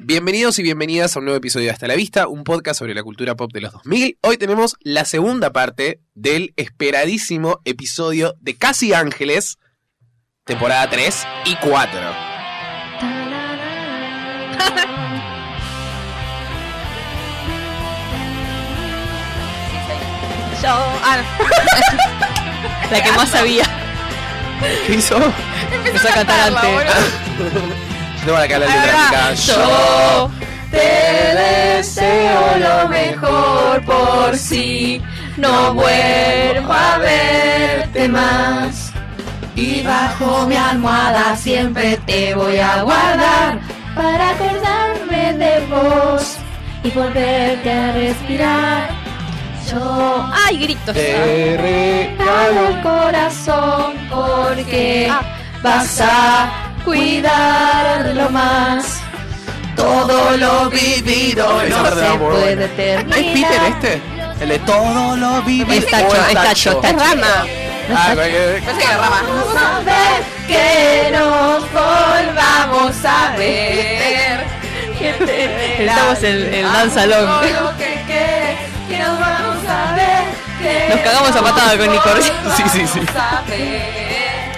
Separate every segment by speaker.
Speaker 1: Bienvenidos y bienvenidas a un nuevo episodio de Hasta la Vista, un podcast sobre la cultura pop de los 2000. Hoy tenemos la segunda parte del esperadísimo episodio de Casi Ángeles, temporada 3 y 4.
Speaker 2: Yo, ah, no.
Speaker 3: La que más sabía.
Speaker 1: ¿Qué hizo?
Speaker 3: Empezó a cantar
Speaker 2: cantarla,
Speaker 3: antes.
Speaker 2: boludo.
Speaker 1: No van a caer la
Speaker 2: Ahí
Speaker 1: letra
Speaker 2: va.
Speaker 1: chica.
Speaker 2: Yo te deseo lo mejor por sí. No vuelvo a verte más. Y bajo mi almohada siempre te voy a guardar para acordarme de vos y volverte a respirar. Yo
Speaker 3: Ay, gritos.
Speaker 1: Te regalo.
Speaker 2: regalo el corazón porque vas a cuidarlo más. Todo lo vivido
Speaker 1: Esa
Speaker 2: no
Speaker 1: parte
Speaker 2: se
Speaker 1: da por buena.
Speaker 2: puede terminar.
Speaker 1: ¿Es Peter este? El de todo lo vivido.
Speaker 3: Es tacho,
Speaker 1: Oh,
Speaker 3: es tacho, es tacho.
Speaker 2: Rama.
Speaker 1: Ah, cualquier-
Speaker 2: Vamos a ver que nos volvamos a ver.
Speaker 3: Estamos en- en danzalón.
Speaker 2: Hago todo lo que quieres, que nos vamos a ver. que
Speaker 3: Nos cagamos a
Speaker 2: nos
Speaker 3: patada con Nico.
Speaker 2: volvamos
Speaker 1: Sí, sí, sí.
Speaker 2: a ver.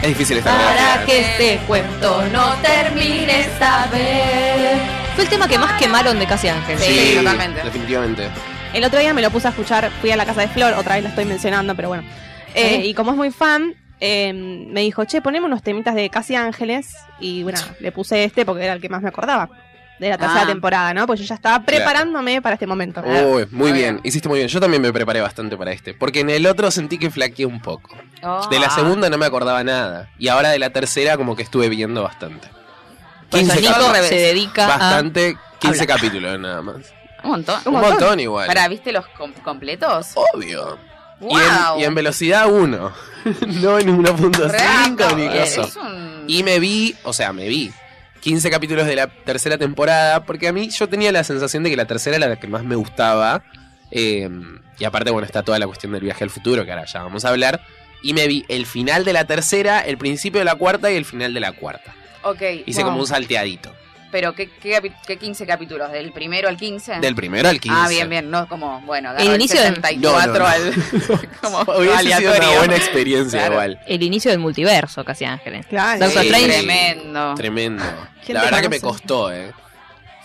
Speaker 1: Es difícil esta
Speaker 2: Para
Speaker 1: relación.
Speaker 2: que este cuento no termine esta vez.
Speaker 3: Fue el tema que más quemaron de Casi Ángel.
Speaker 2: Sí, totalmente.
Speaker 1: Definitivamente.
Speaker 4: El otro día me lo puse a escuchar, fui a la casa de Flor, otra vez la estoy mencionando, pero bueno. Eh, Y como es muy fan, eh, me dijo, che, ponemos unos temitas de Casi Ángeles. Y bueno, le puse este porque era el que más me acordaba. De la tercera
Speaker 3: Ah.
Speaker 4: temporada, ¿no? Pues yo ya estaba preparándome para este momento.
Speaker 1: Uy, muy bien, hiciste muy bien. Yo también me preparé bastante para este, porque en el otro sentí que flaqueé un poco. De la segunda no me acordaba nada, y ahora de la tercera como que estuve viendo bastante.
Speaker 3: Por eso
Speaker 1: 15
Speaker 3: Nico
Speaker 1: capítulos.
Speaker 3: Pues se dedica a...
Speaker 1: Bastante, 15 capítulos nada más.
Speaker 5: Un montón.
Speaker 1: Un
Speaker 4: Un
Speaker 1: montón,
Speaker 4: montón.
Speaker 1: igual.
Speaker 5: Pará, ¿viste los com- completos?
Speaker 1: Obvio. Y,
Speaker 5: ¡Guau!
Speaker 1: en, y en velocidad 1. no en 1.5
Speaker 5: Rato,
Speaker 1: ni
Speaker 5: eh,
Speaker 1: cosa.
Speaker 5: es un-
Speaker 1: Y me vi, o sea, me vi 15 capítulos de la tercera temporada, porque a mí yo tenía la sensación de que la tercera era la que más me gustaba. eh, y aparte, bueno, está toda la cuestión del viaje al futuro, que ahora ya vamos a hablar. Y me vi el final de la tercera, el principio de la cuarta y el final de la cuarta.
Speaker 5: Ok,
Speaker 1: Hice como un salteadito.
Speaker 5: pero ¿qué, qué, capi- qué 15 capítulos? ¿Del primero al 15?
Speaker 1: Del primero al 15.
Speaker 5: Ah, bien, bien. No, como, bueno, agarro
Speaker 3: El
Speaker 5: el,
Speaker 3: inicio del-
Speaker 5: 64
Speaker 1: No, no, no.
Speaker 5: al... como
Speaker 1: Hubiese sido
Speaker 5: aleatorio.
Speaker 1: una buena experiencia
Speaker 5: Claro.
Speaker 1: igual.
Speaker 3: El inicio del multiverso, Casi Ángeles.
Speaker 4: Claro.
Speaker 3: Doctor
Speaker 5: Sí,
Speaker 3: Strange.
Speaker 5: Tremendo.
Speaker 1: Tremendo.
Speaker 4: ¿Quién
Speaker 1: La
Speaker 4: te
Speaker 1: verdad que me
Speaker 4: conoce?
Speaker 1: costó, eh.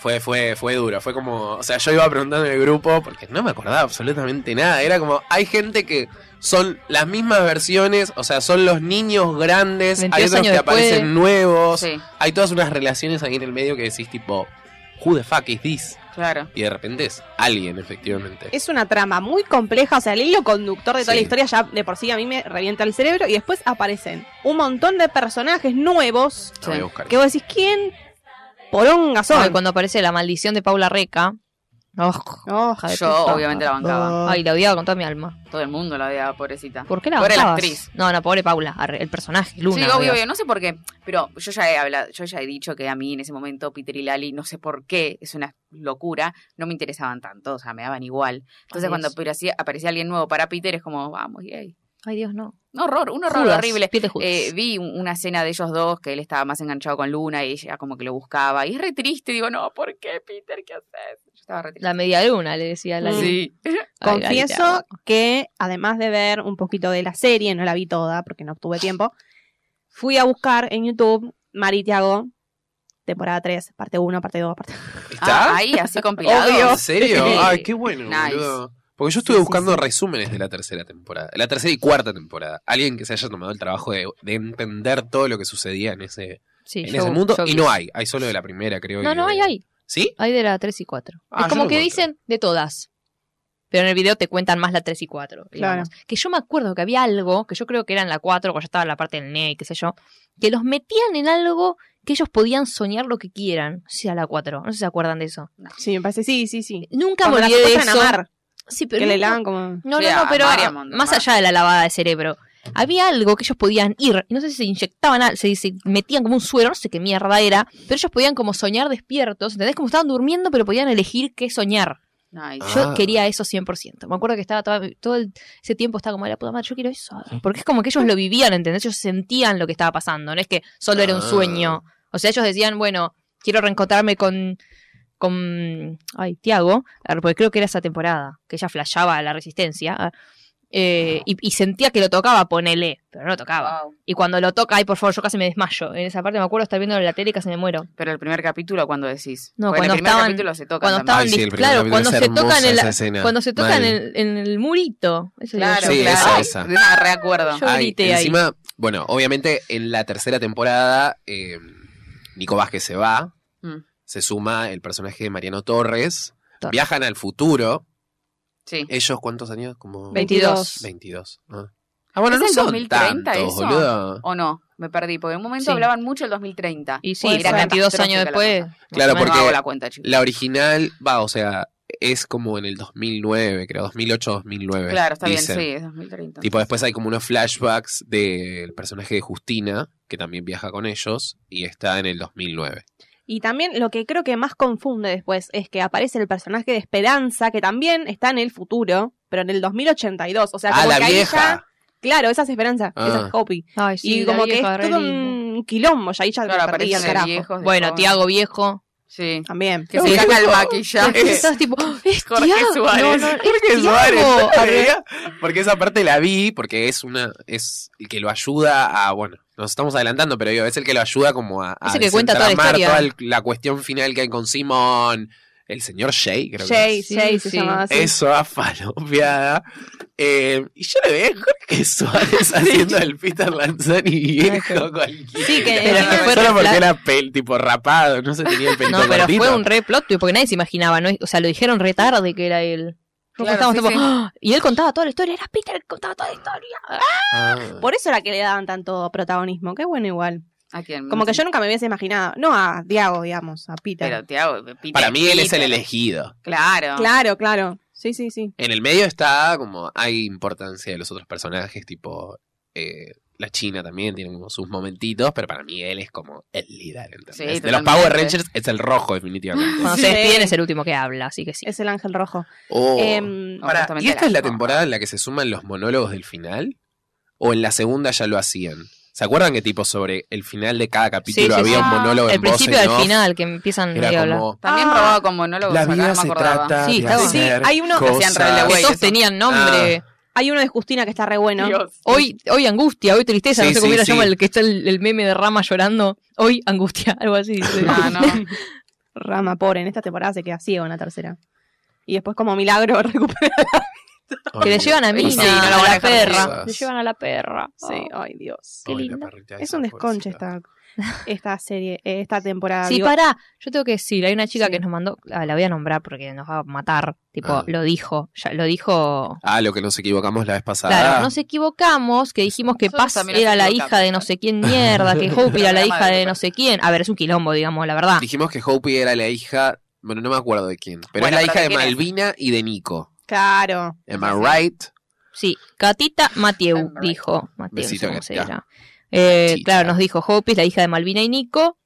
Speaker 1: Fue, fue, fue duro, fue como, o sea, yo iba preguntando en el grupo porque no me acordaba absolutamente nada, era como, hay gente que son las mismas versiones, o sea, son los niños grandes, hay
Speaker 3: 22
Speaker 1: otros que
Speaker 3: años después.
Speaker 1: aparecen nuevos,
Speaker 5: Sí,
Speaker 1: hay todas unas relaciones ahí en el medio que decís tipo, who the fuck is this?
Speaker 5: claro.
Speaker 1: Y de repente es alguien, efectivamente.
Speaker 4: Es una trama muy compleja, o sea, el hilo conductor de toda
Speaker 1: Sí.
Speaker 4: la historia ya de por sí a mí me revienta el cerebro y después aparecen un montón de personajes nuevos
Speaker 1: Lo voy a
Speaker 5: Sí.
Speaker 1: buscar.
Speaker 4: que vos decís, ¿quién? Poronga
Speaker 3: Ay,
Speaker 4: son.
Speaker 3: cuando aparece la maldición de Paula Reca. Oh,
Speaker 4: Oh,
Speaker 3: hija de
Speaker 5: Yo
Speaker 3: puta.
Speaker 5: obviamente la bancaba.
Speaker 3: Ay, la odiaba con toda mi alma.
Speaker 5: Todo el mundo la odiaba, pobrecita.
Speaker 3: Ah. ¿Por qué la
Speaker 5: Pobre la
Speaker 3: bancabas?
Speaker 5: actriz.
Speaker 3: No, no, pobre Paula, arre, el personaje, Luna.
Speaker 5: sí, obvio,
Speaker 3: obvio.
Speaker 5: obvio, no sé por qué, pero yo ya he hablado, yo ya he dicho que a mí en ese momento Peter y Lali, no sé por qué, es una locura, no me interesaban tanto, o sea, me daban igual. Entonces
Speaker 3: Ay,
Speaker 5: cuando
Speaker 3: Dios.
Speaker 5: aparecía, aparecía alguien nuevo para Peter es como, vamos, yay.
Speaker 3: Ay, Dios, no.
Speaker 5: Un horror, un horror
Speaker 3: Judas,
Speaker 5: horrible.
Speaker 3: Pie de Judas.
Speaker 5: Eh, vi un- una escena de ellos dos que él estaba más enganchado con Luna y ella como que lo buscaba y es re triste, digo, no, ¿por qué Peter? ¿Qué haces? Yo estaba re triste.
Speaker 3: La media luna, le decía la
Speaker 5: Sí.
Speaker 3: Ay, Lali, te
Speaker 4: Confieso
Speaker 3: amo.
Speaker 4: que, además de ver un poquito de la serie, no la vi toda porque no tuve tiempo, fui a buscar en YouTube Mari Tiago, temporada 3, parte 1, parte 2, parte
Speaker 1: ¿Está?
Speaker 5: Ah, ahí, así compilado.
Speaker 1: ¿En serio?
Speaker 3: Sí.
Speaker 1: Ay, qué bueno,
Speaker 5: Nice.
Speaker 1: boludo. Porque yo estuve buscando resúmenes de la tercera temporada, la tercera y cuarta temporada. Alguien que se haya tomado el trabajo de, de entender todo lo que sucedía en ese,
Speaker 3: Sí,
Speaker 1: en
Speaker 3: yo-
Speaker 1: ese mundo.
Speaker 3: yo
Speaker 1: Y
Speaker 3: vi.
Speaker 1: no hay, hay solo de la primera, creo.
Speaker 3: No,
Speaker 1: y
Speaker 3: no,
Speaker 1: de-
Speaker 3: hay, hay.
Speaker 1: ¿Sí?
Speaker 3: Hay de la 3 y 4.
Speaker 1: Ah, yo
Speaker 3: es como
Speaker 1: lo
Speaker 3: que
Speaker 1: encontré.
Speaker 3: dicen de todas. Pero en el video te cuentan más la 3 y 4. digamos. Que yo me acuerdo que había algo, que yo creo que era en la 4, cuando ya estaba la parte del NET, qué sé yo, que los metían en algo que ellos podían soñar lo que quieran. No sé si era la 4, no sé si se acuerdan de eso.
Speaker 4: Sí, me parece, sí, sí, sí.
Speaker 3: Nunca
Speaker 4: Cuando
Speaker 3: me
Speaker 4: la
Speaker 3: olvidé de
Speaker 4: secuestran a
Speaker 3: eso.
Speaker 4: Mar,
Speaker 3: Sí, pero
Speaker 4: que le
Speaker 3: nunca-
Speaker 4: lavan como...
Speaker 3: No,
Speaker 5: Sí,
Speaker 3: no,
Speaker 5: a
Speaker 3: no, pero
Speaker 5: Mario
Speaker 3: ah,
Speaker 5: Mondo,
Speaker 3: más
Speaker 5: Mar.
Speaker 3: allá de la lavada de cerebro. Había algo que ellos podían ir, y no sé si se inyectaban, al- se, se metían como un suero, no sé qué mierda era, pero ellos podían como soñar despiertos, ¿entendés? Como estaban durmiendo, pero podían elegir qué soñar.
Speaker 5: Nice.
Speaker 1: Ah.
Speaker 3: Yo quería eso 100%. Me acuerdo que estaba toda- todo el- ese tiempo estaba como, la puta madre, yo quiero eso. Porque es como que ellos lo vivían, ¿entendés? Ellos sentían lo que estaba pasando, no es que solo era un
Speaker 1: Ah.
Speaker 3: sueño. O sea, ellos decían, bueno, quiero reencontrarme con, con ay, Tiago, porque creo que era esa temporada, que ella flashaba a la resistencia, ah,
Speaker 1: Ah.
Speaker 3: eh, y, y sentía que lo tocaba, ponele, pero no lo tocaba.
Speaker 5: Wow.
Speaker 3: Y cuando lo toca, ay, por favor, yo casi me desmayo. En esa parte me acuerdo estar viendo la tele y casi me muero.
Speaker 5: Pero el primer capítulo, cuando decís.
Speaker 3: No,
Speaker 5: Porque
Speaker 3: cuando
Speaker 5: en el primer
Speaker 3: estaban-
Speaker 5: capítulo se tocan
Speaker 3: cuando
Speaker 5: también.
Speaker 3: estaban
Speaker 1: Ay, sí,
Speaker 3: dis-
Speaker 1: el primer
Speaker 3: claro,
Speaker 1: capítulo
Speaker 3: cuando
Speaker 1: es
Speaker 3: se tocan
Speaker 1: hermosa
Speaker 3: en la-
Speaker 1: esa escena.
Speaker 3: Cuando se toca en
Speaker 1: Mal.
Speaker 3: el, en el murito. Eso digo
Speaker 5: Claro,
Speaker 3: yo.
Speaker 1: Sí,
Speaker 5: claro.
Speaker 1: esa,
Speaker 5: Ay,
Speaker 1: esa.
Speaker 5: ah, reacuerdo.
Speaker 3: Yo grité ahí.
Speaker 1: encima, bueno, obviamente en la tercera temporada eh, Nico Vázquez se va,
Speaker 5: Mm.
Speaker 1: se suma el personaje de Mariano Torres,
Speaker 3: Torres.
Speaker 1: viajan al futuro.
Speaker 5: Sí.
Speaker 1: Ellos, ¿cuántos años? Como
Speaker 3: 22.
Speaker 1: 22. Ah, Ah, bueno,
Speaker 5: ¿Es
Speaker 1: no
Speaker 5: el
Speaker 1: son
Speaker 5: 2030
Speaker 1: tantos,
Speaker 5: eso?
Speaker 1: boludo.
Speaker 5: ¿O no? Me perdí, porque en un momento
Speaker 3: Sí.
Speaker 5: hablaban mucho el 2030.
Speaker 3: Y sí,
Speaker 5: Puede
Speaker 3: era
Speaker 5: ser
Speaker 3: 22 años
Speaker 5: catastrófica la
Speaker 3: después.
Speaker 5: cosa.
Speaker 1: Claro,
Speaker 3: más o
Speaker 5: No
Speaker 1: porque-
Speaker 5: hago la cuenta, chicos.
Speaker 1: La original, va, o sea, es como en el 2009, creo, 2008-2009.
Speaker 5: Claro, está
Speaker 1: dicen.
Speaker 5: bien, sí, es 2030.
Speaker 1: Tipo, después hay como unos flashbacks del personaje de Justina, que también viaja con ellos, y está en el 2009.
Speaker 4: Y también lo que creo que más confunde después es que aparece el personaje de Esperanza, que también está en el futuro, pero en el 2082. O sea,
Speaker 1: ¡Ah,
Speaker 4: como
Speaker 1: la
Speaker 4: que ahí
Speaker 1: vieja!
Speaker 4: ya- claro, esa es Esperanza,
Speaker 1: Ah.
Speaker 4: esa es Hopi.
Speaker 3: Ay, sí,
Speaker 4: y
Speaker 3: la
Speaker 4: como que
Speaker 3: vieja,
Speaker 4: es
Speaker 3: re
Speaker 4: todo
Speaker 3: linda.
Speaker 4: un quilombo, ya ahí ya
Speaker 5: Claro,
Speaker 4: me perdí
Speaker 5: aparecen
Speaker 4: al carajo.
Speaker 5: viejos. de
Speaker 3: Bueno,
Speaker 5: joven.
Speaker 3: Tiago viejo.
Speaker 5: Sí.
Speaker 4: También.
Speaker 5: Que se caga el maquillaje.
Speaker 3: Estás tipo, ¡Ah, es
Speaker 5: Jorge
Speaker 3: Tiago!
Speaker 5: Suárez.
Speaker 3: No, no, es
Speaker 1: Jorge
Speaker 3: Tiago.
Speaker 1: Suárez, ¿no
Speaker 3: A
Speaker 1: te
Speaker 3: ver,
Speaker 1: veía? Porque esa parte la vi, porque es una, es el que lo ayuda a, bueno, nos estamos adelantando, pero digo, es el que lo ayuda como a, a
Speaker 3: Es el que cuenta toda la
Speaker 1: desentramar
Speaker 3: historia.
Speaker 1: toda el- la cuestión final que hay con Simón, el señor Shay, creo que es.
Speaker 4: Jay,
Speaker 3: Sí,
Speaker 4: Jay se
Speaker 3: sí.
Speaker 4: llamaba así.
Speaker 1: Eso, a falopeada. Eh, y yo le veo a Jorge Suárez haciendo el Peter Lanzani viejo cualquiera.
Speaker 4: Sí, que-
Speaker 3: Pero Eh, que fue
Speaker 1: Solo porque
Speaker 3: refla-
Speaker 1: era pel, tipo rapado, no se tenía el pelito
Speaker 3: No, pero
Speaker 1: cortito.
Speaker 3: fue un re plot twist, porque nadie se imaginaba, ¿no? O sea, lo dijeron re tarde que era él. Nosotros
Speaker 5: Claro,
Speaker 3: estábamos
Speaker 5: sí,
Speaker 3: tipo,
Speaker 5: sí.
Speaker 3: ¡Ah! Y él contaba toda la historia, era Peter el que contaba toda la historia.
Speaker 1: Ah.
Speaker 4: Por eso era que le daban tanto protagonismo. Qué bueno igual.
Speaker 5: ¿A quién?
Speaker 4: Como que yo nunca me hubiese imaginado. No a Diago, digamos, a Peter.
Speaker 5: Pero Tiago, Peter,
Speaker 1: Para mí él es el
Speaker 5: Peter.
Speaker 1: elegido.
Speaker 5: Claro.
Speaker 4: Claro, claro. Sí, sí, sí.
Speaker 1: En el medio está como hay importancia de los otros personajes, tipo eh, la China también tiene como sus momentitos, pero para mí él es como el líder. ¿entendés?
Speaker 5: Sí,
Speaker 1: de los
Speaker 5: totalmente.
Speaker 1: Power Rangers es el rojo definitivamente.
Speaker 3: Cuando
Speaker 4: Sí.
Speaker 3: se despiden es el último que habla, así que sí.
Speaker 4: Es el ángel rojo.
Speaker 1: Oh.
Speaker 4: Em,
Speaker 5: No,
Speaker 1: Pará,
Speaker 5: justamente
Speaker 1: ¿Y esta es la
Speaker 5: no.
Speaker 1: temporada en la que se suman los monólogos del final? ¿O en la segunda ya lo hacían? ¿Se acuerdan que tipo sobre el final de cada capítulo
Speaker 3: sí, Ah,
Speaker 1: había
Speaker 5: sí.
Speaker 1: un monólogo
Speaker 3: El
Speaker 1: en voz
Speaker 3: principio
Speaker 1: en
Speaker 3: del
Speaker 1: off?
Speaker 3: final, que empiezan medio a
Speaker 1: Era
Speaker 3: hablar.
Speaker 1: como,
Speaker 5: También
Speaker 4: Ah.
Speaker 5: robado con monólogos.
Speaker 1: la
Speaker 5: acá,
Speaker 1: vida
Speaker 5: no me
Speaker 1: se
Speaker 5: acordaba.
Speaker 1: trata
Speaker 3: Sí,
Speaker 1: de
Speaker 3: estaba-
Speaker 4: Sí,
Speaker 1: hacer
Speaker 4: hay uno-
Speaker 5: Hacían
Speaker 1: cosas.
Speaker 5: relevos.
Speaker 3: Que
Speaker 5: Güey,
Speaker 3: todos
Speaker 5: eso.
Speaker 3: tenían nombre.
Speaker 4: Hay uno de Justina que está re bueno.
Speaker 5: Dios.
Speaker 3: Hoy, hoy angustia, hoy tristeza,
Speaker 1: Sí,
Speaker 3: no sé cómo
Speaker 1: sí,
Speaker 3: era
Speaker 1: sí.
Speaker 3: llama el que está el, el meme de Rama llorando. Hoy angustia, algo así. dice.
Speaker 5: Ah, no.
Speaker 4: Rama, pobre. En esta temporada se queda ciego en la tercera. Y después, como milagro, recupera.
Speaker 3: Que le llevan a
Speaker 5: Sí,
Speaker 3: Mina,
Speaker 5: no la
Speaker 3: a
Speaker 5: van a
Speaker 3: la
Speaker 5: dejar
Speaker 3: perra.
Speaker 1: cosas.
Speaker 3: Le llevan a la perra.
Speaker 4: Sí,
Speaker 3: Oh.
Speaker 4: ay, Dios.
Speaker 3: Qué
Speaker 1: Ay, la
Speaker 3: lindo.
Speaker 1: perrita
Speaker 4: Es
Speaker 1: esa,
Speaker 4: un desconche
Speaker 1: pobrecita.
Speaker 4: esta, esta serie, eh, esta temporada.
Speaker 3: Sí,
Speaker 4: digo.
Speaker 3: pará, yo tengo que decir, hay una chica
Speaker 4: Sí.
Speaker 3: que nos mandó, ah, la voy a nombrar porque nos va a matar, tipo,
Speaker 1: Ah.
Speaker 3: lo dijo, ya lo dijo.
Speaker 1: Ah, lo que nos equivocamos la vez pasada.
Speaker 3: Claro, nos equivocamos, que dijimos que
Speaker 5: Nosotros
Speaker 3: Paz
Speaker 5: también nos
Speaker 3: era la
Speaker 5: equivocamos.
Speaker 3: hija de no sé quién mierda, que Hope era la hija de no sé quién. A ver, es un quilombo, digamos, la verdad.
Speaker 1: Ah, Dijimos que Hopi era la hija, bueno, no me acuerdo de quién, pero
Speaker 5: Bueno,
Speaker 1: es la
Speaker 5: pero
Speaker 1: hija de
Speaker 5: ¿de quién es?
Speaker 1: Malvina y de Nico.
Speaker 4: Claro.
Speaker 1: Am I right?
Speaker 3: Sí, Catita Mateu
Speaker 5: Alright.
Speaker 3: dijo. Mateu, no sé
Speaker 1: Besito,
Speaker 3: cómo se
Speaker 1: Catita.
Speaker 3: dirá. Eh,
Speaker 1: Chicha.
Speaker 3: claro, nos dijo Hopi es la hija de Malvina y Nico,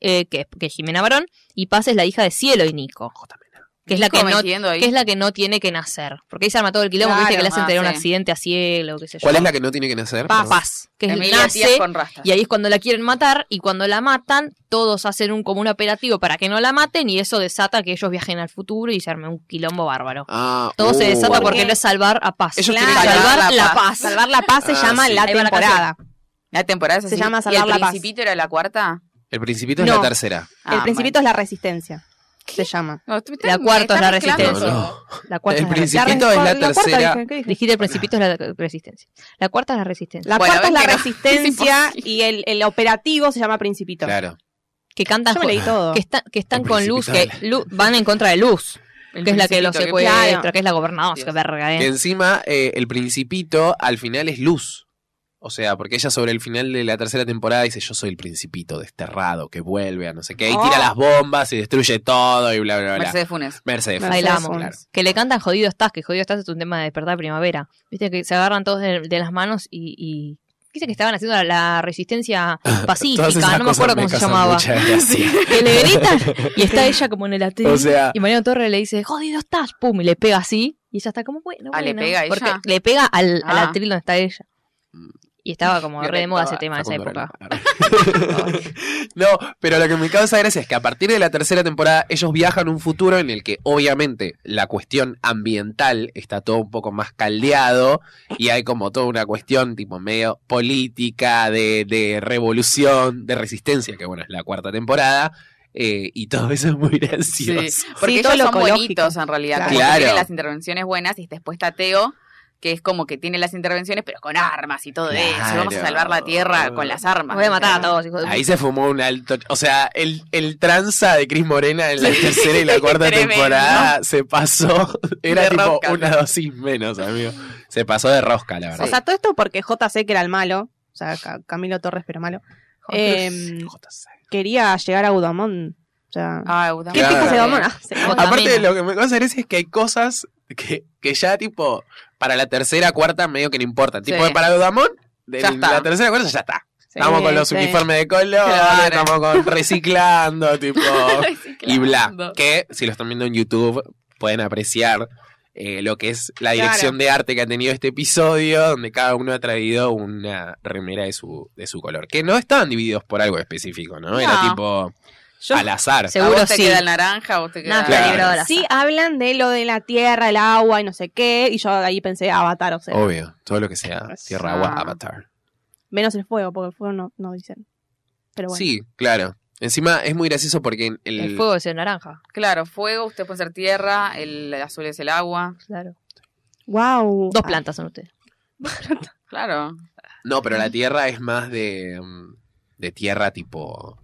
Speaker 3: eh, que, es- que es Jimena Barón, y Paz es la hija de Cielo y Nico, que es la que
Speaker 5: Nico
Speaker 3: no
Speaker 5: metiendo ahí.
Speaker 3: que es la que no tiene que nacer. Porque ahí se arma todo el quilombo,
Speaker 5: Claro,
Speaker 3: viste que le hacen
Speaker 5: ah,
Speaker 3: tener un
Speaker 5: sí.
Speaker 3: accidente a cielo, qué sé yo.
Speaker 1: ¿Cuál es la que no tiene que nacer?
Speaker 3: Paz,
Speaker 1: Perdón.
Speaker 3: Paz, que es
Speaker 5: Emilia
Speaker 3: nace
Speaker 5: Díaz con rastas.
Speaker 3: y ahí es cuando la quieren matar y cuando la matan todos hacen un como un operativo para que no la maten y eso desata que ellos viajen al futuro y se arme un quilombo bárbaro.
Speaker 1: Ah,
Speaker 3: Todo se
Speaker 1: uh,
Speaker 3: desata
Speaker 1: bueno.
Speaker 3: porque no es salvar a Paz.
Speaker 1: Ellos
Speaker 4: Claro.
Speaker 1: quieren
Speaker 3: salvar la paz.
Speaker 4: Salvar la paz se
Speaker 1: Ah,
Speaker 4: llama
Speaker 1: sí.
Speaker 4: la
Speaker 3: Ahí va la
Speaker 4: temporada.
Speaker 5: La temporada es
Speaker 4: Se
Speaker 5: así.
Speaker 4: llama
Speaker 5: ¿Y
Speaker 4: Salvar la
Speaker 5: El
Speaker 4: Paz.
Speaker 5: Principito era la cuarta.
Speaker 1: El Principito es
Speaker 4: No.
Speaker 1: la tercera.
Speaker 4: el principito es la resistencia. Se llama.
Speaker 3: La cuarta es la resistencia. La cuarta
Speaker 1: El
Speaker 3: es la resistencia.
Speaker 1: principio. Principito es la
Speaker 4: cuarta,
Speaker 1: tercera.
Speaker 4: dije, ¿qué dije?
Speaker 3: Dijiste el principito es la resistencia. La cuarta es la resistencia.
Speaker 4: La
Speaker 5: Bueno,
Speaker 4: cuarta es
Speaker 5: ven
Speaker 4: la
Speaker 5: que no.
Speaker 4: resistencia
Speaker 5: Es imposible.
Speaker 4: y el, el operativo se llama Principito.
Speaker 1: Claro.
Speaker 3: Que cantan
Speaker 4: Yo me leí todo.
Speaker 3: que están, que están
Speaker 1: El
Speaker 3: con luz, que
Speaker 1: principito.
Speaker 3: Lu- van en contra de luz, que es la que los secuestra,
Speaker 4: claro.
Speaker 3: que es la gobernadora,
Speaker 5: Dios.
Speaker 3: que verga,
Speaker 1: Que
Speaker 3: eh.
Speaker 1: encima eh, el Principito al final es luz. O sea, porque ella sobre el final de la tercera temporada dice yo soy el principito desterrado que vuelve a no sé qué y tira
Speaker 4: Oh.
Speaker 1: las bombas y destruye todo y bla bla bla. Mercedes,
Speaker 5: Mercedes Funes.
Speaker 1: Funes.
Speaker 3: Ahí la amo.
Speaker 1: Claro.
Speaker 3: Que le cantan jodido estás, que jodido estás es un tema de despertar primavera. Viste que se agarran todos de, de las manos y, y- Dice que estaban haciendo la, la resistencia
Speaker 1: Todas esas
Speaker 3: pacífica, no me
Speaker 1: cosas
Speaker 3: acuerdo cómo se
Speaker 1: causan
Speaker 3: llamaba.
Speaker 1: mucha gracia.
Speaker 3: Que le gritan y está ella como en el atril.
Speaker 1: O sea-
Speaker 3: y Mariano Torre le dice, jodido estás, pum, y le pega así. Y ella está como, bueno,
Speaker 5: Ah, ¿le
Speaker 3: bueno".
Speaker 5: pega a ella?
Speaker 3: Porque le pega al, al
Speaker 5: Ah.
Speaker 1: Mm.
Speaker 3: atril donde está ella. Y estaba como re de moda ese tema en esa
Speaker 1: Facundo
Speaker 3: época.
Speaker 1: Arana. no, pero lo que me causa gracia es que a partir de la tercera temporada ellos viajan a un futuro en el que obviamente la cuestión ambiental está todo un poco más caldeado y hay como toda una cuestión tipo medio política, de, de revolución, de resistencia, que bueno, es la cuarta temporada. eh, y todo eso es muy gracioso.
Speaker 5: Porque
Speaker 4: Sí, todo
Speaker 5: ellos
Speaker 4: lo
Speaker 5: son
Speaker 4: ecológico.
Speaker 5: bonitos en realidad.
Speaker 4: Claro.
Speaker 5: Como que
Speaker 1: Claro.
Speaker 5: tiene las intervenciones buenas y después está Teo, que es como que tiene las intervenciones, pero con armas y todo eso.
Speaker 1: Claro.
Speaker 5: Vamos a salvar la tierra con las armas.
Speaker 3: Voy a matar a todos, hijos de
Speaker 1: Ahí se fumó un alto. O sea, el, el tranza de Cris Morena en la tercera y la cuarta
Speaker 5: Tremendo.
Speaker 1: temporada se pasó. Era
Speaker 5: De
Speaker 1: tipo
Speaker 5: rosca.
Speaker 1: una dosis menos, amigo. Se pasó de rosca, la verdad.
Speaker 4: O sea, todo esto porque JC, que era el malo, o sea, Ca- Camilo Torres, pero malo, em, quería llegar a Udamón. O sea,
Speaker 5: Ah,
Speaker 4: ¿qué
Speaker 1: claro.
Speaker 4: tipo se Udamón?
Speaker 5: Eudamón?
Speaker 4: Ah, se-
Speaker 3: Como
Speaker 1: Aparte,
Speaker 3: también.
Speaker 1: lo que me pasa es que hay cosas que, que ya, tipo, para la tercera, cuarta, medio que no importan. Tipo,
Speaker 5: Sí.
Speaker 1: para Dudamón, de
Speaker 5: Ya está.
Speaker 1: la tercera, cuarta, ya está. Estamos con los
Speaker 4: sí.
Speaker 1: uniformes de color,
Speaker 5: Claro.
Speaker 1: estamos con reciclando, tipo, y bla.
Speaker 5: Reciclando.
Speaker 1: Que si lo están viendo en YouTube, pueden apreciar eh, lo que es la dirección de arte que ha tenido este episodio, donde cada uno ha traído una remera de su, de su color. Que no estaban divididos por algo específico, ¿no? Era
Speaker 5: No.
Speaker 1: tipo
Speaker 4: Yo-
Speaker 1: al azar.
Speaker 3: Seguro.
Speaker 5: ¿A vos te
Speaker 3: sí.
Speaker 5: queda el naranja o te queda
Speaker 3: Nada,
Speaker 1: Claro.
Speaker 3: librado de la
Speaker 4: Sí, hablan de lo de la tierra, el agua y no sé qué, y yo ahí pensé Avatar, o sea,
Speaker 1: Obvio, todo lo que sea tierra, agua,
Speaker 5: Ah.
Speaker 1: avatar.
Speaker 4: menos el fuego, porque el fuego no, no dicen. Pero bueno.
Speaker 1: Sí, claro. Encima es muy gracioso porque en el,
Speaker 3: El fuego es el naranja,
Speaker 5: Claro, fuego, usted puede ser tierra, el azul es el agua.
Speaker 3: claro.
Speaker 4: Wow.
Speaker 3: Dos plantas son ustedes.
Speaker 5: Claro.
Speaker 1: No, pero la tierra es más de, mm, de tierra tipo...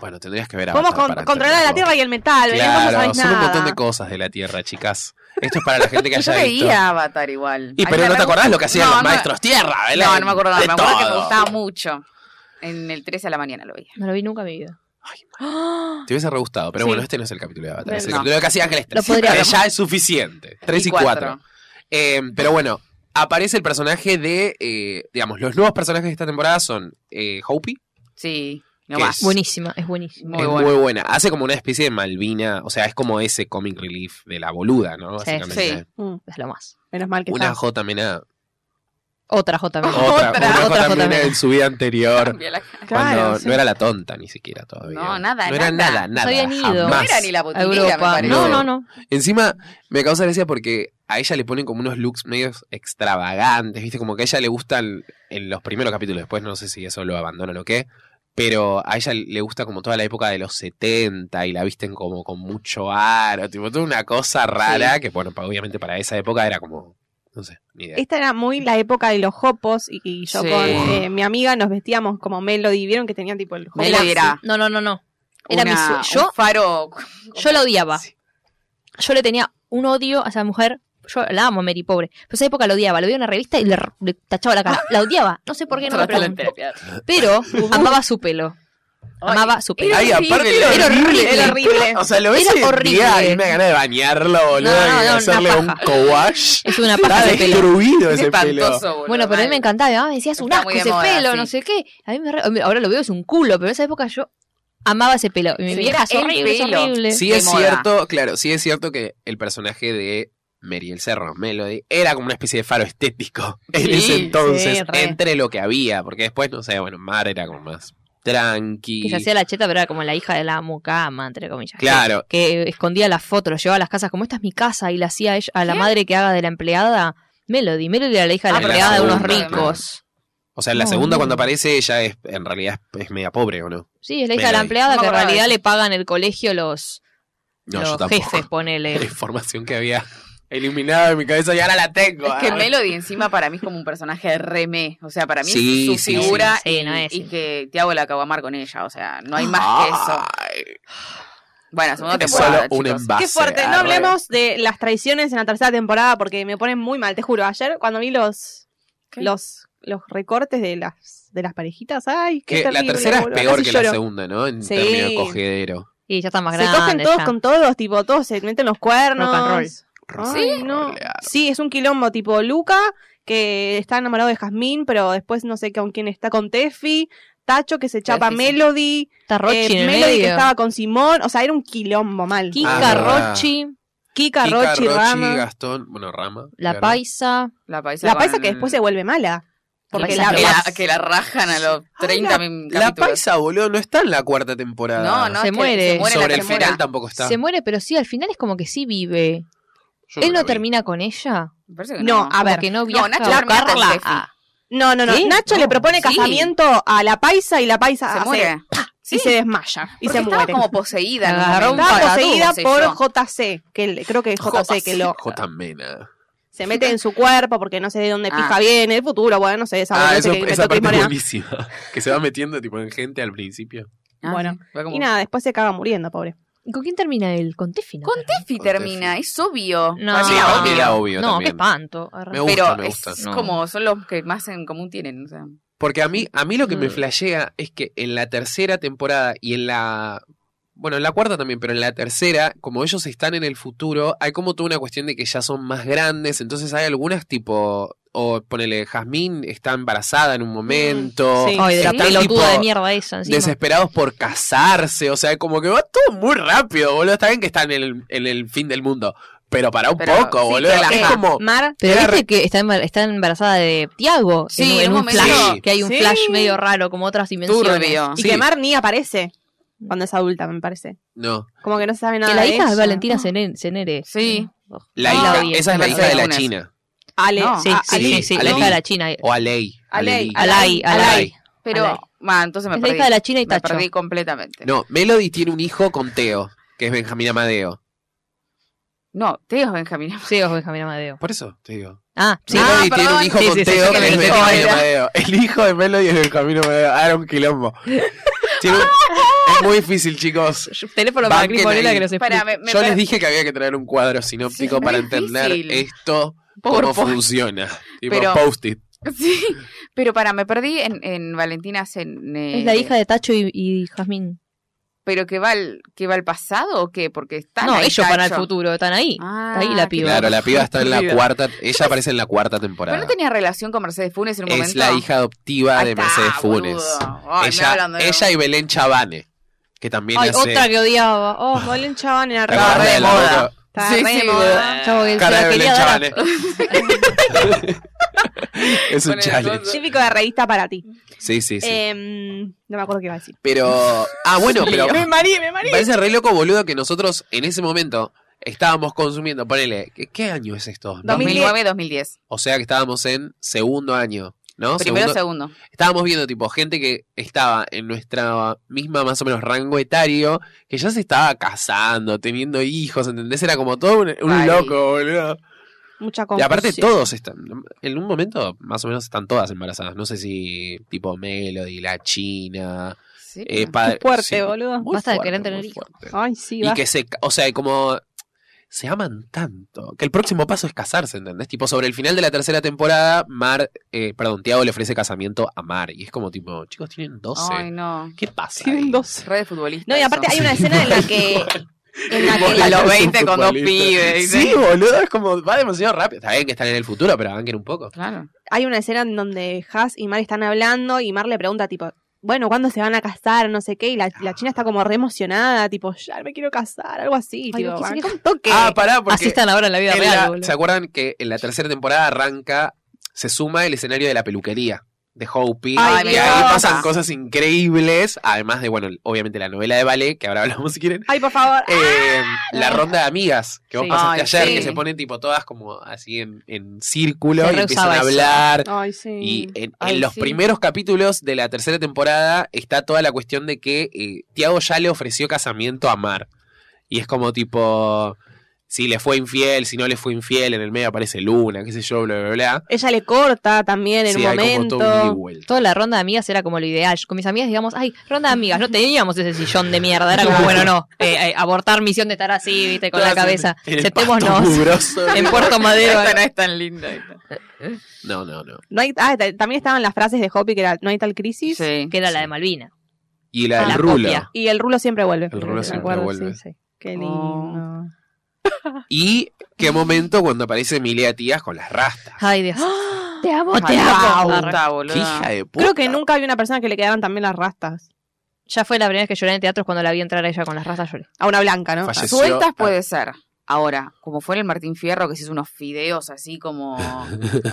Speaker 1: Bueno, tendrías que ver a
Speaker 4: Podemos
Speaker 1: Avatar
Speaker 4: con-
Speaker 1: para
Speaker 4: controlar la
Speaker 1: entenderlo.
Speaker 4: tierra y el metal, ¿verdad? Vos no
Speaker 1: Claro,
Speaker 4: sabés
Speaker 1: son un
Speaker 4: nada.
Speaker 1: montón de cosas de la Tierra, chicas. Esto es para la gente que
Speaker 5: Yo
Speaker 1: haya visto.
Speaker 5: veía Avatar igual.
Speaker 1: Y
Speaker 5: A mí
Speaker 1: pero
Speaker 5: me
Speaker 1: no te
Speaker 5: re-
Speaker 1: acordás lo que hacían
Speaker 5: No,
Speaker 1: los
Speaker 5: no-
Speaker 1: maestros tierra, ¿verdad?
Speaker 5: No, no me acordaba.
Speaker 1: De
Speaker 5: Me acuerdo que me
Speaker 1: todo.
Speaker 5: gustaba mucho. En el 13 a la mañana lo veía.
Speaker 3: No lo vi nunca en mi vida.
Speaker 1: Te hubiese re gustado, pero
Speaker 4: Sí.
Speaker 1: bueno, este no es el capítulo de Avatar. Es el
Speaker 5: No.
Speaker 1: capítulo de Casi Ángeles
Speaker 3: Lo
Speaker 1: 3.
Speaker 3: podríamos.
Speaker 1: ya es suficiente. 3 y 4. pero bueno, aparece el personaje de. eh, digamos, los nuevos personajes de esta temporada son eh, Hopi.
Speaker 5: Sí, no
Speaker 1: ¿Qué
Speaker 5: más.
Speaker 1: es?
Speaker 3: Buenísima, es buenísima.
Speaker 5: Muy
Speaker 1: es
Speaker 5: bueno.
Speaker 1: muy buena. Hace como una especie de Malvina. O sea, es como ese comic relief de la boluda, ¿no?
Speaker 3: Sí,
Speaker 1: Básicamente.
Speaker 5: sí.
Speaker 4: Mm,
Speaker 3: Es lo más.
Speaker 4: menos mal que
Speaker 1: Una
Speaker 4: está.
Speaker 1: J menada.
Speaker 3: Otra JB.
Speaker 1: Otra,
Speaker 5: Otra.
Speaker 1: una
Speaker 3: Otra
Speaker 1: J
Speaker 3: J
Speaker 1: menada
Speaker 3: menada.
Speaker 1: en su vida anterior.
Speaker 5: Cambia la
Speaker 1: Cuando
Speaker 4: Claro, sí.
Speaker 1: no era la tonta ni siquiera todavía.
Speaker 5: No, nada,
Speaker 1: No era nada,
Speaker 5: nada.
Speaker 1: nada.
Speaker 3: habían ido.
Speaker 5: No
Speaker 1: jamás.
Speaker 5: era ni la
Speaker 3: A
Speaker 5: botinera, Oh, me
Speaker 3: Europa.
Speaker 5: parece.
Speaker 3: No,
Speaker 1: No.
Speaker 3: no, no.
Speaker 1: Encima, me causa gracia porque a ella le ponen como unos looks medios extravagantes, ¿viste? Como que a ella le gustan en los primeros capítulos, después no sé si eso lo abandonan o qué, pero a ella le gusta como toda la época de los 70 y la visten como con mucho aro, tipo, toda una cosa rara que, bueno, pa- obviamente para esa época era como, no sé, ni idea.
Speaker 4: Esta era muy la época de los hopos y, y yo
Speaker 5: Sí.
Speaker 4: con eh, mi amiga nos vestíamos como Melody. ¿Vieron que tenían tipo el hopo?
Speaker 5: Me lo dirá.
Speaker 3: No, no, no, no. Era
Speaker 5: Una-
Speaker 3: mi sue- yo-
Speaker 5: un faro.
Speaker 3: Yo la odiaba. Yo le tenía un odio a esa mujer. Yo la amo, Mary, pobre. Pero esa época la odiaba. La veía en una revista y le, le tachaba la cara. La odiaba. No sé por qué no me
Speaker 5: Trátala en
Speaker 3: pregunto.
Speaker 5: terapia.
Speaker 3: Pero amaba su pelo. Amaba su pelo.
Speaker 1: Ay, aparte
Speaker 5: horrible,
Speaker 1: era horrible.
Speaker 4: Era horrible.
Speaker 1: O sea, lo ves
Speaker 3: Era
Speaker 1: hoy en día
Speaker 3: horrible.
Speaker 1: y me da ganas de bañarlo, boludo,
Speaker 3: No, no,
Speaker 1: y
Speaker 3: no,
Speaker 1: hacerle
Speaker 3: una
Speaker 1: un
Speaker 3: paja.
Speaker 1: co-wash.
Speaker 3: Es una paja
Speaker 1: Está
Speaker 3: de pelo.
Speaker 1: destruido
Speaker 5: Es
Speaker 1: ese pelo.
Speaker 5: espantoso, boludo,
Speaker 3: Bueno, pero a mí me
Speaker 5: mal.
Speaker 3: encantaba. Mi mamá me decía, es un
Speaker 5: Está
Speaker 3: asco
Speaker 5: muy de
Speaker 3: ese
Speaker 5: moda,
Speaker 3: pelo,
Speaker 5: sí.
Speaker 3: no sé qué. A mí me re- Ahora lo veo, es un culo. Pero en esa época yo amaba ese pelo. Y mi
Speaker 5: Sí,
Speaker 3: vieja es
Speaker 5: el
Speaker 3: horrible, es
Speaker 5: pelo.
Speaker 3: horrible.
Speaker 1: Sí
Speaker 5: de
Speaker 1: es
Speaker 5: moda.
Speaker 1: cierto, claro, sí es cierto que el personaje de Mary el Cerro, Melody, era como una especie de faro estético en
Speaker 5: Sí,
Speaker 1: ese entonces,
Speaker 4: sí, re.
Speaker 1: entre lo que había, porque después, no sé, bueno, Mar era como más tranqui.
Speaker 3: Que se hacía la cheta, pero era como la hija de la mucama, entre comillas.
Speaker 1: Claro,
Speaker 3: que escondía las fotos, los llevaba a las casas, como esta es mi casa, y la hacía a ella- a la madre que haga de la empleada, Melody. Melody era la hija de la
Speaker 5: Ah, pero la
Speaker 3: empleada de unos
Speaker 5: segunda,
Speaker 3: ricos.
Speaker 1: o sea, en la
Speaker 3: No,
Speaker 1: segunda
Speaker 3: no.
Speaker 1: cuando aparece ella es, en realidad es media pobre, ¿o no?
Speaker 3: Sí, es la hija de la
Speaker 1: Melody.
Speaker 3: empleada
Speaker 5: No me
Speaker 3: que en
Speaker 5: acordaba de
Speaker 3: realidad
Speaker 5: eso.
Speaker 3: le pagan el colegio los,
Speaker 1: No, yo
Speaker 3: los
Speaker 1: tampoco.
Speaker 3: jefes,
Speaker 1: La
Speaker 3: ponele.
Speaker 1: información que había eliminada de mi cabeza y ahora la tengo.
Speaker 5: Es que
Speaker 1: ah.
Speaker 5: Melody encima para mí es como un personaje de remé. O sea, para mí
Speaker 1: Sí,
Speaker 5: es su
Speaker 1: sí,
Speaker 5: figura
Speaker 3: sí. Sí, no
Speaker 5: y,
Speaker 3: es,
Speaker 5: y
Speaker 3: sí.
Speaker 5: que te hago la caguamar con ella. O sea, no hay más que eso.
Speaker 1: Ay,
Speaker 5: Bueno, segunda
Speaker 1: es Ah. solo
Speaker 5: temporada,
Speaker 1: un
Speaker 5: chicos.
Speaker 1: envase.
Speaker 4: Qué fuerte. No
Speaker 1: arre.
Speaker 4: hablemos de las traiciones en la tercera temporada porque me ponen muy mal. Te juro, ayer cuando vi los
Speaker 5: ¿Qué?
Speaker 4: los los recortes de las de las parejitas, ay, qué
Speaker 1: Que la
Speaker 4: terrible,
Speaker 1: tercera es
Speaker 4: boludo.
Speaker 1: peor
Speaker 4: Casi
Speaker 1: que la
Speaker 4: lloro.
Speaker 1: segunda, ¿no? En
Speaker 4: Sí.
Speaker 1: términos de cogedero.
Speaker 3: Y ya están más
Speaker 4: Se
Speaker 3: grandes.
Speaker 4: cogen todos
Speaker 3: ya.
Speaker 4: con todos, tipo, todos se meten los cuernos.
Speaker 3: Rock and roll.
Speaker 4: Ay,
Speaker 1: Sí.
Speaker 4: no. Sí, es un quilombo tipo Luca, que está enamorado de Jazmín, pero después no sé con quién está, con Tefi, Tacho que se chapa a
Speaker 5: Tefi, sí.
Speaker 4: Melody,
Speaker 3: Está Rochi
Speaker 4: eh,
Speaker 3: en el
Speaker 4: Melody que
Speaker 3: medio.
Speaker 4: estaba con Simón, o sea, era un quilombo mal.
Speaker 3: Kika,
Speaker 1: Ah, verdad.
Speaker 3: Rochi,
Speaker 4: Kika,
Speaker 1: Kika,
Speaker 4: Rochi, Rama,
Speaker 1: Gastón, bueno, Rama.
Speaker 3: La
Speaker 1: claro.
Speaker 3: Paisa.
Speaker 5: La paisa,
Speaker 4: la paisa
Speaker 5: con-
Speaker 4: que después se vuelve mala.
Speaker 5: Porque
Speaker 3: Porque
Speaker 5: la,
Speaker 3: la-
Speaker 5: que, la, que la rajan a los 30 min-
Speaker 1: La
Speaker 5: capítulos.
Speaker 1: Paisa, boludo, no está en la cuarta temporada.
Speaker 5: No, no,
Speaker 3: Se
Speaker 5: es que
Speaker 3: muere.
Speaker 5: Se muere
Speaker 1: Sobre
Speaker 5: la
Speaker 1: el
Speaker 5: que muera.
Speaker 1: final tampoco está.
Speaker 3: Se muere, pero sí, al final es como que sí vive.
Speaker 1: Yo
Speaker 3: Él
Speaker 1: la
Speaker 3: no
Speaker 1: vi.
Speaker 3: termina con ella.
Speaker 5: Me parece que
Speaker 4: No,
Speaker 5: no.
Speaker 4: a
Speaker 3: Como
Speaker 4: ver,
Speaker 3: que no
Speaker 5: no,
Speaker 3: viaja.
Speaker 5: Nacho
Speaker 3: o-
Speaker 5: termina con
Speaker 3: Carla.
Speaker 5: Steffi.
Speaker 3: Ah,
Speaker 4: No, no, no.
Speaker 5: ¿Sí?
Speaker 4: Nacho le
Speaker 5: No,
Speaker 4: propone
Speaker 5: sí.
Speaker 4: casamiento a la paisa y la paisa
Speaker 5: se
Speaker 4: hace-
Speaker 5: muere.
Speaker 4: y se Ah, desmaya y
Speaker 5: Porque
Speaker 4: se
Speaker 5: estaba
Speaker 4: muere.
Speaker 5: como poseída. en un
Speaker 3: Agarró un
Speaker 5: momento.
Speaker 4: Estaba
Speaker 5: Estaba
Speaker 4: poseída
Speaker 5: poseída
Speaker 4: por
Speaker 5: yo.
Speaker 4: JC, que el- creo que es JC que lo
Speaker 1: J. Mena.
Speaker 4: se mete en su cuerpo porque no sé de dónde
Speaker 5: Ah.
Speaker 4: pija viene, el futuro, bueno, no sé, esa
Speaker 1: Ah,
Speaker 4: boludez
Speaker 1: eso,
Speaker 4: que
Speaker 1: esa
Speaker 4: inventó Cris
Speaker 1: parte es
Speaker 4: Morena.
Speaker 1: buenísima. Que se va metiendo tipo en gente al principio.
Speaker 5: Ah,
Speaker 4: Bueno,
Speaker 5: sí. Fue como-
Speaker 4: Y nada, después se caga muriendo, pobre.
Speaker 3: ¿Y ¿Con quién termina él? Con Tefi. ¿no?
Speaker 5: Con Tefi
Speaker 1: Con Tefi.
Speaker 5: termina, es obvio.
Speaker 3: No.
Speaker 5: Para mí era
Speaker 3: Sí,
Speaker 5: obvio.
Speaker 1: era Ah, obvio
Speaker 3: No, qué
Speaker 1: también.
Speaker 3: espanto. Arre.
Speaker 1: Me gusta,
Speaker 5: Pero
Speaker 1: me gusta.
Speaker 5: es
Speaker 3: no.
Speaker 5: como son los que más en común tienen. o sea.
Speaker 1: Porque a mí, a mí lo que me
Speaker 3: Mm.
Speaker 1: flashea es que en la tercera temporada y en la. Bueno, en la cuarta también, pero en la tercera, como ellos están en el futuro, hay como toda una cuestión de que ya son más grandes, entonces hay algunas tipo. O ponele, Jazmín está embarazada en un momento.
Speaker 4: sí.
Speaker 3: Ay, de la
Speaker 1: Están,
Speaker 3: pelotuda
Speaker 1: tipo,
Speaker 3: de mierda esa. encima.
Speaker 1: desesperados por casarse, o sea, como que va todo muy rápido, boludo. Está bien que están en el, en el fin del mundo, pero para un
Speaker 5: Pero,
Speaker 1: poco,
Speaker 5: sí,
Speaker 1: boludo.
Speaker 5: que
Speaker 1: Es
Speaker 5: la-
Speaker 1: como,
Speaker 3: Mm.
Speaker 4: Mar,
Speaker 3: Pero
Speaker 1: Era
Speaker 3: viste que está, embar- está embarazada de Tiago.
Speaker 5: Sí,
Speaker 3: en, un-
Speaker 5: en
Speaker 3: en
Speaker 5: un
Speaker 3: un
Speaker 5: momento.
Speaker 3: flash.
Speaker 1: Sí.
Speaker 3: Que hay un
Speaker 4: Sí.
Speaker 3: flash medio raro, como otras dimensiones.
Speaker 5: Turbio.
Speaker 4: y
Speaker 1: Ah, sí.
Speaker 4: que Mar ni aparece cuando es adulta, me parece.
Speaker 1: no,
Speaker 4: Como que no se sabe nada
Speaker 3: Que la
Speaker 4: de
Speaker 3: hija
Speaker 4: ella.
Speaker 3: es Valentina Cene- Cenere.
Speaker 5: Sí.
Speaker 3: Ojo.
Speaker 1: la
Speaker 5: Ah,
Speaker 1: hija,
Speaker 3: bien,
Speaker 1: esa es la
Speaker 5: bien,
Speaker 1: hija de la
Speaker 5: algunas.
Speaker 1: China,
Speaker 4: Ale,
Speaker 5: No.
Speaker 4: a-
Speaker 3: Sí, sí,
Speaker 4: Ale-
Speaker 3: sí, sí, la
Speaker 1: Aleli.
Speaker 3: hija de la China.
Speaker 1: o Alei.
Speaker 4: Alei.
Speaker 1: Aleli.
Speaker 3: Alay, Alay. Alay.
Speaker 5: Pero, ma, entonces me
Speaker 3: Es la
Speaker 5: perdí.
Speaker 3: hija de la China y
Speaker 5: me
Speaker 3: Tacho.
Speaker 5: perdí completamente.
Speaker 1: No, Melody tiene un hijo con Teo, que es Benjamín Amadeo.
Speaker 5: No, Teo es Benjamín.
Speaker 3: Sí, ojo, Benjamín Amadeo.
Speaker 1: Por eso te digo.
Speaker 3: Ah, sí.
Speaker 1: Melody
Speaker 5: Ah,
Speaker 1: tiene un
Speaker 5: perdón.
Speaker 1: hijo
Speaker 3: Sí,
Speaker 1: con
Speaker 3: sí, sí,
Speaker 1: Teo,
Speaker 3: sí,
Speaker 1: que
Speaker 3: sí,
Speaker 1: es
Speaker 3: sí,
Speaker 1: Benjamín
Speaker 5: sí.
Speaker 1: Amadeo. El hijo de Melody es Benjamín Amadeo. Ah, era un quilombo. Tiene un- es muy difícil, chicos. para
Speaker 3: Teléfono para
Speaker 1: Banquen Cris
Speaker 3: Cris
Speaker 1: Morena ahí. que
Speaker 3: que
Speaker 1: nos
Speaker 3: nos
Speaker 5: Para, me, me
Speaker 1: Yo
Speaker 5: per-
Speaker 1: les dije que había que traer un cuadro sinóptico
Speaker 5: Sí,
Speaker 1: para
Speaker 5: re
Speaker 1: entender
Speaker 5: difícil.
Speaker 1: esto, cómo
Speaker 5: PowerPoint.
Speaker 1: funciona. Tipo
Speaker 5: Pero-
Speaker 1: post-it.
Speaker 5: Sí, pero para, me perdí en, en Valentina Cene-
Speaker 3: Es la hija de Tacho y, y Jazmín.
Speaker 5: ¿Pero que va, al, que va al pasado o qué? Porque están
Speaker 3: Ah, No,
Speaker 5: ahí,
Speaker 3: ellos van al
Speaker 5: Tacho.
Speaker 3: futuro, están ahí.
Speaker 5: Ah,
Speaker 3: Está ahí la
Speaker 5: qué
Speaker 3: piba.
Speaker 1: Claro, la piba está en la
Speaker 5: Estúpida.
Speaker 1: cuarta. Ella aparece en la cuarta temporada.
Speaker 5: ¿Pero no tenía relación con Mercedes Funes en un
Speaker 1: es
Speaker 5: momento?
Speaker 1: la hija adoptiva
Speaker 5: Ahí
Speaker 1: de
Speaker 5: está,
Speaker 1: Mercedes Funes.
Speaker 5: boludo. Ay, me
Speaker 1: ella,
Speaker 5: hablan de-
Speaker 1: ella y Belén Chavane, que también eh,
Speaker 3: Ay,
Speaker 1: hace.
Speaker 3: otra que odiaba. Oh,
Speaker 4: Oh, Belén Chabán era
Speaker 1: ¿Te
Speaker 4: re-
Speaker 1: acordás
Speaker 5: re
Speaker 1: de la
Speaker 5: moda.
Speaker 1: otra?
Speaker 4: Está
Speaker 5: Sí,
Speaker 4: re
Speaker 5: sí,
Speaker 4: de moda.
Speaker 3: chavo, que se
Speaker 1: Cara
Speaker 3: la
Speaker 1: de Belén
Speaker 3: quería dar. a-
Speaker 1: Chavane. es un
Speaker 5: Con el
Speaker 1: challenge.
Speaker 5: coso.
Speaker 4: Típico de revista para ti.
Speaker 1: Sí, sí, sí.
Speaker 4: Em, no me acuerdo qué iba a decir.
Speaker 1: pero. Ah, bueno, pero.
Speaker 4: Me mareé, me mareé.
Speaker 1: Parece re loco, boludo, que nosotros en ese momento estábamos consumiendo. Ponele, ¿qué, qué año es esto?
Speaker 5: 2009, 2010.
Speaker 1: O sea que estábamos en segundo año, ¿no?
Speaker 5: Primero,
Speaker 1: Segundo-
Speaker 5: segundo.
Speaker 1: estábamos viendo tipo gente que estaba en nuestra misma más o menos rango etario, que ya se estaba casando, teniendo hijos, ¿entendés? Era como todo un, un
Speaker 5: Ay.
Speaker 1: loco, boludo.
Speaker 4: Mucha
Speaker 1: Y aparte
Speaker 4: confusión.
Speaker 1: todos están, en un momento más o menos están todas embarazadas. No sé si tipo Melody, la China,
Speaker 5: Sí.
Speaker 1: eh, padre.
Speaker 4: Qué fuerte,
Speaker 1: sí,
Speaker 4: boludo.
Speaker 1: muy
Speaker 3: Basta de
Speaker 1: fuerte,
Speaker 3: querer
Speaker 1: muy
Speaker 3: tener hijos.
Speaker 1: fuerte.
Speaker 4: Ay, sí,
Speaker 1: Y
Speaker 4: va.
Speaker 1: que se, ca- o sea, como se aman tanto, que el próximo paso es casarse, ¿entendés? Tipo, sobre el final de la tercera temporada, Mar, eh, perdón, Tiago le ofrece casamiento a Mar, y es como tipo, chicos, tienen 12.
Speaker 5: Ay, no.
Speaker 1: ¿Qué pasa? ahí?
Speaker 4: Tienen dos.
Speaker 5: Re de futbolista.
Speaker 4: No, y aparte hay una escena en la que. En la que
Speaker 5: a los
Speaker 1: Es un
Speaker 5: 20 con dos
Speaker 1: futbolista.
Speaker 5: pibes,
Speaker 1: Sí,
Speaker 5: ¿eh?
Speaker 1: boludo, es como, va demasiado rápido. Está bien que están en el futuro, pero banquen un poco.
Speaker 5: Claro.
Speaker 4: hay una escena en donde Haas y Mar están hablando y Mar le pregunta, tipo, bueno, ¿cuándo se van a casar? No sé qué. Y la, la china está como re emocionada, tipo, ya me quiero casar, algo así.
Speaker 3: Ay,
Speaker 4: tipo,
Speaker 3: no, qué
Speaker 4: banca
Speaker 3: sé
Speaker 4: un toque.
Speaker 1: Ah, pará,
Speaker 3: Así
Speaker 1: porque
Speaker 3: están ahora en la vida
Speaker 1: en
Speaker 3: real,
Speaker 1: la-
Speaker 3: boludo.
Speaker 1: ¿se acuerdan que en la tercera temporada arranca, se suma el escenario de la peluquería? De Hopi,
Speaker 5: Ay,
Speaker 1: y ahí
Speaker 5: Dios.
Speaker 1: pasan cosas increíbles, además de, bueno, obviamente la novela de Vale, que ahora hablamos si quieren,
Speaker 4: Ay, por favor.
Speaker 1: Eh, la ronda de amigas que vos
Speaker 3: Sí.
Speaker 1: pasaste
Speaker 5: Ay,
Speaker 1: ayer,
Speaker 5: sí.
Speaker 1: que se ponen tipo todas como así en, en círculo
Speaker 3: Se
Speaker 1: y empiezan
Speaker 3: reusaba
Speaker 1: a
Speaker 3: eso.
Speaker 1: hablar.
Speaker 4: Mm. Ay, sí.
Speaker 1: Y eh, en, en
Speaker 5: Ay,
Speaker 1: los
Speaker 5: sí.
Speaker 1: primeros capítulos de la tercera temporada está toda la cuestión de que eh, Tiago ya le ofreció casamiento a Mar. Y es como tipo, si le fue infiel, si no le fue infiel, en el medio aparece Luna, qué sé yo, bla, bla, bla.
Speaker 4: Ella le corta también en
Speaker 1: Sí,
Speaker 4: un
Speaker 1: hay como
Speaker 4: momento.
Speaker 1: todo un ida y vuelta.
Speaker 3: Toda la ronda de amigas era como lo ideal. Yo con mis amigas, digamos, ay, ronda de amigas. No teníamos ese sillón de mierda. Era como, bueno, no. eh, eh, abortar misión de estar así, viste, con la
Speaker 1: Todas en-
Speaker 3: cabeza.
Speaker 1: en el
Speaker 3: Sentémonos
Speaker 1: pasto mugroso.
Speaker 3: en Puerto Madero.
Speaker 5: Esta no es tan linda. esta.
Speaker 1: No, no, no.
Speaker 4: No hay- ah, ta- también estaban las frases de Hopi que era no hay tal crisis.
Speaker 5: Sí.
Speaker 3: Que era la de Malvina.
Speaker 1: Y la, del
Speaker 3: La
Speaker 1: rulo.
Speaker 3: copia.
Speaker 4: Y el rulo siempre vuelve. Oh.
Speaker 1: El rulo
Speaker 4: Me
Speaker 1: siempre
Speaker 4: acuerdo,
Speaker 1: vuelve.
Speaker 4: sí. Qué lindo.
Speaker 1: Y qué momento cuando aparece Emilia Tías con las rastas.
Speaker 3: Ay, Dios.
Speaker 4: ¡Ah!
Speaker 3: Te amo, te
Speaker 5: Ay,
Speaker 3: amo.
Speaker 5: la
Speaker 3: Arre.
Speaker 5: puta,
Speaker 1: Qué
Speaker 5: boluda.
Speaker 1: hija de puta.
Speaker 4: Creo que nunca había una persona que le quedaran también las rastas.
Speaker 3: Ya fue la primera vez que lloré en teatro cuando la vi entrar a ella con las rastas lloré.
Speaker 4: A una blanca, ¿no?
Speaker 1: Falleció.
Speaker 5: Sueltas puede ser. Ahora, como fuera el Martín Fierro, que se hizo unos fideos así como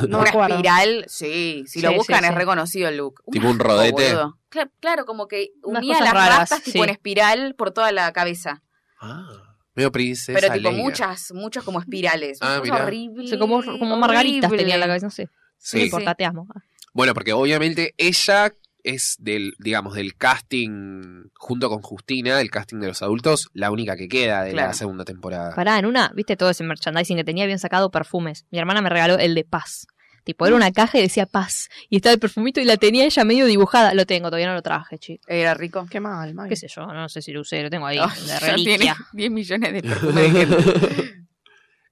Speaker 4: No
Speaker 5: una
Speaker 4: recuerdo.
Speaker 5: espiral, sí, si lo
Speaker 3: Sí, sí,
Speaker 5: buscan es
Speaker 3: sí.
Speaker 5: reconocido el look. Un
Speaker 1: Tipo un
Speaker 5: asco,
Speaker 1: rodete.
Speaker 5: boludo. Cla- Claro, como que
Speaker 3: Unas
Speaker 5: unía
Speaker 3: cosas
Speaker 5: las
Speaker 3: raras,
Speaker 5: rastas tipo
Speaker 3: sí.
Speaker 5: en espiral por toda la cabeza.
Speaker 1: Ah, medio princesa.
Speaker 5: Pero tipo
Speaker 1: Leia.
Speaker 5: muchas, muchas como espirales.
Speaker 1: Ah,
Speaker 5: Una cosa
Speaker 1: mirá.
Speaker 3: O
Speaker 5: horrible.
Speaker 3: sea, como, como margaritas tenía en la cabeza, no sé.
Speaker 1: Sí.
Speaker 3: No importa, te amo.
Speaker 1: Bueno, porque obviamente ella es del, digamos, del casting junto con Justina, del casting de los adultos, la única que queda de la
Speaker 5: Claro.
Speaker 1: segunda temporada.
Speaker 3: Pará, en una, viste todo ese merchandising que tenía, habían sacado perfumes. Mi hermana me regaló el de paz. Tipo, era una caja y decía paz. Y estaba el perfumito y la tenía ella medio dibujada. Lo tengo, todavía no lo traje, chico.
Speaker 5: Era rico.
Speaker 4: Qué mal, Maggie.
Speaker 3: ¿Qué sé yo? No sé si lo usé, lo tengo ahí.
Speaker 5: Ah,
Speaker 3: de
Speaker 5: ya tiene
Speaker 3: reliquia.
Speaker 5: 10 millones de perfumes.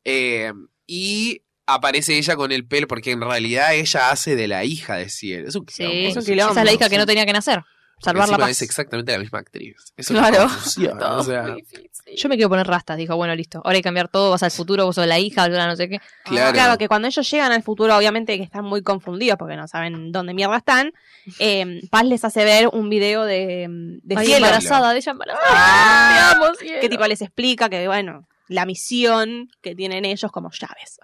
Speaker 1: Eh, y aparece ella con el pelo, porque en realidad ella hace de la hija de Ciel. Es un
Speaker 3: Sí,
Speaker 1: quilombo
Speaker 3: es
Speaker 1: eso,
Speaker 3: un
Speaker 4: quilombo.
Speaker 1: chicos.
Speaker 3: Esa es la hija
Speaker 1: Sí.
Speaker 3: que no tenía que nacer.
Speaker 1: Porque
Speaker 3: Salvar la
Speaker 1: encima
Speaker 3: paz.
Speaker 1: Es exactamente la misma actriz. Eso es
Speaker 5: Claro.
Speaker 1: confusión,
Speaker 5: Todo
Speaker 1: o sea,
Speaker 5: muy difícil.
Speaker 3: Yo me quiero poner rastas, dijo, bueno, listo. Ahora hay que cambiar todo, vas al futuro, vos sos la hija, yo no sé qué.
Speaker 1: claro.
Speaker 4: Claro, que cuando ellos llegan al futuro, obviamente que están muy confundidos porque no saben dónde mierda están. eh, Paz les hace ver un video de, de
Speaker 3: Ay,
Speaker 4: cielo.
Speaker 3: embarazada, de ella embarazada. Te
Speaker 4: Ah,
Speaker 3: amo, cielo.
Speaker 4: que tipo les explica que, bueno, la misión que tienen ellos como llaves.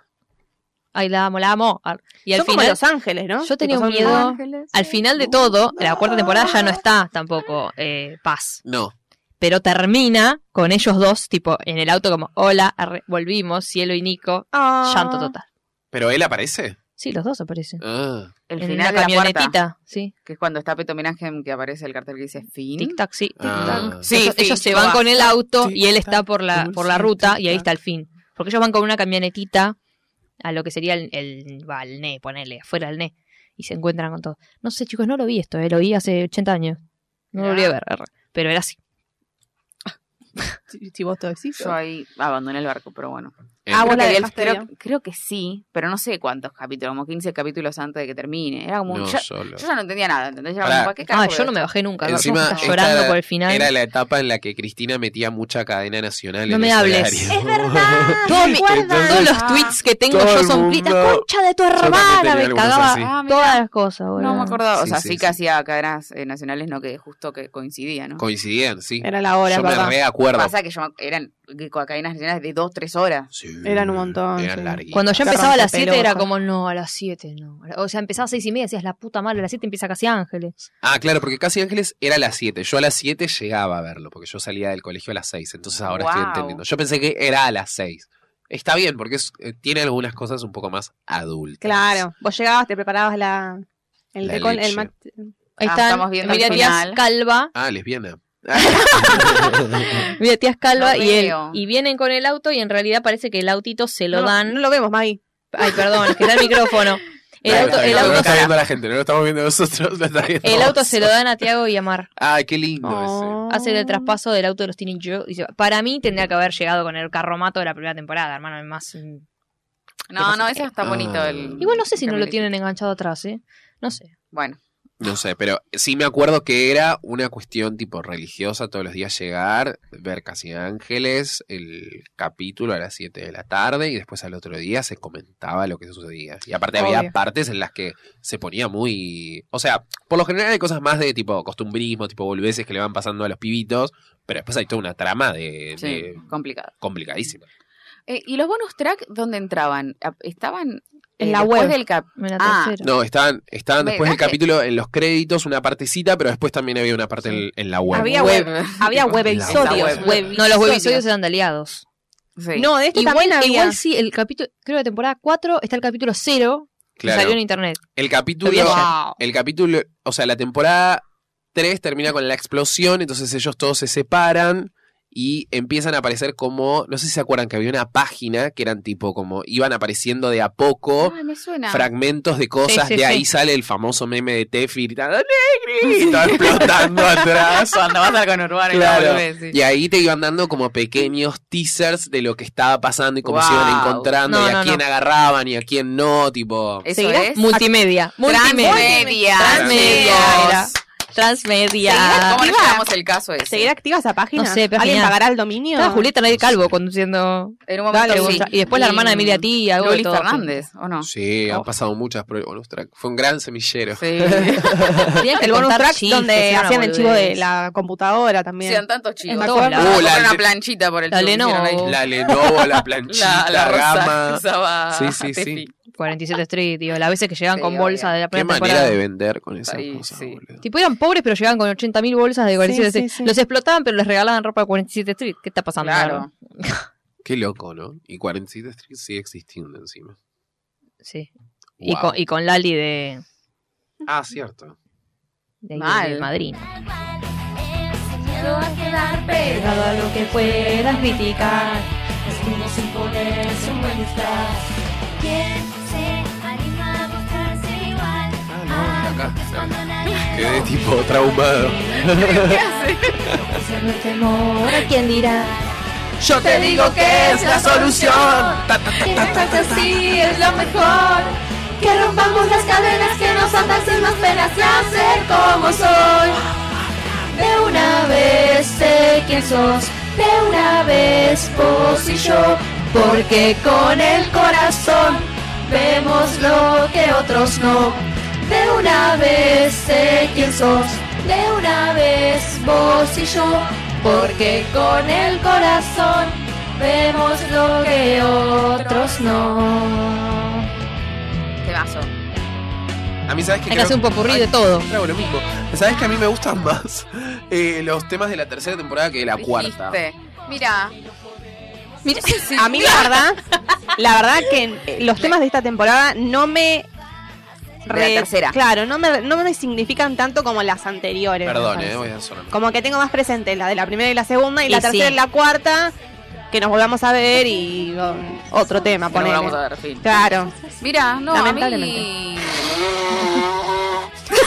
Speaker 3: Ay, la amo, la amo. Y al
Speaker 4: Son como
Speaker 3: final,
Speaker 4: Los Ángeles, ¿no?
Speaker 3: yo tenía
Speaker 4: Tipo,
Speaker 3: un
Speaker 4: son-
Speaker 3: miedo. al final de todo, la cuarta temporada ya no está tampoco eh, Paz.
Speaker 1: No,
Speaker 3: pero termina con ellos dos, tipo, en el auto como, hola, arre- volvimos, Cielo y Nico,
Speaker 4: Ah.
Speaker 3: llanto total.
Speaker 1: pero él aparece.
Speaker 3: Sí, los dos aparecen.
Speaker 1: Ah.
Speaker 5: El
Speaker 3: en
Speaker 5: final
Speaker 3: una
Speaker 5: de la cuarta,
Speaker 3: camionetita, sí.
Speaker 5: que es cuando está Peto Menahem, que aparece el cartel que dice Fin.
Speaker 3: Tic-tac, sí,
Speaker 1: Ah.
Speaker 3: tic-tac.
Speaker 5: Sí,
Speaker 3: ellos,
Speaker 5: sí,
Speaker 3: ellos se
Speaker 5: yo
Speaker 3: van
Speaker 5: vas.
Speaker 3: con el auto y él
Speaker 1: Tic-tac,
Speaker 3: está por la, por la
Speaker 1: dulce
Speaker 3: ruta y ahí
Speaker 1: tic-tac.
Speaker 3: está el fin. Porque ellos van con una camionetita a lo que sería el, el, va, el NE, ponele, afuera del NE, y se encuentran con todo. No sé, chicos, no lo vi esto, eh, lo vi hace 80 años. No lo
Speaker 5: Ah.
Speaker 3: volví a ver, arre. pero era así.
Speaker 4: Si, si vos te decís.
Speaker 5: Yo ahí abandoné el barco, pero bueno.
Speaker 1: Eh,
Speaker 5: Creo
Speaker 4: Ah, vos la
Speaker 5: que vi el-
Speaker 4: dejaste
Speaker 5: creo,
Speaker 4: bien.
Speaker 5: creo que sí, pero no sé cuántos capítulos, como 15 capítulos antes de que termine. Era como un-
Speaker 1: no
Speaker 5: ya-
Speaker 1: solo.
Speaker 5: Yo ya no entendía nada, ¿entendés? Era
Speaker 1: Pará.
Speaker 5: como, ¿para qué
Speaker 3: Ah,
Speaker 5: carajo
Speaker 3: yo no
Speaker 5: es?
Speaker 3: me bajé nunca, ¿no?
Speaker 1: Encima,
Speaker 3: Estaba llorando
Speaker 1: esta
Speaker 3: por el final.
Speaker 1: Era la etapa en la que Cristina metía mucha cadena nacional.
Speaker 3: No
Speaker 1: en
Speaker 3: me
Speaker 1: ese
Speaker 3: hables.
Speaker 1: horario.
Speaker 4: Es verdad.
Speaker 3: Todo mi-
Speaker 4: ¿Recuerdan?
Speaker 3: Todos
Speaker 1: Entonces,
Speaker 3: los tweets que tengo
Speaker 1: todo
Speaker 3: yo
Speaker 1: el
Speaker 3: son
Speaker 1: mundo-
Speaker 3: fritas. Concha de tu hermana.
Speaker 1: tenía
Speaker 3: Me
Speaker 1: algunos
Speaker 3: cagaba
Speaker 1: así.
Speaker 5: Ah, mira,
Speaker 3: todas las cosas, boludo.
Speaker 5: no me acordaba. o
Speaker 1: Sí,
Speaker 5: sea,
Speaker 1: sí,
Speaker 5: sí,
Speaker 1: sí.
Speaker 5: que hacía cadenas eh, nacionales, no que justo que coincidía, ¿no?
Speaker 1: Coincidían, sí.
Speaker 4: Era la hora,
Speaker 1: Yo
Speaker 4: es verdad.
Speaker 1: me reacuerdo.
Speaker 5: Pasa que yo me- eran que con cadenas nacionales de 2, 3 horas.
Speaker 1: Sí,
Speaker 4: Eran un montón,
Speaker 1: Eran
Speaker 4: sí.
Speaker 1: larguísimas.
Speaker 3: Cuando yo
Speaker 4: Te
Speaker 3: empezaba a las
Speaker 4: rompe
Speaker 3: 7 era
Speaker 4: pelota.
Speaker 3: como, no, a las 7 no. O sea, empezaba a 6 y media, decías, la puta madre, a las 7 empieza casi Ángeles.
Speaker 1: Ah, claro, porque Casi Ángeles era a las 7. Yo a las 7 llegaba a verlo, porque yo salía del colegio a las 6. Entonces ahora estoy
Speaker 5: Guau.
Speaker 1: entendiendo. Yo pensé que era a las 6. Está bien, porque es- eh, tiene algunas cosas un poco más adultas.
Speaker 4: Claro. Vos llegabas, te preparabas la. El,
Speaker 1: La
Speaker 4: recol- el
Speaker 1: leche.
Speaker 4: mat-
Speaker 3: Ahí
Speaker 5: Ah,
Speaker 3: están
Speaker 5: estamos viendo
Speaker 3: Emilia
Speaker 5: el
Speaker 3: Díaz
Speaker 5: final.
Speaker 3: Calva,
Speaker 1: Ah, lesbiana.
Speaker 3: Emilia Díaz Calva
Speaker 5: No
Speaker 3: y él.
Speaker 5: veo.
Speaker 3: Y vienen con el auto y en realidad parece que el autito se lo
Speaker 4: no,
Speaker 3: dan.
Speaker 4: no lo vemos, Maggie.
Speaker 3: Ay, perdón, es que está el micrófono. El
Speaker 1: Claro,
Speaker 3: auto,
Speaker 1: está
Speaker 3: el
Speaker 1: bien, no lo
Speaker 3: auto,
Speaker 1: está viendo la gente, no lo estamos viendo nosotros. Lo está viendo
Speaker 3: el auto
Speaker 1: vos.
Speaker 3: se lo dan a Tiago y a Mar.
Speaker 1: Ay, qué lindo ese.
Speaker 4: Oh.
Speaker 3: hace el traspaso del auto de los Teenage Girls. y se va. Para mí tendría que haber llegado con el carromato de la primera temporada, hermano. el Más... mm.
Speaker 5: No, no, ese está bonito.
Speaker 1: Ah.
Speaker 5: El,
Speaker 3: Igual no sé si no lo
Speaker 5: camionetita.
Speaker 3: tienen enganchado atrás, ¿eh? No sé.
Speaker 5: Bueno,
Speaker 1: No sé, pero sí me acuerdo que era una cuestión tipo religiosa todos los días llegar, ver Casi Ángeles, el capítulo a las 7 de la tarde y después al otro día se comentaba lo que sucedía. Y aparte había
Speaker 4: Obvio.
Speaker 1: partes en las que se ponía muy... O sea, por lo general hay cosas más de tipo costumbrismo, tipo boludeces que le van pasando a los pibitos, pero después hay toda una trama de,
Speaker 5: sí,
Speaker 1: de-
Speaker 5: complicado.
Speaker 1: complicadísima.
Speaker 5: Eh, ¿Y los bonus track dónde entraban? Ah, ¿Estaban
Speaker 4: En
Speaker 5: eh,
Speaker 4: la
Speaker 5: después
Speaker 4: web.
Speaker 5: del cap?
Speaker 3: En la
Speaker 5: Ah,
Speaker 3: tercera.
Speaker 1: No, estaban, estaban
Speaker 5: Me-
Speaker 1: después del
Speaker 5: dale.
Speaker 1: capítulo en los créditos una partecita, pero después también había una parte en, en la web.
Speaker 4: Había web. Había web episodios.
Speaker 5: web.
Speaker 4: web
Speaker 3: No, los webisodios eran de aliados.
Speaker 5: Sí.
Speaker 4: No, de este
Speaker 3: Igual,
Speaker 4: también había.
Speaker 3: igual sí, el capítulo, creo que la temporada 4 está el capítulo 0 que
Speaker 1: Claro.
Speaker 3: salió en internet.
Speaker 1: El
Speaker 3: Lo vi
Speaker 1: capítulo,
Speaker 3: ayer.
Speaker 1: el capítulo, o sea, la temporada 3 termina con la explosión, entonces ellos todos se separan y empiezan a aparecer como, no sé si se acuerdan que había una página que eran tipo como, iban apareciendo de a poco
Speaker 5: Ay, Ah, me suena.
Speaker 1: fragmentos de cosas,
Speaker 3: Ah, Sí, sí,
Speaker 1: de ahí
Speaker 3: sí.
Speaker 1: sale el famoso meme de Tefi gritando "Negri", y todo explotando atrás.
Speaker 5: Cuando vas al conurbano y la
Speaker 1: Claro.
Speaker 5: volvés, sí.
Speaker 1: Y ahí te iban dando como pequeños teasers de lo que estaba pasando y cómo se iban
Speaker 5: Wow.
Speaker 1: encontrando
Speaker 3: No,
Speaker 1: y a
Speaker 3: no,
Speaker 1: quién agarraban y a quién no, tipo...
Speaker 5: Eso
Speaker 3: ¿Seguirá?
Speaker 5: es.
Speaker 3: Multimedia. Multimedia. Transmedia.
Speaker 5: Transmedia. amigos.
Speaker 3: Ah, Era. Transmedia. Ah,
Speaker 5: ¿Cómo le llamamos el caso ese?
Speaker 4: ¿Seguir activa esa página?
Speaker 3: No sé, pero
Speaker 4: ¿Alguien
Speaker 3: genial.
Speaker 4: pagará el dominio?
Speaker 3: Estaba Julieta Nadie Calvo conduciendo.
Speaker 5: En un momento
Speaker 4: Dale,
Speaker 5: sí.
Speaker 4: Gonza-
Speaker 3: Y después la hermana de Emilia Tía, algo de
Speaker 5: Lolis
Speaker 3: todo.
Speaker 5: Fernández, ¿o no?
Speaker 1: Sí, han pasado muchas, pero el bonus track fue un gran semillero.
Speaker 5: Sí.
Speaker 3: Tenían que
Speaker 4: El bonus
Speaker 3: contar
Speaker 4: track
Speaker 3: chistes,
Speaker 4: donde
Speaker 3: era una
Speaker 4: hacían el chivo de
Speaker 3: boludez.
Speaker 4: la computadora también.
Speaker 5: Sean tantos
Speaker 4: En
Speaker 5: chicos.
Speaker 4: la
Speaker 5: Todos
Speaker 4: cola.
Speaker 5: la-
Speaker 1: Uh, la-
Speaker 5: una planchita por el
Speaker 3: la
Speaker 5: chivo que
Speaker 3: Lenovo.
Speaker 5: hicieron ahí.
Speaker 1: La Lenovo, la
Speaker 5: La,
Speaker 1: planchita,
Speaker 5: la rosa
Speaker 1: gama.
Speaker 5: que usaba
Speaker 1: Sí, sí,
Speaker 5: Tefi.
Speaker 1: sí.
Speaker 3: 47 Street, tío. Las veces que llegaban
Speaker 5: Sí,
Speaker 3: con
Speaker 5: obvio.
Speaker 3: bolsas de la
Speaker 1: Qué
Speaker 3: primera
Speaker 1: manera
Speaker 3: temporada.
Speaker 1: de vender con esas
Speaker 5: Ahí,
Speaker 1: cosas,
Speaker 5: sí.
Speaker 1: boludo.
Speaker 3: Tipo, eran pobres, pero llegaban con 80.000 bolsas de 47
Speaker 4: Sí, sí,
Speaker 3: Street.
Speaker 4: sí.
Speaker 3: Los explotaban, pero les regalaban ropa de 47 Street. ¿Qué está pasando?
Speaker 5: Claro.
Speaker 1: Qué loco, ¿no? Y 47 Street sigue existiendo encima.
Speaker 3: Sí. Y,
Speaker 1: Wow.
Speaker 3: con, y con Lali de,
Speaker 1: Ah, cierto.
Speaker 3: de, ahí,
Speaker 5: Mal.
Speaker 3: de Madrid.
Speaker 2: Sin miedo a quedar pegado a lo que puedas criticar. Es como sin ponerse un buen disfraz.
Speaker 6: ¿Quién se anima a mostrarse igual?
Speaker 1: Ah, no,
Speaker 6: Ah,
Speaker 1: era acá.
Speaker 6: porque es
Speaker 1: Claro.
Speaker 6: cuando nadie
Speaker 1: Quedé tipo traumado.
Speaker 2: Ser no temor a quien dirá.
Speaker 1: Yo
Speaker 2: Te digo que es la solución. Que estás así es lo mejor. Que rompamos las cadenas que nos atan sin más penas de hacer como soy. De una vez sé quién sos. De una vez vos y yo. Porque con el corazón vemos lo que otros no. De una vez sé quién sos. De una vez vos y yo. Porque con el corazón vemos lo que otros no.
Speaker 5: Temazo.
Speaker 1: A mí, ¿sabes qué?
Speaker 3: Hay que
Speaker 1: creo-
Speaker 3: hacer un popurrí
Speaker 1: Ay,
Speaker 3: de todo.
Speaker 1: Hago lo mismo. ¿Sabes que a mí me gustan más eh, los temas de la tercera temporada que de la cuarta?
Speaker 5: Dijiste. Mira. Mira, sí, sí.
Speaker 4: A mí la verdad, la verdad que eh, los temas de esta temporada no me
Speaker 5: De la tercera.
Speaker 4: Claro, no me, no me significan tanto como las anteriores. me
Speaker 1: Perdón,
Speaker 4: parece.
Speaker 1: eh, voy a sonar.
Speaker 4: Como que tengo más presente la de la primera y la segunda y,
Speaker 3: Y
Speaker 4: la tercera
Speaker 3: sí.
Speaker 4: y la cuarta que nos volvamos a ver y oh, otro tema
Speaker 5: Que no
Speaker 4: ponele.
Speaker 5: vamos a ver, fin.
Speaker 4: Claro.
Speaker 5: Mira, no, a mí...
Speaker 4: Lamentablemente.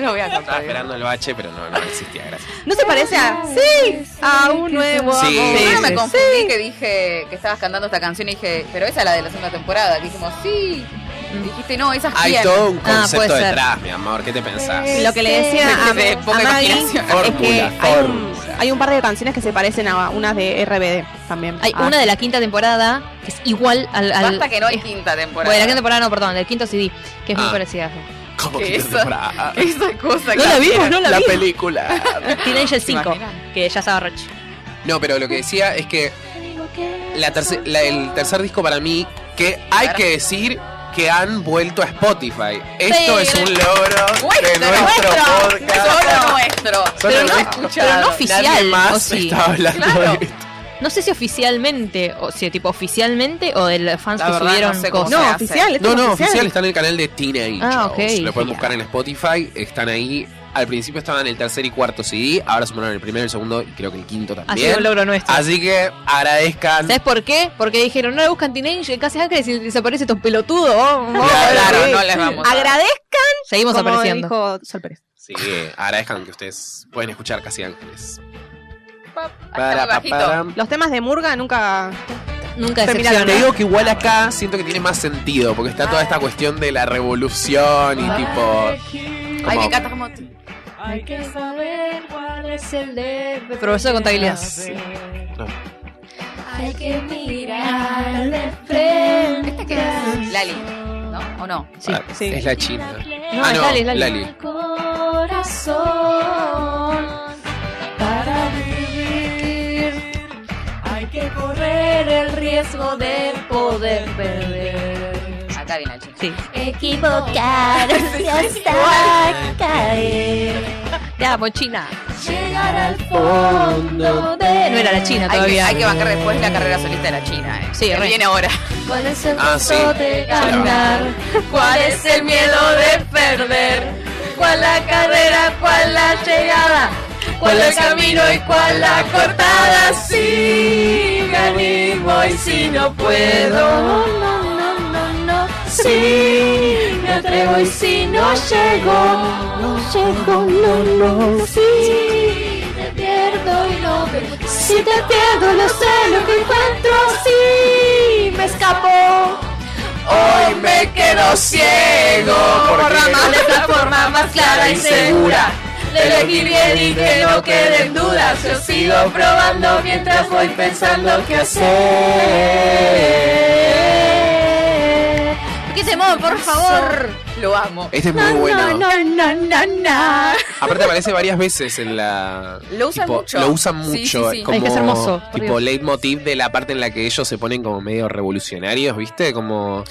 Speaker 5: No voy a
Speaker 1: Estaba
Speaker 5: contar.
Speaker 1: esperando el bache, pero no, no existía, gracias.
Speaker 4: No se parece a sí, a un nuevo
Speaker 1: Sí,
Speaker 4: amor.
Speaker 5: Primero
Speaker 1: sí,
Speaker 5: me
Speaker 1: sí.
Speaker 5: confundí que dije que estabas cantando esta canción y dije, pero esa es la de la segunda temporada. Que dijimos, sí. Y dijiste, no, esa es
Speaker 1: Hay
Speaker 5: bien.
Speaker 1: todo un
Speaker 3: Ah,
Speaker 1: concepto
Speaker 3: puede ser.
Speaker 1: detrás, mi amor. ¿Qué te pensás?
Speaker 4: Lo que le decía a,
Speaker 5: Sí, sí, poca
Speaker 4: a Maggie
Speaker 5: imaginación.
Speaker 4: es que
Speaker 1: Fórmula,
Speaker 4: hay un,
Speaker 1: fórmula.
Speaker 4: hay un par de canciones que se parecen a unas de RBD también.
Speaker 3: Hay
Speaker 4: Ah.
Speaker 3: una de la quinta temporada que es igual al. al
Speaker 5: Basta que no hay
Speaker 3: es-
Speaker 5: quinta temporada.
Speaker 3: Bueno, de la quinta temporada no, perdón, del quinto CD, que es muy
Speaker 1: Ah.
Speaker 3: parecida.
Speaker 1: ¿Cómo
Speaker 5: ¿Qué
Speaker 1: que
Speaker 5: es?
Speaker 1: no temporada?
Speaker 5: Esa cosa que
Speaker 3: la vimos,
Speaker 5: hicieron.
Speaker 3: no la vimos.
Speaker 1: película.
Speaker 3: Teenage
Speaker 5: ¿Se
Speaker 3: 5,
Speaker 5: imaginan?
Speaker 3: que ya estaba Roche.
Speaker 1: No, pero lo que decía es que la terce- la- el tercer disco para mí, que hay que decir que han vuelto a Spotify. Esto
Speaker 3: Sí,
Speaker 1: es un logro de
Speaker 5: Nuestro,
Speaker 1: nuestro podcast. Solo
Speaker 5: Solo nuestro. Pero no
Speaker 1: nuestro.
Speaker 3: Pero no
Speaker 5: escuchado.
Speaker 1: Nadie
Speaker 3: oficial,
Speaker 1: más
Speaker 3: ¿o sí?
Speaker 1: estaba hablando
Speaker 5: Claro.
Speaker 1: de esto.
Speaker 3: No sé si oficialmente, o si tipo oficialmente, o de los fans
Speaker 5: La
Speaker 3: que
Speaker 5: verdad,
Speaker 3: subieron
Speaker 5: no sé cómo
Speaker 3: cosas.
Speaker 5: se
Speaker 4: No,
Speaker 5: hace.
Speaker 4: oficial, esto
Speaker 1: No,
Speaker 4: es
Speaker 1: no, oficial está en el canal de Teenage.
Speaker 3: Ah, ok.
Speaker 1: Lo pueden buscar en Spotify, están ahí. Al principio estaban el tercer y cuarto CD, ahora sumaron el primero, el segundo y creo que el quinto
Speaker 3: Ha sido
Speaker 1: también.
Speaker 3: un logro nuestro.
Speaker 1: Así que agradezcan.
Speaker 3: ¿Sabes por qué? Porque dijeron, no le buscan Teenage, eh, casi Ángeles y desaparece estos pelotudos. oh, oh.
Speaker 5: Claro,
Speaker 4: Sí.
Speaker 5: no les vamos. a dar.
Speaker 4: Agradezco
Speaker 3: Seguimos
Speaker 4: como
Speaker 3: apareciendo.
Speaker 4: dijo Sol Pérez.
Speaker 1: Sí, agradezcan que ustedes pueden escuchar Casi Ángeles.
Speaker 5: Está muy bajito.
Speaker 4: Los temas de Murga nunca
Speaker 3: Nunca
Speaker 4: Termina
Speaker 3: decepciona.
Speaker 1: Te digo que igual acá siento que tiene más sentido, porque está toda esta cuestión de la revolución y tipo.
Speaker 5: Ay,
Speaker 1: como-
Speaker 5: me encanta como.
Speaker 2: Hay que saber cuál es el deber.
Speaker 3: Profesor de
Speaker 5: Ah,
Speaker 3: contabilidad.
Speaker 2: Hay que mirar de frente.
Speaker 5: ¿Esta qué es? Lali, ¿no? ¿O no?
Speaker 3: Sí.
Speaker 1: Ah,
Speaker 4: sí.
Speaker 1: Es la china.
Speaker 3: No,
Speaker 1: ah,
Speaker 3: es
Speaker 1: no,
Speaker 3: Lali, es Lali.
Speaker 2: Al corazón para vivir. Hay que correr el riesgo de poder perder.
Speaker 5: Acá viene el chico.
Speaker 3: Sí.
Speaker 6: Equivocarse hasta caer.
Speaker 3: Te amo, pues, China.
Speaker 2: Llegar al fondo de
Speaker 3: No era la China
Speaker 5: Hay que,
Speaker 3: todavía.
Speaker 5: hay que bancar después la carrera solista de la China, eh.
Speaker 3: Sí,
Speaker 5: Que
Speaker 3: re.
Speaker 5: viene ahora.
Speaker 2: ¿Cuál es el
Speaker 1: Ah,
Speaker 2: gusto
Speaker 1: sí.
Speaker 2: de
Speaker 1: Sí, la verdad.
Speaker 2: ganar? ¿Cuál es el miedo de perder? ¿Cuál la carrera? ¿Cuál la llegada? ¿Cuál el camino y cuál la cortada? Si me animo y si no puedo. No, no, no, no. Si me atrevo y si no llego. No llego, no, no. Si te pierdo y no veo. Si te pierdo, no sé lo que encuentro. Si me escapo. Hoy me quedo ciego
Speaker 1: Porque-
Speaker 2: por ramas de plataforma manera más clara y segura. Le elegí bien y que no queden dudas. Yo sigo probando mientras voy pensando qué hacer.
Speaker 3: ¿Por qué se mueve, por favor?
Speaker 5: Lo amo.
Speaker 1: Este es muy bueno.
Speaker 2: no, no, no, no.
Speaker 1: Aparte aparece varias veces en la...
Speaker 5: Lo usan
Speaker 1: tipo,
Speaker 5: mucho.
Speaker 1: Lo usan
Speaker 5: Sí,
Speaker 1: mucho. eh,
Speaker 5: sí, sí.
Speaker 1: Como,
Speaker 3: Es que es hermoso, por
Speaker 1: Tipo
Speaker 3: Dios.
Speaker 1: leitmotiv de la parte en la que ellos se ponen como medio revolucionarios, ¿viste? Como...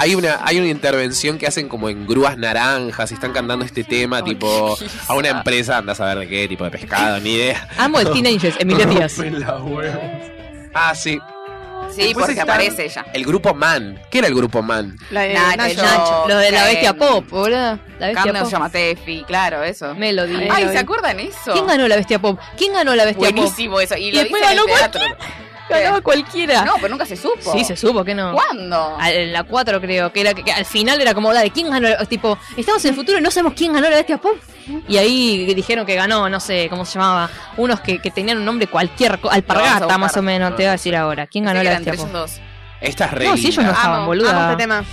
Speaker 1: Hay una, hay una intervención que hacen como en grúas naranjas y están cantando este tema, tipo, a una empresa, anda a saber de qué, tipo de pescado, ni idea.
Speaker 3: Amo el Teenagers, Emilia Díaz.
Speaker 1: Rompen las huevas. Ah, sí.
Speaker 5: Sí,
Speaker 1: Después
Speaker 5: porque
Speaker 1: están-
Speaker 5: aparece ella.
Speaker 1: El grupo Man. ¿Qué era el grupo Man?
Speaker 4: La de
Speaker 5: Nacho.
Speaker 4: Nacho.
Speaker 3: Nacho, Los de la
Speaker 5: Em,
Speaker 3: bestia pop, boludo. La bestia
Speaker 5: Carmen se
Speaker 3: pop.
Speaker 5: llama Tefi, claro, eso.
Speaker 3: Melody.
Speaker 4: Eh,
Speaker 5: Ay,
Speaker 4: lo
Speaker 5: ¿se
Speaker 4: vi.
Speaker 5: acuerdan eso?
Speaker 3: ¿Quién ganó la bestia pop? ¿Quién ganó la bestia pop?
Speaker 5: Buenísimo eso. este Y, lo
Speaker 3: después
Speaker 5: dicen en
Speaker 3: ganó
Speaker 5: el teatro.
Speaker 3: Ganó cualquiera.
Speaker 5: No, pero nunca Ah. se supo.
Speaker 3: Sí, se supo que no.
Speaker 5: ¿Cuándo?
Speaker 3: Al- En la 4 creo, que era que, que al final era como la de quién ganó, la- tipo, estamos en el futuro y no sabemos quién ganó la bestia pop. Y ahí dijeron que ganó, no sé cómo se llamaba, unos que, que tenían un nombre cualquier, co-
Speaker 5: No,
Speaker 3: alpargata
Speaker 5: vamos a
Speaker 3: más o
Speaker 5: buscar.
Speaker 3: menos, te voy a decir ahora. ¿Quién
Speaker 5: Pensé
Speaker 3: ganó
Speaker 5: que
Speaker 3: la
Speaker 5: eran
Speaker 3: bestia
Speaker 5: entre
Speaker 3: pop?
Speaker 5: ellos dos.
Speaker 1: Esta es re
Speaker 3: No, si ellos
Speaker 1: linda.
Speaker 3: no estaban,
Speaker 4: Amo
Speaker 3: boluda.
Speaker 4: este tema.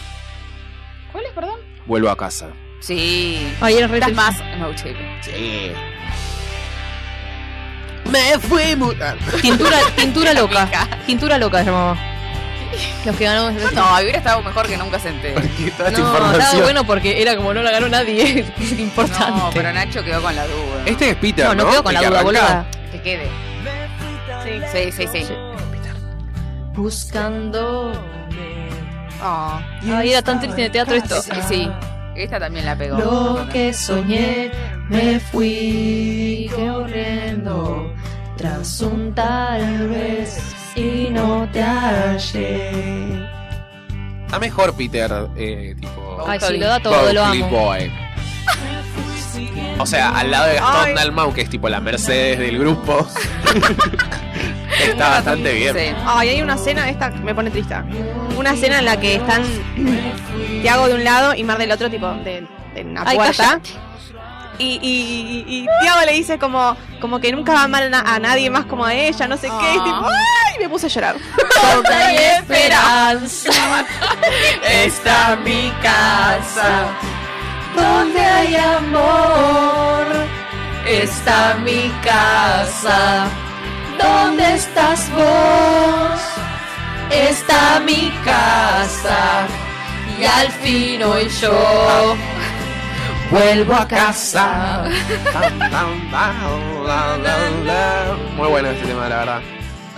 Speaker 5: ¿Cuál es, perdón?
Speaker 1: Ah, Vuelvo a casa.
Speaker 5: Sí.
Speaker 3: Ay, era re
Speaker 5: Estás
Speaker 3: triste.
Speaker 5: más no Chile.
Speaker 1: Sí. Me fui muy... Ah.
Speaker 3: Tintura, tintura loca. tintura loca se llamaba. Los que ganó la bestia
Speaker 5: No, hubiera estado mejor que nunca se entere.
Speaker 1: Porque toda esta
Speaker 3: No,
Speaker 1: información.
Speaker 3: estaba bueno porque era como no la ganó nadie, es importante.
Speaker 5: No, pero Nacho quedó con la duda.
Speaker 1: Este es Peter,
Speaker 3: no,
Speaker 1: ¿no?
Speaker 3: no quedo
Speaker 1: El
Speaker 3: con la
Speaker 1: que
Speaker 3: duda,
Speaker 1: arranca.
Speaker 3: boluda.
Speaker 5: Que quede.
Speaker 4: Sí.
Speaker 5: Sí, sí, sí.
Speaker 3: Buscando.
Speaker 5: Oh,
Speaker 3: Ay, era tan triste en el teatro esto.
Speaker 5: sí, sí. Esta también la pegó.
Speaker 2: Lo que soñé me fui corriendo tras un tal vez y no te hallé.
Speaker 1: Está mejor Peter, eh, tipo...
Speaker 3: Ay, sí, lo da todo,
Speaker 1: Bubbly
Speaker 3: lo amo.
Speaker 1: Boy. O sea, al lado de Gastón Dalmau, que es tipo la Mercedes del grupo. Está bastante bien.
Speaker 5: Sí.
Speaker 4: Ay, hay una escena, esta me pone triste. Una escena en la que están Tiago de un lado y Mar del otro, tipo, de, de una
Speaker 3: Ay,
Speaker 4: puerta. Y, y, y- y Tiago le dice como, como que nunca va a amar a, na- a nadie más como a ella, no sé qué. Y tipo, ¡ay! Me puse a llorar.
Speaker 2: Hay esperanza,
Speaker 5: Esta mi casa.
Speaker 2: donde hay amor, está mi casa. ¿Dónde estás vos? Está mi casa. Y al fin hoy yo
Speaker 1: Vuelvo a casa. Tan, tan, tan, la, la, la. Muy bueno este tema, la verdad.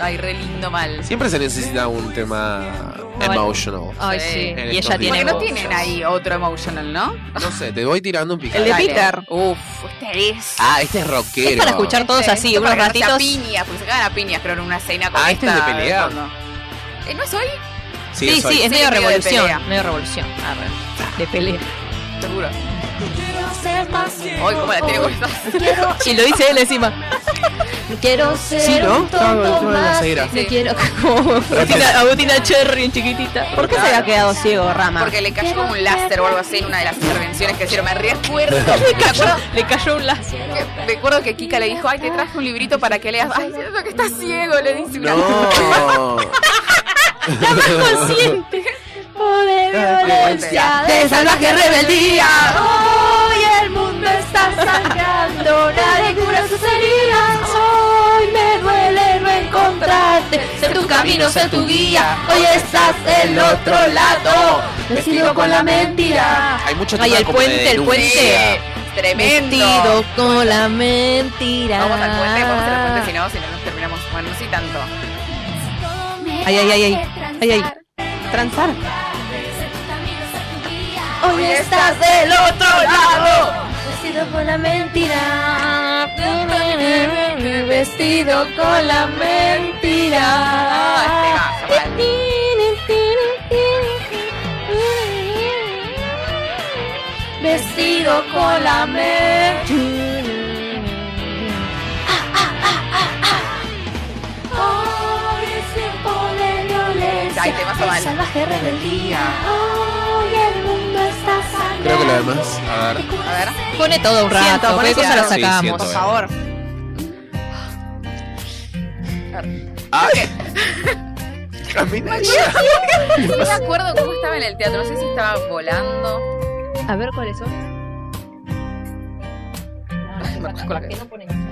Speaker 5: Ay, re lindo mal.
Speaker 1: Siempre se necesita un tema
Speaker 3: Bueno.
Speaker 1: emotional.
Speaker 3: Ay,
Speaker 5: Sí.
Speaker 3: sí.
Speaker 1: En
Speaker 3: Y ella
Speaker 1: estos
Speaker 3: tiene
Speaker 5: Porque
Speaker 1: tiempos.
Speaker 5: no
Speaker 3: voz.
Speaker 5: tienen ahí otro emotional, ¿no?
Speaker 1: No sé, te voy tirando un
Speaker 4: El
Speaker 1: picante.
Speaker 4: de
Speaker 5: Dale.
Speaker 4: Peter.
Speaker 5: Uf, este es.
Speaker 1: Ah, este es rockero.
Speaker 3: Es para escuchar todos
Speaker 5: Sí,
Speaker 3: así,
Speaker 5: esto
Speaker 3: unos
Speaker 5: para agarrarse a
Speaker 3: ratitos.
Speaker 5: piñas, porque se cagan a piñas, creo, en una cena con
Speaker 1: Ah, ¿este
Speaker 5: esta.
Speaker 1: es de pelea?
Speaker 5: fondo. Eh, ¿No es hoy?
Speaker 1: Sí,
Speaker 3: Sí,
Speaker 1: soy-
Speaker 3: sí, es medio
Speaker 5: Sí, medio de pelea.
Speaker 3: revolución. Medio revolución. Arre. De pelea.
Speaker 5: Seguro.
Speaker 2: quiero ser más.
Speaker 5: Hoy, ¿cómo la tiene con esta?
Speaker 2: Quiero,
Speaker 3: Y lo dice él encima.
Speaker 2: quiero ser
Speaker 1: Sí, ¿no?
Speaker 2: un tonto más. Me quiero como
Speaker 3: Agustina, Agustina Cherry, chiquitita.
Speaker 4: ¿Por qué se había quedado ciego, Rama?
Speaker 5: Porque le cayó como un láser o algo así en una de las intervenciones que hicieron. Me recuerdo. Me acuerdo
Speaker 3: Le cayó un lazo.
Speaker 5: que- Recuerdo que Kika le dijo, ay, te traje un librito para que leas. Ay, siento que estás ciego, le dice una-
Speaker 1: No.
Speaker 2: de Ah, violencia, de salvaje rebeldía. Hoy el mundo está sangrando, nadie cura sus heridas. Hoy me duele no encontrarte, sé tu camino, sé tu guía. Hoy estás el otro lado, vestido con la mentira.
Speaker 1: Hay mucho
Speaker 3: Ay,
Speaker 1: tema
Speaker 3: el
Speaker 1: como de
Speaker 3: puente, el puente.
Speaker 5: Sí,
Speaker 1: denuncia.
Speaker 5: tremendo.
Speaker 3: Mentido con la mentira.
Speaker 5: Vamos al puente, vamos al
Speaker 3: Ah.
Speaker 5: puente, si no, si no nos terminamos. Bueno, no sí tanto.
Speaker 3: Ay, ay, ay, ay. Ay, ay.
Speaker 4: Transar.
Speaker 2: Hoy estás del otro lado, vestido con la mentira. Vestido con la mentira.
Speaker 5: Ah, este va, mal.
Speaker 2: Vestido con la mentira. Hoy es tiempo de violencia.
Speaker 5: Ay, te vas a mal.
Speaker 2: de salvaje rebeldía. Hoy el mundo está sangrando.
Speaker 1: Creo que lo demás. A ver.
Speaker 5: A ver.
Speaker 3: Pone todo un rato.
Speaker 4: Siento,
Speaker 3: cualquier
Speaker 4: pone
Speaker 3: cosa lo
Speaker 4: siento.
Speaker 1: Sí,
Speaker 3: sacamos.
Speaker 1: siento.
Speaker 4: Por favor.
Speaker 1: Ah. Camina ella.
Speaker 5: No me acuerdo cómo estaba en el teatro, no sé si estaba volando.
Speaker 3: A ver cuáles son. Que no ponen nada.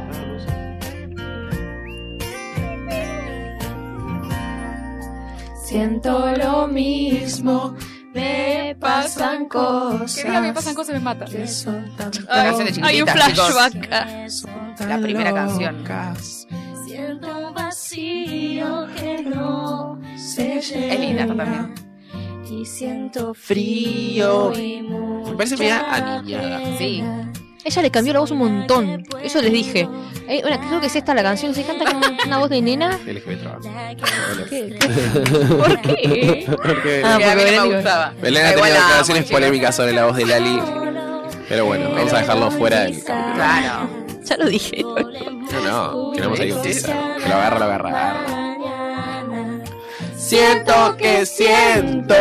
Speaker 2: Siento lo mismo, me pasan cosas.
Speaker 7: Que diga que me pasan cosas y me matan.
Speaker 2: que son tan
Speaker 5: Ay, Ah,
Speaker 2: locas.
Speaker 5: de chiquititas,
Speaker 3: Hay un
Speaker 5: chicos.
Speaker 3: flashback. ah.
Speaker 2: Son tan
Speaker 5: La primera canción.
Speaker 1: Locas.
Speaker 2: Siento un vacío que no se llena.
Speaker 5: Es linda esta también.
Speaker 2: Y siento
Speaker 1: Frío.
Speaker 2: frío. y
Speaker 1: Me parece media
Speaker 2: mucha
Speaker 1: aniñada.
Speaker 2: pena.
Speaker 5: Sí.
Speaker 3: Ella le cambió la voz un montón. Eso les dije. Eh, bueno, creo que es esta la canción. Se canta con una voz de nena.
Speaker 1: LGBT trans.
Speaker 3: ¿Qué? ¿Por qué?
Speaker 1: Porque
Speaker 3: Ah,
Speaker 5: Que a mí
Speaker 3: porque
Speaker 5: no
Speaker 3: Belén
Speaker 5: me gustaba.
Speaker 1: Belén
Speaker 5: Ah,
Speaker 1: ha tenido
Speaker 5: igual la amo,
Speaker 1: declaraciones
Speaker 5: chicos.
Speaker 1: polémicas sobre la voz de Lali. Pero bueno, vamos a dejarlo fuera del capítulo.
Speaker 5: Claro.
Speaker 3: Ya lo dije.
Speaker 1: No, no, queremos ahí un teaser. Que lo agarra, lo agarra, agarra.
Speaker 2: Siento que siento.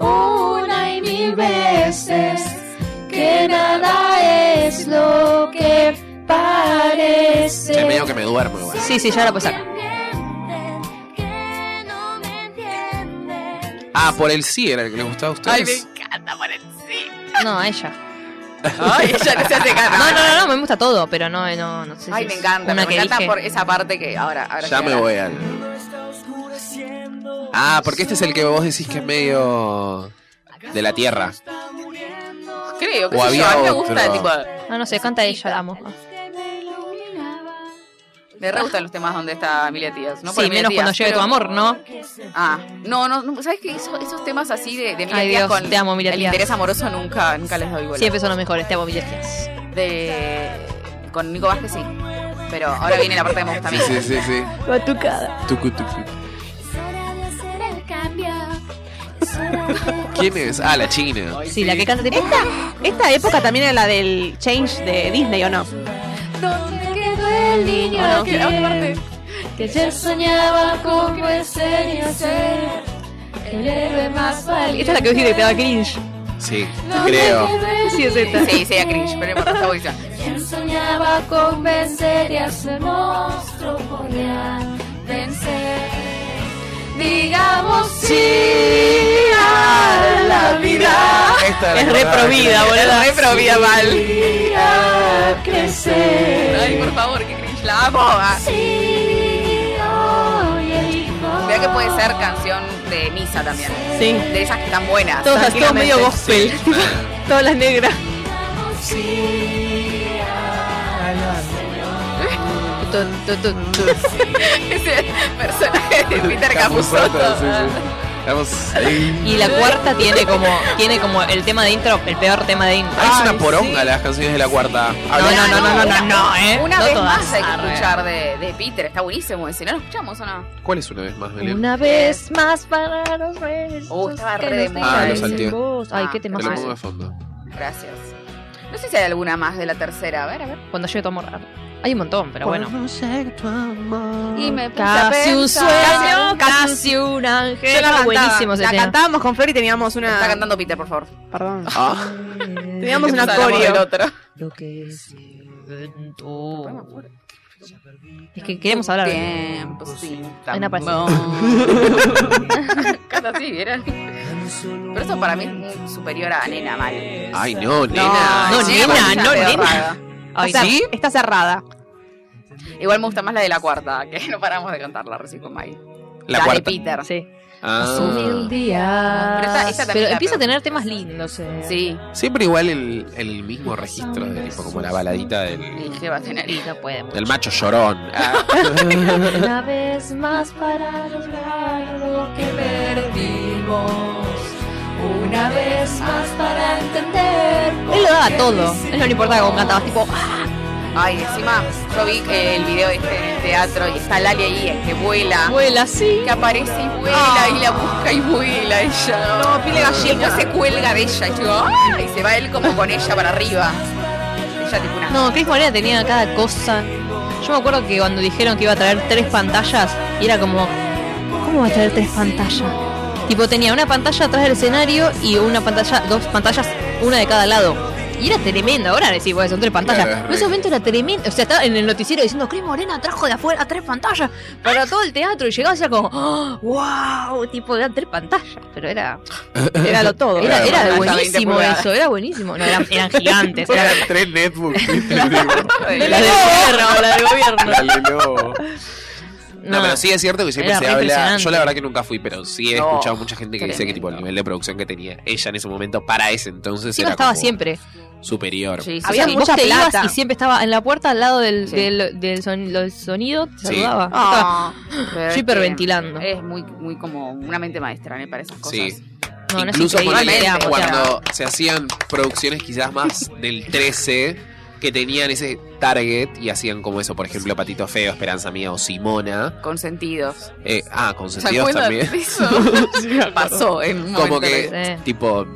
Speaker 2: Una y mil veces que nada es lo que parece.
Speaker 1: Che, medio que me duermo igual.
Speaker 3: Sí, sí, ya la puedo sacar.
Speaker 1: Ah, por el sí era el que les gustaba a
Speaker 5: Ay, me
Speaker 1: ustedes.
Speaker 5: encanta por el sí.
Speaker 3: No, a ella.
Speaker 5: Ay, ella no se hace cara.
Speaker 3: No, no, no, no, me gusta todo, pero no, no, no sé. si
Speaker 5: Ay, me
Speaker 3: es
Speaker 5: encanta.
Speaker 3: una
Speaker 5: Me
Speaker 3: que
Speaker 5: encanta
Speaker 3: dije.
Speaker 5: por esa parte que ahora. ahora
Speaker 1: ya
Speaker 5: sí,
Speaker 1: me
Speaker 5: ahora.
Speaker 1: voy al. Ah, porque este es el que vos decís que es medio. de la tierra.
Speaker 5: Creo que
Speaker 1: O había
Speaker 5: a mí me gusta,
Speaker 1: otro.
Speaker 5: tipo.
Speaker 3: No, no sé, canta ella, la amo.
Speaker 5: Me re gustan los temas donde está Emilia Tías. No por
Speaker 3: sí,
Speaker 5: Emilia
Speaker 3: menos cuando
Speaker 5: Tías,
Speaker 3: llegue tu
Speaker 5: pero-
Speaker 3: amor, ¿no?
Speaker 5: Ah, no, no, no, ¿sabes qué? Esos, esos temas así de, de Emilia
Speaker 3: Ay,
Speaker 5: Tías
Speaker 3: Dios,
Speaker 5: con
Speaker 3: te amo, pues. Emilia
Speaker 5: el
Speaker 3: Tías.
Speaker 5: interés amoroso nunca, nunca les doy bola.
Speaker 3: Siempre son los mejores, te amo, mil gracias.
Speaker 5: De, con Nico Vázquez sí. Pero ahora viene la parte que me gusta a mí.
Speaker 1: Sí, sí, sí. sí.
Speaker 4: Batucada.
Speaker 1: Tucu, tucu. ¿Quién es? Ah, la china.
Speaker 3: Sí, la que canta tipo.
Speaker 4: Esta época también era la del change de Disney, ¿o no?
Speaker 2: ¿Dónde quedó el niño
Speaker 4: Ah, no.
Speaker 2: que, que ayer soñaba con ese ser? El héroe más valiente.
Speaker 3: Esta es la que os dije que te daba cringe.
Speaker 1: Sí,
Speaker 2: ¿Dónde
Speaker 1: creo.
Speaker 2: quedó el
Speaker 3: Sí, es esta.
Speaker 2: niño
Speaker 5: Sí, sí, a Cringe, pero no importa, está buenísima.
Speaker 2: Quien soñaba con vencer y a ese monstruo podía vencer. Digamos sí a la vida,
Speaker 1: Esta la
Speaker 4: Es
Speaker 1: que
Speaker 4: re
Speaker 1: me
Speaker 4: pro
Speaker 1: daba
Speaker 4: vida,
Speaker 1: cringe.
Speaker 4: boludo. Re pro vida mal.
Speaker 2: sí a crecer.
Speaker 5: Ay, por favor, que Cringe la amo. ah.
Speaker 2: Sí, hoy elijo.
Speaker 5: Vea que puede ser canción de misa también.
Speaker 4: Sí.
Speaker 5: De esas que están buenas.
Speaker 4: Todas, todo medio
Speaker 5: tranquilamente.
Speaker 4: gospel. Todas las negras.
Speaker 2: Sí
Speaker 3: Tun, tun, tun, tun.
Speaker 5: Ese personaje de Peter Capusotto.
Speaker 1: Capusotto, sí, sí. Estamos ahí.
Speaker 3: Y la cuarta tiene como, tiene como el tema de intro, el peor tema de intro.
Speaker 1: Ah, es una poronga las canciones de la cuarta.
Speaker 3: No,
Speaker 1: Hablemos-
Speaker 3: no, no, no, no, no, no, eh.
Speaker 5: Una
Speaker 3: No
Speaker 5: vez
Speaker 3: todas.
Speaker 5: más hay que
Speaker 3: Arre.
Speaker 5: escuchar de, de Peter, está buenísimo ese. ¿No lo escuchamos o no?
Speaker 1: ¿Cuál es una vez más, Belén?
Speaker 3: Una vez más para los reyes.
Speaker 5: Uh, estaba
Speaker 3: que
Speaker 5: re de
Speaker 3: nos
Speaker 5: moda
Speaker 3: dejan
Speaker 1: Ah, lo
Speaker 3: sin
Speaker 1: salteé.
Speaker 3: voz. Ay, qué
Speaker 5: Ah,
Speaker 1: Te lo
Speaker 3: tema.
Speaker 1: pongo de fondo.
Speaker 5: Gracias. No sé si hay alguna más de la tercera. A ver, a ver.
Speaker 3: Cuando llegue tu amor. arre. Hay un montón, pero bueno.
Speaker 5: Y me puse a
Speaker 3: Casi un
Speaker 5: pensar.
Speaker 3: sueño, casi un ángel.
Speaker 4: Yo la cantaba.
Speaker 3: Buenísimo ese
Speaker 4: La
Speaker 3: tema.
Speaker 4: cantábamos con Flor y teníamos una.
Speaker 3: Ah.
Speaker 5: Está cantando Peter, por favor.
Speaker 4: Perdón.
Speaker 1: Ah,
Speaker 4: Teníamos una
Speaker 5: Empezamos
Speaker 4: coreo.
Speaker 5: del otro.
Speaker 3: Lo que Uh, siento. Es que queremos hablar. de-
Speaker 5: Tiempo
Speaker 3: Oh,
Speaker 5: sin
Speaker 3: Ay, no aparece.
Speaker 5: tambor. Canta así, ¿vieron? Pero eso para mí es muy superior a Nena Mal.
Speaker 1: ay, no, nena.
Speaker 5: Nena,
Speaker 3: no,
Speaker 1: Sí,
Speaker 3: nena,
Speaker 1: vamos.
Speaker 5: está
Speaker 3: no, nena.
Speaker 5: cerrada.
Speaker 3: Ay,
Speaker 4: Está-
Speaker 3: ¿sí?
Speaker 4: Está cerrada.
Speaker 5: Igual me gusta más la de la cuarta, que no paramos de cantarla recién con Maggie.
Speaker 1: La
Speaker 5: de
Speaker 1: cuarta.
Speaker 5: Peter.
Speaker 3: Sí.
Speaker 1: Ah.
Speaker 5: Pero esta- esta también
Speaker 3: Pero
Speaker 5: la
Speaker 3: empieza a
Speaker 5: peor.
Speaker 3: tener temas lindos. eh.
Speaker 5: Sí,
Speaker 1: Siempre igual el, el mismo registro, de, tipo como la baladita
Speaker 5: y
Speaker 1: del,
Speaker 5: qué va a tener.
Speaker 3: Y no puede.
Speaker 1: del macho llorón. Ah,
Speaker 2: Una vez más para lograr lo que perdimos. Una vez más para entender.
Speaker 3: Él lo daba todo. Él no le importaba cómo cantabas. Tipo,
Speaker 5: Ay, encima, yo vi eh, el video este en el teatro y está Lali ahí, eh, que vuela.
Speaker 3: abuela, sí.
Speaker 5: Que aparece y vuela, y la busca y vuela, ella. No, pile gallina. se cuelga de ella, y yo, ¡ah! Y se va él como con ella para arriba. Ella tipo una...
Speaker 3: No, Cris Morena tenía cada cosa. Yo me acuerdo que cuando dijeron que iba a traer tres pantallas, y era como, ¿cómo va a traer tres pantallas? Tipo, tenía una pantalla atrás del escenario y una pantalla, dos pantallas, una de cada lado. Y era tremendo. Ahora decís, bueno, son tres pantallas.
Speaker 1: Claro, es
Speaker 3: en ese
Speaker 1: re-
Speaker 3: momento era tremendo. O sea, estaba en el noticiero diciendo, Cris Morena trajo de afuera tres pantallas para todo el teatro. Y llegaba y era como, "Ah, wow, tipo, eran tres pantallas. Pero era,
Speaker 4: Era lo todo.
Speaker 3: era,
Speaker 1: Claro,
Speaker 3: era
Speaker 5: hasta 20
Speaker 3: buenísimo
Speaker 5: pulgadas.
Speaker 3: eso, era buenísimo. No, eran, eran gigantes. eran
Speaker 1: Eran tres netbooks. ¿viste? Digo,
Speaker 5: De
Speaker 3: las del gobierno, las del gobierno.
Speaker 1: la Lenovo. No,
Speaker 3: No.
Speaker 1: pero sí es cierto que siempre
Speaker 3: Era
Speaker 1: se
Speaker 3: re
Speaker 1: habla.
Speaker 3: impresionante.
Speaker 1: Yo la verdad que nunca fui, pero sí he
Speaker 5: No,
Speaker 1: escuchado mucha gente que dice que
Speaker 3: tremendo.
Speaker 1: tipo el nivel de producción que tenía ella en ese momento para ese entonces
Speaker 3: Encima
Speaker 1: era
Speaker 3: estaba
Speaker 1: como
Speaker 3: siempre.
Speaker 1: superior.
Speaker 5: Sí, sí,
Speaker 3: Había
Speaker 5: sí.
Speaker 3: mucha
Speaker 4: Vos te ibas
Speaker 3: plata. y siempre estaba en la puerta al lado del,
Speaker 5: Sí.
Speaker 3: del, del son- del sonido, te
Speaker 1: Sí. este, eh,
Speaker 3: saludaba. Estaba-
Speaker 5: Ah, pero
Speaker 3: Yo
Speaker 5: es
Speaker 3: hiperventilando.
Speaker 5: que Es muy, muy como una mente maestra, ¿eh? Para esas cosas.
Speaker 1: Sí.
Speaker 3: no, no es
Speaker 1: Incluso
Speaker 3: increíble,
Speaker 1: ponele,
Speaker 3: te amo, te amo.
Speaker 1: cuando se hacían producciones quizás más del 13 que tenían ese target y hacían como eso, por ejemplo, Patito Feo, Esperanza Mía o Simona.
Speaker 5: Con sentidos.
Speaker 1: Eh, ah, con
Speaker 5: ¿Se
Speaker 1: sentidos
Speaker 5: acuerdan
Speaker 1: también.
Speaker 5: de eso? Pasó en un
Speaker 1: Como
Speaker 5: momento
Speaker 1: que,
Speaker 3: de- Sí.
Speaker 1: tipo,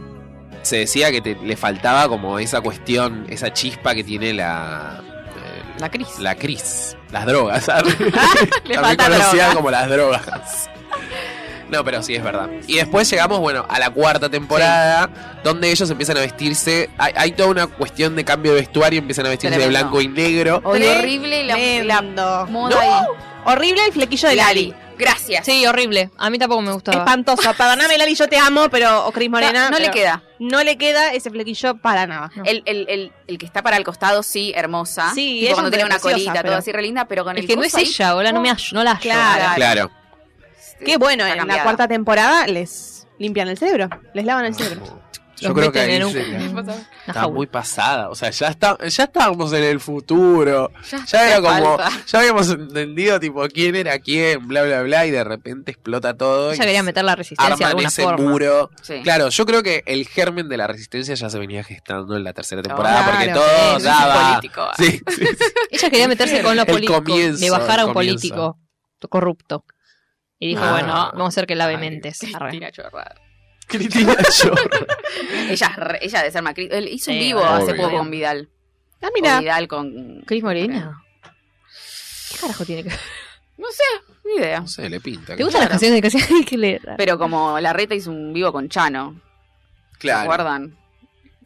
Speaker 1: se decía que te- le faltaba como esa cuestión, esa chispa que tiene la. eh,
Speaker 5: La Cris.
Speaker 1: La Cris. Las drogas, ¿sabes?
Speaker 5: Le
Speaker 1: También
Speaker 5: falta droga.
Speaker 1: conocida como las drogas. No, pero sí es verdad. Y después llegamos, bueno, a la cuarta temporada, donde ellos empiezan a vestirse. Hay, hay toda una cuestión de cambio de vestuario, empiezan a vestirse de
Speaker 5: Tremendo.
Speaker 1: blanco y negro.
Speaker 5: Oye, horrible la, la
Speaker 4: Tremendo.
Speaker 5: moda ahí.
Speaker 4: Horrible el flequillo de Lali.
Speaker 5: Gracias.
Speaker 3: Sí, horrible. A mí tampoco me gustaba.
Speaker 4: Espantoso. Perdóname, Lali, yo te amo, pero. O Cris
Speaker 5: no
Speaker 4: Morena.
Speaker 5: no le
Speaker 4: pero
Speaker 5: queda.
Speaker 4: No le queda ese flequillo para nada.
Speaker 3: No.
Speaker 5: El, el, el, el que está para el costado, sí, hermosa.
Speaker 4: Sí,
Speaker 5: Tipo,
Speaker 4: ella
Speaker 5: cuando
Speaker 4: es
Speaker 5: tiene una
Speaker 4: preciosa,
Speaker 5: colita,
Speaker 4: pero-
Speaker 5: todo así re linda, pero con
Speaker 3: Es
Speaker 5: el
Speaker 3: que no es
Speaker 5: coso ahí,
Speaker 3: ella, hola, no me hallo, no la hallo.
Speaker 4: Claro.
Speaker 1: Claro.
Speaker 4: Qué bueno, en la
Speaker 5: cambiada.
Speaker 4: cuarta temporada les limpian el cerebro. Les lavan el cerebro.
Speaker 1: Yo
Speaker 3: Los
Speaker 1: creo que
Speaker 3: meten
Speaker 1: ahí
Speaker 3: en un-
Speaker 1: se-
Speaker 3: en una
Speaker 1: está
Speaker 3: jaula.
Speaker 1: muy pasada. O sea, ya, está, ya estábamos en el futuro. Ya, era
Speaker 5: hace
Speaker 1: como.
Speaker 5: falta.
Speaker 1: Ya habíamos entendido, tipo, quién era quién, bla, bla, bla. Y de repente explota todo. y
Speaker 3: Ella quería meter la resistencia de
Speaker 1: Arman
Speaker 3: alguna
Speaker 1: ese
Speaker 3: forma.
Speaker 1: muro.
Speaker 5: Sí.
Speaker 1: Claro, yo creo que el germen de la resistencia ya se venía gestando en la tercera temporada
Speaker 4: Claro,
Speaker 1: porque todo
Speaker 5: Oh, sí,
Speaker 1: daba.
Speaker 5: es un político. ah,
Speaker 1: Sí, sí, sí.
Speaker 3: Ella quería meterse con los
Speaker 1: El
Speaker 3: políticos,
Speaker 1: comienzo,
Speaker 3: de bajar a
Speaker 1: el
Speaker 3: un
Speaker 1: comienzo.
Speaker 3: político corrupto. Y dijo,
Speaker 1: Ah.
Speaker 3: bueno, vamos a hacer que lave mentes. Arre.
Speaker 5: Cristina Chorrada.
Speaker 1: Cristina York.
Speaker 5: Ella, es re- ella de ser Macri. Él hizo un
Speaker 3: Sí,
Speaker 5: vivo
Speaker 1: obvio.
Speaker 5: hace poco con Vidal.
Speaker 4: Ah,
Speaker 5: Con
Speaker 4: mira.
Speaker 5: Vidal con.
Speaker 3: Cris Morena. ¿Qué carajo tiene que ver?
Speaker 5: No sé, ni idea.
Speaker 1: No sé, le pinta.
Speaker 3: ¿Te gustan las canciones de Cassian? Hay que leer.
Speaker 5: Pero como la reta hizo un vivo con Chano, ¿se
Speaker 1: Claro.
Speaker 5: acuerdan?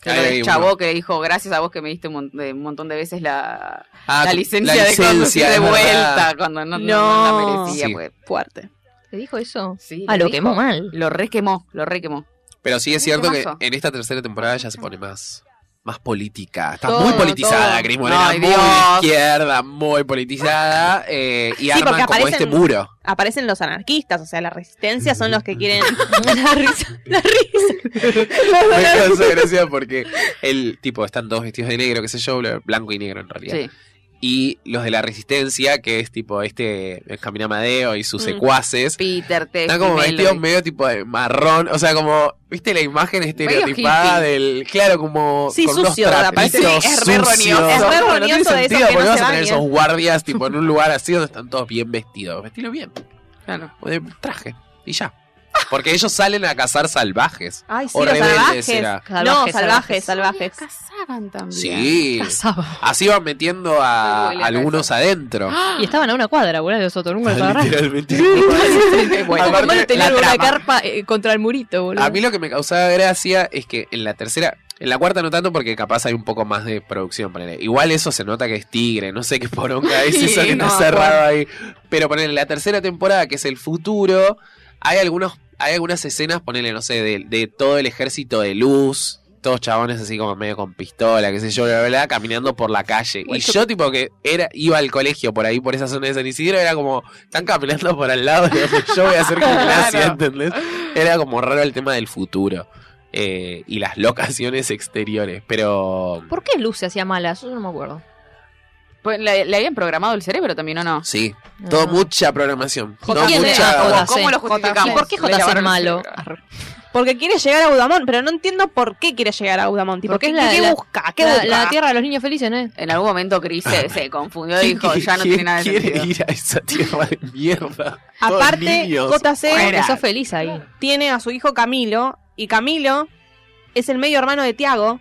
Speaker 5: Que
Speaker 1: Ahí
Speaker 5: lo del
Speaker 1: hay uno.
Speaker 5: chabó que dijo, gracias a vos que me diste un, mon- de- un montón de veces la,
Speaker 1: Ah,
Speaker 5: la licencia de
Speaker 1: licencia,
Speaker 5: conducir de
Speaker 1: es verdad.
Speaker 5: vuelta cuando no, no,
Speaker 4: No.
Speaker 5: la merecía.
Speaker 1: Sí.
Speaker 5: pues.
Speaker 4: Fuerte.
Speaker 3: ¿Te dijo eso?
Speaker 5: Sí,
Speaker 3: Ah, lo
Speaker 5: dijo.
Speaker 3: quemó mal.
Speaker 5: Lo re quemó, lo re quemó.
Speaker 1: Pero sí es
Speaker 5: Un
Speaker 1: cierto que
Speaker 5: temazo.
Speaker 1: en esta tercera temporada ya se pone más. Más política. Está
Speaker 5: Todo,
Speaker 1: muy politizada,
Speaker 5: todo.
Speaker 1: Cris Morena.
Speaker 5: Ay,
Speaker 1: muy
Speaker 5: Dios.
Speaker 1: izquierda, muy politizada. eh, y arman
Speaker 4: porque
Speaker 1: como
Speaker 4: aparecen-
Speaker 1: este muro.
Speaker 4: Aparecen los anarquistas, o sea, la resistencia son los que quieren.
Speaker 3: la risa, la risa.
Speaker 1: Me causa gracia porque el tipo están todos vestidos de negro, qué sé yo, bla- blanco y negro en realidad.
Speaker 5: Sí.
Speaker 1: y los de la Resistencia, que es tipo este Benjamín Amadeo y sus
Speaker 4: Mm.
Speaker 1: secuaces.
Speaker 5: Peter, te
Speaker 1: Están como vestidos medio tipo de marrón, o sea, como, ¿viste la imagen estereotipada
Speaker 5: hippie.
Speaker 1: del. Claro, como.
Speaker 4: Sí,
Speaker 1: con unos
Speaker 4: sucio, la
Speaker 1: trapitos
Speaker 5: parece- sí, es re
Speaker 1: sucios.
Speaker 5: roñoso. Es
Speaker 4: re
Speaker 1: Bueno, no tiene
Speaker 4: roñoso de esos
Speaker 1: sentido,
Speaker 4: que
Speaker 1: porque
Speaker 4: no
Speaker 1: vas
Speaker 4: se
Speaker 1: a tener
Speaker 4: bañan.
Speaker 1: esos guardias, tipo, en un lugar así donde están todos bien vestidos. Vestilo bien, o de traje, y ya. Porque ellos salen a cazar salvajes.
Speaker 4: Ay, sí,
Speaker 1: o
Speaker 4: los
Speaker 1: rebeldes,
Speaker 4: salvajes.
Speaker 1: era.
Speaker 4: no, salvajes, salvajes.
Speaker 5: Casaban también.
Speaker 1: Sí.
Speaker 3: Pasaba.
Speaker 1: Así van metiendo a
Speaker 5: Me duele la
Speaker 1: algunos adentro.
Speaker 4: Ah,
Speaker 3: Y estaban a una cuadra, boludo, de los otros.
Speaker 4: pues
Speaker 3: Nunca los agarraron.
Speaker 1: Literalmente.
Speaker 5: Bueno,
Speaker 1: Aparte,
Speaker 3: Aparte, tenían
Speaker 1: la
Speaker 3: una
Speaker 1: trama.
Speaker 3: carpa eh, contra el murito, boludo.
Speaker 1: A mí lo que me causaba gracia es que en la tercera, en la cuarta no tanto porque capaz hay un poco más de producción, ponele. Igual eso se nota que es tigre, no sé qué poronga es eso que
Speaker 5: No,
Speaker 1: está cerrado ahí. Pero ponele, en la tercera temporada, que es el futuro, hay algunos, hay algunas escenas, ponele, no sé, de, de todo el ejército de luz. Todos chabones así como medio con pistola, qué sé yo, bla, bla, bla, caminando por la calle. Y yo, tipo, que era iba al colegio por ahí, por esa zona de San Isidro, era como, están caminando por al lado de donde yo voy a hacer gimnasia,
Speaker 5: Claro.
Speaker 1: ¿entendés? Era como raro el tema del futuro eh, y las locaciones exteriores, pero...
Speaker 3: ¿Por qué Luz se hacía mala? Eso no me acuerdo.
Speaker 5: Pues, ¿Le, le habían programado el cerebro también o no?
Speaker 1: Sí, todo
Speaker 3: No.
Speaker 1: mucha programación.
Speaker 3: ¿Y
Speaker 1: Todo
Speaker 3: quién era
Speaker 1: mucha...
Speaker 3: J?
Speaker 5: ¿Cómo lo
Speaker 4: JC?
Speaker 5: justificamos?
Speaker 3: ¿Y por qué
Speaker 5: Le
Speaker 3: J es
Speaker 5: llamaron el
Speaker 3: malo?
Speaker 5: cerebro.
Speaker 3: Arre.
Speaker 4: Porque quiere llegar a Udamón, pero no entiendo por qué quiere llegar a Udamón. Tipo,
Speaker 3: Porque
Speaker 4: ¿qué,
Speaker 3: es la-
Speaker 4: qué
Speaker 3: la-
Speaker 4: busca? ¿Qué
Speaker 3: la,
Speaker 4: busca?
Speaker 3: la tierra de los niños felices, ¿no es?
Speaker 5: En algún momento Chris se, se confundió y dijo, ya no
Speaker 1: ¿Quién
Speaker 5: tiene nada de
Speaker 1: quiere
Speaker 5: sentido.
Speaker 1: ir a esa tierra de mierda? Todos
Speaker 4: Aparte,
Speaker 1: niños.
Speaker 4: JC
Speaker 5: Fuera.
Speaker 3: Que sos feliz ahí.
Speaker 4: tiene a su hijo Camilo, y Camilo es el medio hermano de Tiago.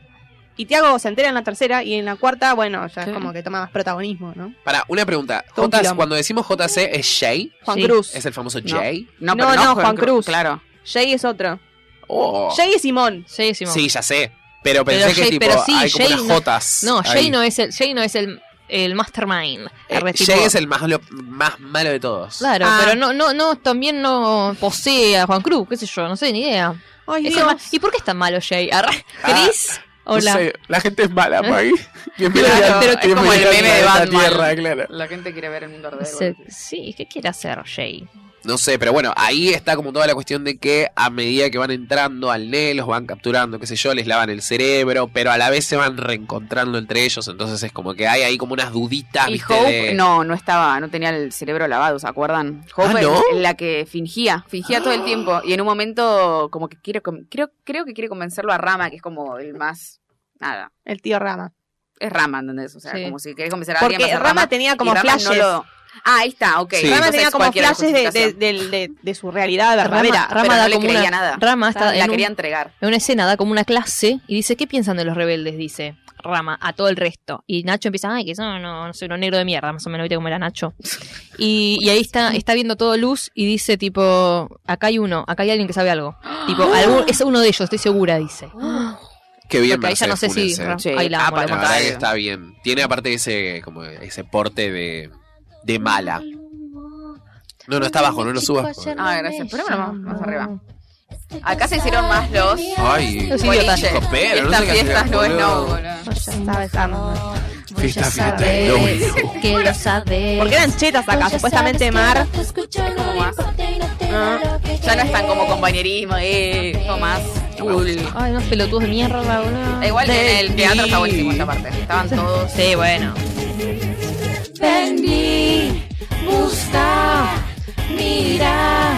Speaker 4: Y Tiago se entera en la tercera, y en la cuarta, bueno, ya
Speaker 5: Sí.
Speaker 4: es como que toma más protagonismo, ¿no?
Speaker 1: Para, una pregunta.
Speaker 4: Todo un
Speaker 1: Jotas,
Speaker 4: quilombo.
Speaker 1: cuando decimos JC, ¿es Jay?
Speaker 4: Juan
Speaker 3: Sí.
Speaker 4: Cruz.
Speaker 1: ¿Es el famoso
Speaker 5: No.
Speaker 1: Jay?
Speaker 5: No,
Speaker 4: No,
Speaker 5: pero
Speaker 4: no, Juan Cruz.
Speaker 5: Claro.
Speaker 4: Jay es otro.
Speaker 1: Oh.
Speaker 4: Jay es Simón.
Speaker 3: Sí, Simón.
Speaker 1: Sí, ya sé. Pero pensé
Speaker 3: Jay-
Speaker 1: que tipo,
Speaker 3: pero sí,
Speaker 1: hay como
Speaker 3: Jay
Speaker 1: unas
Speaker 3: no-
Speaker 1: jotas.
Speaker 3: No,
Speaker 1: ahí.
Speaker 3: Jay no es el, Jay no es el, el mastermind.
Speaker 1: Eh,
Speaker 3: Arre, tipo-
Speaker 1: Jay es el más, lo- más malo de todos.
Speaker 3: Claro,
Speaker 4: Ah.
Speaker 3: pero no, no, no, también no posee a Juan Cruz, qué sé yo, no sé, ni idea.
Speaker 4: Ay,
Speaker 3: Es el
Speaker 4: Dios.
Speaker 3: ma- ¿Y por qué es tan malo Jay? Arre,
Speaker 1: Ah,
Speaker 3: Chris, hola.
Speaker 1: No sé, la gente es mala, Maggie. Bienvenida
Speaker 5: Claro,
Speaker 1: a-
Speaker 5: pero es
Speaker 1: bienvenida
Speaker 5: como el
Speaker 1: a
Speaker 5: meme de
Speaker 1: esta
Speaker 5: Batman.
Speaker 1: tierra, claro.
Speaker 5: La gente quiere ver el mundo
Speaker 3: No
Speaker 5: verdadero.
Speaker 3: sé, sí, ¿qué quiere hacer Jay?
Speaker 1: No sé, pero bueno, ahí está como toda la cuestión de que a medida que van entrando al NE, los van capturando, qué sé yo, les lavan el cerebro, pero a la vez se van reencontrando entre ellos, entonces es como que hay ahí como unas duditas,
Speaker 5: Y
Speaker 1: Ah, ¿viste?
Speaker 5: Hope
Speaker 1: de-
Speaker 5: no, no estaba, no tenía el cerebro lavado, ¿se acuerdan? Hope
Speaker 1: Ah,
Speaker 5: es-
Speaker 1: ¿no?
Speaker 5: es la que fingía, fingía todo el tiempo. Y en un momento, como que quiero, con- creo, creo que quiere convencerlo a Rama, que es como el más. Nada,
Speaker 4: El tío Rama.
Speaker 5: es Rama, ¿entendés? O sea,
Speaker 3: Sí.
Speaker 5: como si querés convencer a alguien.
Speaker 4: Porque
Speaker 5: vas a
Speaker 4: Rama, tenía como
Speaker 5: y Rama no
Speaker 4: flashes.
Speaker 5: lo- Ah, ahí está, ok.
Speaker 1: Sí.
Speaker 4: Rama
Speaker 5: Entonces,
Speaker 4: tenía como
Speaker 5: cualquiera
Speaker 4: flashes de, de,
Speaker 5: justificación.
Speaker 4: del- de- de su realidad verdadera.
Speaker 5: Pero
Speaker 3: Rama da
Speaker 5: no le
Speaker 3: como
Speaker 5: creía
Speaker 3: una-
Speaker 5: nada.
Speaker 3: Rama está
Speaker 5: la
Speaker 3: en, un-
Speaker 5: quería entregar.
Speaker 3: en una escena, da como una clase y dice, ¿qué piensan de los rebeldes? Dice Rama, a todo el resto. Y Nacho empieza, ay, que son no, no sé, unos negros de mierda, más o menos, viste cómo era Nacho. Y, y ahí está, está viendo todo luz y dice, tipo, acá hay uno, acá hay alguien que sabe algo. Tipo, algún- es uno de ellos, estoy segura, dice.
Speaker 1: Qué bien,
Speaker 3: Porque ahí ya no sé
Speaker 1: Mercedes
Speaker 3: si...
Speaker 1: Funes, eh.
Speaker 3: Ra-
Speaker 5: Sí.
Speaker 3: Ahí la amo,
Speaker 5: Ah,
Speaker 3: la
Speaker 1: La
Speaker 5: para-
Speaker 3: amo.
Speaker 1: verdad que
Speaker 5: Claro.
Speaker 1: está bien. Tiene aparte ese como ese porte de, de mala. No, no está abajo, no lo subas.
Speaker 5: Ah, gracias. Ponémoslo más, más arriba. Acá se hicieron más los.
Speaker 1: Ay,
Speaker 3: Los idiotas.
Speaker 5: boliches.
Speaker 1: Pero, no
Speaker 5: Estas
Speaker 1: sé qué
Speaker 5: fiestas
Speaker 1: hacer,
Speaker 5: no es no,
Speaker 1: boludo.
Speaker 5: boludo.
Speaker 4: ¿Sabes? Rama.
Speaker 1: Fiesta, fiesta. no,
Speaker 2: que lo sabes. Pues
Speaker 4: Porque eran chetas acá, supuestamente Mar.
Speaker 1: Ah.
Speaker 5: Ya no están como compañerismo, eh, como más cool.
Speaker 3: Ay, unos pelotudos de mierda, boludo.
Speaker 5: Da Igual que en el teatro está buenísimo esta parte. Estaban todos.
Speaker 3: Sí, bueno.
Speaker 2: Vení, busca, mira.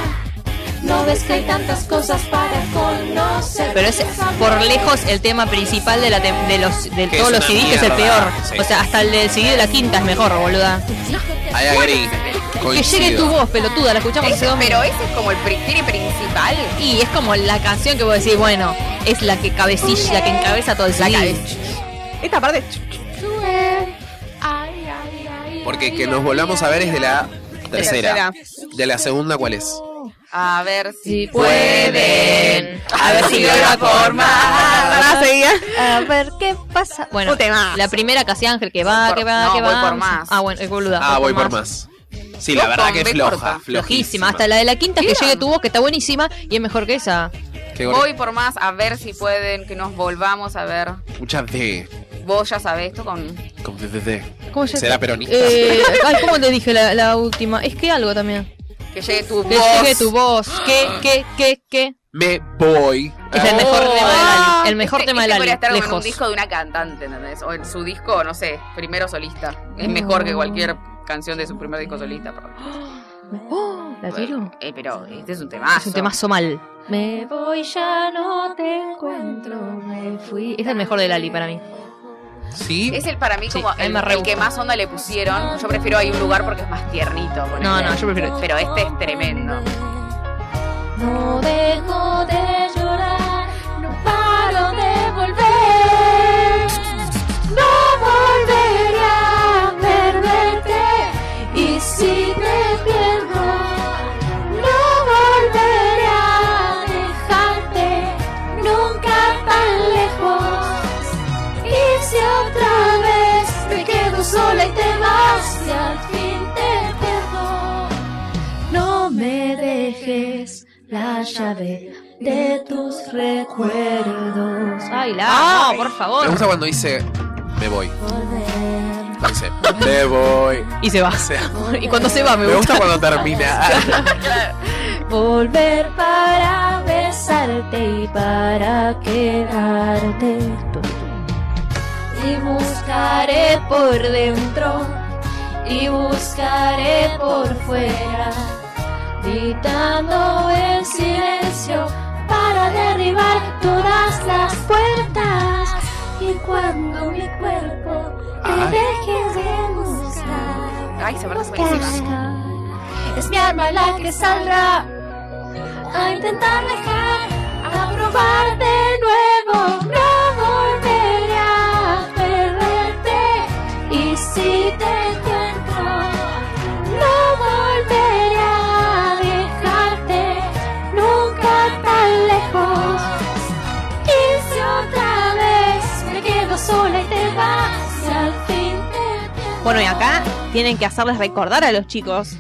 Speaker 2: No ves que hay tantas cosas para conocer.
Speaker 3: Pero es por lejos el tema principal de, la tem- de, los, de
Speaker 1: Que
Speaker 3: todos
Speaker 1: es
Speaker 3: los
Speaker 1: una
Speaker 3: CDs que es el
Speaker 1: mierda,
Speaker 3: peor.
Speaker 1: sí.
Speaker 3: O sea, hasta el del CD de la quinta es mejor, boluda.
Speaker 1: Ahí agregué,
Speaker 3: Que llegue
Speaker 1: coincido.
Speaker 3: tu voz, pelotuda, la escuchamos hace
Speaker 5: Ese-
Speaker 3: dos
Speaker 5: pero
Speaker 3: minutos.
Speaker 5: ese es como el pri- tiene principal.
Speaker 3: Y es como la canción que vos decís, bueno, es la que cabecilla, la que encabeza todo el CD.
Speaker 4: Esta parte.
Speaker 1: Porque que nos volvamos a ver es de la tercera.
Speaker 4: Tercera.
Speaker 1: De la segunda, ¿cuál es?
Speaker 5: A ver si
Speaker 3: Si pueden,
Speaker 5: a ver si veo la forma.
Speaker 3: Ah,
Speaker 4: Rama seguía.
Speaker 3: A ver qué pasa. Bueno,
Speaker 4: Un tema.
Speaker 3: la primera casi Ángel que va,
Speaker 5: Por-
Speaker 3: que va,
Speaker 5: no,
Speaker 3: que
Speaker 5: voy
Speaker 3: va.
Speaker 5: por más.
Speaker 3: Ah, bueno, es boluda.
Speaker 1: Ah, voy por más. Sí, la
Speaker 5: Voy
Speaker 1: verdad
Speaker 5: con
Speaker 1: que es
Speaker 5: B
Speaker 1: floja.
Speaker 5: corta.
Speaker 3: Flojísima. Hasta la de la quinta que
Speaker 5: Bien.
Speaker 3: llegue tu voz, que está buenísima y es mejor que esa.
Speaker 1: Qué gor-
Speaker 5: Voy por más, a ver si pueden, que nos volvamos a ver.
Speaker 1: Muchas D.
Speaker 5: Vos ya sabés esto con.
Speaker 1: Con D, D, D.
Speaker 3: ¿Cómo ya-
Speaker 1: ¿Será peronista?
Speaker 3: Eh, ay, ¿Cómo te dije la, la última? Es que algo también.
Speaker 5: Que llegue tu
Speaker 3: Que
Speaker 5: voz.
Speaker 3: llegue tu voz. ¿Qué, qué, qué, qué?
Speaker 1: Me voy.
Speaker 3: Es el
Speaker 1: Ah,
Speaker 3: mejor tema de
Speaker 5: Ah,
Speaker 3: Lali. El mejor
Speaker 5: Oh. este-
Speaker 3: tema de
Speaker 5: este podría
Speaker 3: Lali.
Speaker 5: estar como en un
Speaker 3: Lejos.
Speaker 5: disco de una cantante, ¿entendés? O en su disco, no sé, primero solista. Es mejor que cualquier canción de su primer disco solista. Pero,
Speaker 3: Oh, ¿La tiro?
Speaker 5: eh, pero este es un temazo.
Speaker 3: Es un temazo mal.
Speaker 2: Me voy, ya no te encuentro. Me fui.
Speaker 3: Es el mejor de Lali para mí.
Speaker 1: Sí.
Speaker 5: Es el para mí
Speaker 3: Sí,
Speaker 5: como
Speaker 3: a mí
Speaker 5: el,
Speaker 3: me re
Speaker 5: el que
Speaker 3: gusta.
Speaker 5: más onda le pusieron. Yo prefiero hay un lugar porque es más tiernito. ponele.
Speaker 3: No, no, yo prefiero este.
Speaker 5: Pero este es tremendo.
Speaker 2: No dejo de llorar, no paro de volver. No volveré a perderte y si te pierdo, no volveré a dejarte nunca tan lejos. Y si otra vez me quedo sola y te vas y al fin te pierdo. No me dejes la llave de tus recuerdos.
Speaker 3: Ay, la. No, Ah, por
Speaker 1: Me
Speaker 3: favor.
Speaker 1: gusta cuando dice me voy.
Speaker 2: Volver.
Speaker 1: No dice me voy.
Speaker 3: Y se va.
Speaker 1: O sea,
Speaker 3: Y cuando se va, me
Speaker 1: me
Speaker 3: gusta.
Speaker 1: gusta cuando termina.
Speaker 2: Volver para besarte y para quedarte. Y buscaré por dentro y buscaré por fuera, gritando en silencio para derribar todas las puertas. Y cuando mi cuerpo te
Speaker 1: Ay.
Speaker 2: deje de buscar.
Speaker 5: Ay, se parece buenísima.
Speaker 2: Busca. Es mi alma la que saldrá a intentar dejar, a probar de nuevo. No volveré a perderte. Y si te encuentro, no volveré a dejarte nunca tan lejos. Y si otra vez
Speaker 4: Bueno, y acá tienen que hacerles recordar a los chicos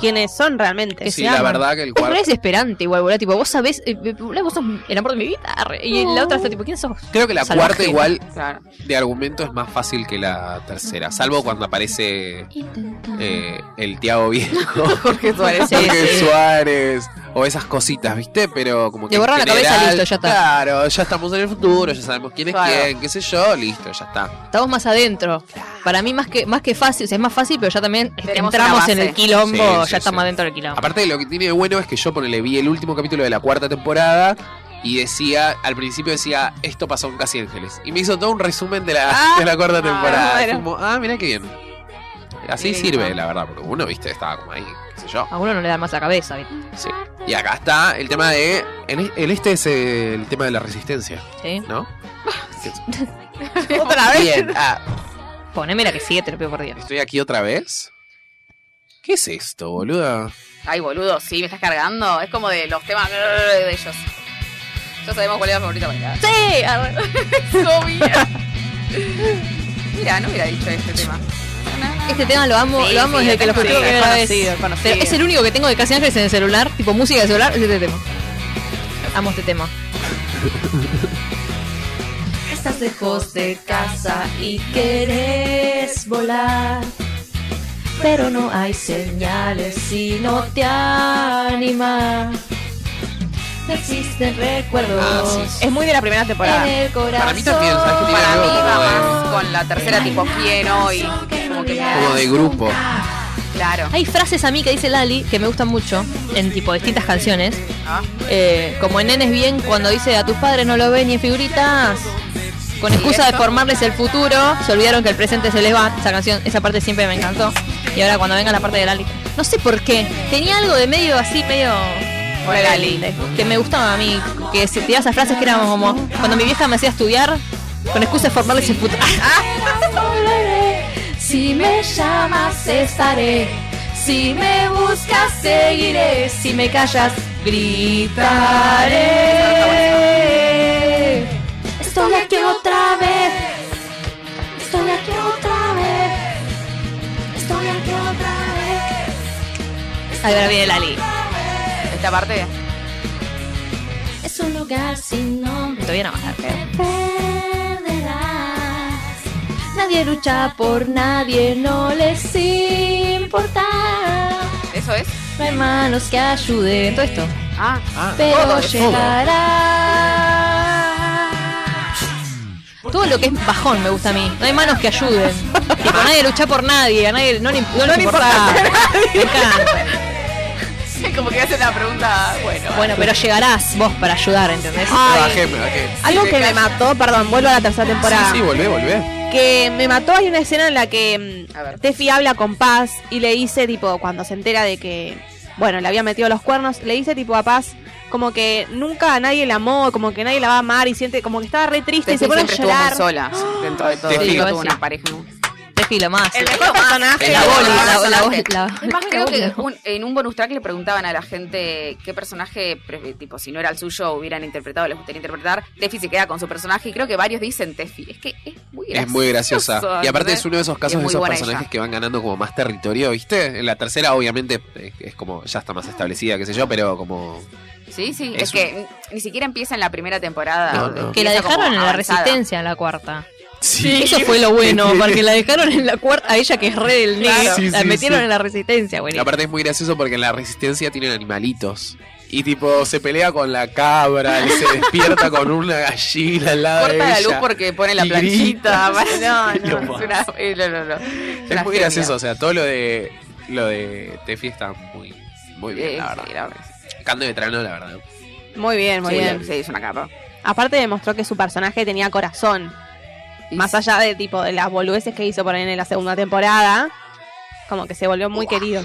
Speaker 4: quiénes son realmente.
Speaker 1: Sí, la verdad que el
Speaker 3: Es re
Speaker 1: cuarto.
Speaker 3: desesperante igual, boludo. Tipo, vos sabés, eh, eh, boluda, vos sos el amor de mi vida. re. Y la otra está tipo, ¿quién sos?
Speaker 1: Creo que la
Speaker 3: salvaje.
Speaker 1: cuarta igual
Speaker 5: Claro.
Speaker 1: de argumento es más fácil que la tercera, salvo cuando aparece eh, el Tiago Viejo,
Speaker 5: Jorge Suárez.
Speaker 3: Sí,
Speaker 1: Jorge
Speaker 3: sí.
Speaker 1: Suárez, o esas cositas, ¿viste? Pero como que.
Speaker 3: Le
Speaker 1: en
Speaker 3: borraron la cabeza,
Speaker 1: general,
Speaker 3: listo, ya está.
Speaker 1: Claro, ya estamos en el futuro, ya sabemos quién es
Speaker 5: Claro.
Speaker 1: quién, qué sé yo, listo, ya está.
Speaker 3: Estamos más adentro. Para mí más que más que fácil, o sea, es más fácil, pero ya también este,
Speaker 5: Tenemos una
Speaker 3: entramos
Speaker 5: base.
Speaker 3: en el quilombo,
Speaker 1: Sí,
Speaker 3: ya
Speaker 1: sí,
Speaker 3: estamos
Speaker 1: sí.
Speaker 3: adentro del quilombo.
Speaker 1: Aparte, lo que tiene de bueno es que yo ponele, vi el último capítulo de la cuarta temporada. Y decía, al principio decía, esto pasó en Casi Ángeles. Y me hizo todo un resumen de la,
Speaker 4: Ah,
Speaker 1: de la cuarta temporada.
Speaker 4: bueno.
Speaker 1: Es como, ah, mirá qué bien. Así
Speaker 5: Sí,
Speaker 1: sirve,
Speaker 5: no.
Speaker 1: la verdad, porque uno, viste, estaba como ahí, qué sé yo.
Speaker 3: A uno no le da más la cabeza, ¿viste?
Speaker 1: Sí. Y acá está el tema de. En e- el este es eh, el tema de la resistencia,
Speaker 3: ¿sí?
Speaker 1: ¿no?
Speaker 4: Otra vez.
Speaker 1: Bien, ah,
Speaker 3: Poneme la que siete, lo pido por Dios.
Speaker 1: estoy aquí otra vez. ¿Qué es esto, boluda?
Speaker 5: Ay, boludo, sí, me estás cargando. Es como de los temas de ellos. Ya sabemos cuál es la favorita para
Speaker 3: ¡Sí! arre.
Speaker 5: mira. mira, no hubiera dicho este tema.
Speaker 3: Este tema lo amo,
Speaker 5: Sí,
Speaker 3: lo amo
Speaker 5: sí,
Speaker 3: desde
Speaker 5: es
Speaker 3: que lo escuché
Speaker 5: conocido,
Speaker 3: la primera vez.
Speaker 4: es conocido, es conocido.
Speaker 3: Pero es el único que tengo de Casi Ángeles en el celular, tipo música de celular, es este tema. Amo este tema.
Speaker 2: Estás lejos de casa y querés volar. Pero no hay señales si no te anima. No existen recuerdos
Speaker 1: Ah, sí, sí.
Speaker 4: Es muy de la primera
Speaker 2: en
Speaker 4: temporada.
Speaker 2: el corazón.
Speaker 1: Para mí también, ¿sabes qué tiene
Speaker 5: Para mí
Speaker 1: algo
Speaker 5: va
Speaker 1: como
Speaker 5: más con la tercera tipo quién hoy. Como que
Speaker 1: de, como de grupo?
Speaker 5: claro.
Speaker 3: Hay frases a mí que dice Lali que me gustan mucho en tipo distintas canciones.
Speaker 5: Ah.
Speaker 3: Eh, como en Nenes Bien, cuando dice a tus padres no lo ven ni en figuritas. Con excusa de
Speaker 5: esto?
Speaker 3: formarles el futuro, se olvidaron que el presente se les va. Esa canción, esa parte siempre me encantó. Y ahora cuando venga la parte de Lali, no sé por qué, tenía algo de medio así, medio
Speaker 5: Hola, Lali.
Speaker 3: que me gustaba a mí, que se tiraba esas frases que eran como cuando mi vieja me hacía estudiar, con excusa de formarles el futuro.
Speaker 2: Volveré. Si me llamas estaré. Si me buscas seguiré. Si me callas gritaré. Estoy aquí otra vez. Estoy aquí otra vez. Estoy aquí otra vez.
Speaker 3: Ahí ahora viene Lali.
Speaker 5: Esta parte.
Speaker 2: Es un lugar sin nombre.
Speaker 3: Todavía no va a estar, creo.
Speaker 2: perderás. Nadie lucha por nadie, no les importa.
Speaker 5: ¿Eso es?
Speaker 2: No hay manos que ayuden, todo esto.
Speaker 5: Ah.
Speaker 2: Pero
Speaker 5: todo,
Speaker 2: llegará.
Speaker 3: Todo lo que es bajón me gusta a mí. No hay manos que ayuden. Tipo, nadie lucha por nadie, a nadie no le, no les importa. Me encanta.
Speaker 5: Como que hace una pregunta. Bueno.
Speaker 3: Bueno, pero llegarás vos para ayudar, ¿entendés?
Speaker 1: Me Ah, bajé, me bajé.
Speaker 4: Algo que me mató, perdón, vuelvo a la tercera
Speaker 1: Sí,
Speaker 4: temporada.
Speaker 1: sí, volvé, volvé.
Speaker 4: que me mató hay una escena en la que
Speaker 5: A ver.
Speaker 4: mm, Tefi habla con Paz y le dice tipo cuando se entera de que bueno le había metido los cuernos le dice tipo a Paz como que nunca a nadie la amó como que nadie la va a amar y siente como que estaba re triste y
Speaker 5: Tefi
Speaker 4: se pone a
Speaker 5: siempre estuvo muy
Speaker 4: llorar
Speaker 5: sola dentro de todo.
Speaker 1: Tefi.
Speaker 5: Nunca tuvo
Speaker 3: Sí.
Speaker 5: una pareja.
Speaker 3: Tefi, lo más.
Speaker 4: el mejor personaje
Speaker 1: Es
Speaker 3: La boli,
Speaker 5: Ah,
Speaker 3: la, la,
Speaker 5: sonante.
Speaker 3: la-
Speaker 5: Es más,
Speaker 3: la
Speaker 5: creo
Speaker 3: boli.
Speaker 5: que un- en un bonus track le preguntaban a la gente qué personaje, pre- tipo, si no era el suyo, hubieran interpretado, les gustaría interpretar. Tefi se queda con su personaje y creo que varios dicen Tefi. Es que es muy graciosa.
Speaker 1: Es muy graciosa. Y aparte
Speaker 5: ¿entendés?
Speaker 1: es uno de esos
Speaker 5: Y
Speaker 1: casos
Speaker 5: es
Speaker 1: de
Speaker 5: muy
Speaker 1: esos
Speaker 5: buena
Speaker 1: personajes
Speaker 5: ella.
Speaker 1: que van ganando como más territorio, ¿viste? En la tercera, obviamente, es- es como ya está más establecida, qué sé yo, pero como.
Speaker 5: Sí, sí. Es,
Speaker 1: es un-
Speaker 5: que ni siquiera empieza en la primera temporada.
Speaker 1: No, no.
Speaker 3: Que la
Speaker 5: Empieza como
Speaker 3: dejaron en la
Speaker 5: avanzada.
Speaker 3: resistencia en la cuarta.
Speaker 1: Sí.
Speaker 3: Eso fue lo bueno, porque la dejaron en la cuarta. A ella que es re del negro.
Speaker 1: Sí,
Speaker 3: la
Speaker 1: sí,
Speaker 3: metieron
Speaker 1: sí.
Speaker 3: en la resistenencia, güey.
Speaker 1: Y aparte es muy gracioso porque en la resistencia tienen animalitos. Y tipo, se pelea con la cabra, y se despierta con una gallina al lado
Speaker 5: Corta
Speaker 1: de
Speaker 5: la
Speaker 1: ella.
Speaker 5: luz porque pone la
Speaker 1: Y
Speaker 5: planchita. No,
Speaker 1: Lo
Speaker 5: no, es una- eh, no, no, no.
Speaker 1: Es muy gracioso, o sea, todo lo de lo de Tefi está muy, muy bien, la verdad. Cambio de trano, la verdad.
Speaker 4: muy bien muy
Speaker 5: Muy
Speaker 4: bien
Speaker 5: bien, sí, es una capa.
Speaker 4: aparte demostró que su personaje tenía corazón más allá de tipo de las boludeces que hizo por ahí en la segunda temporada como que se volvió muy querido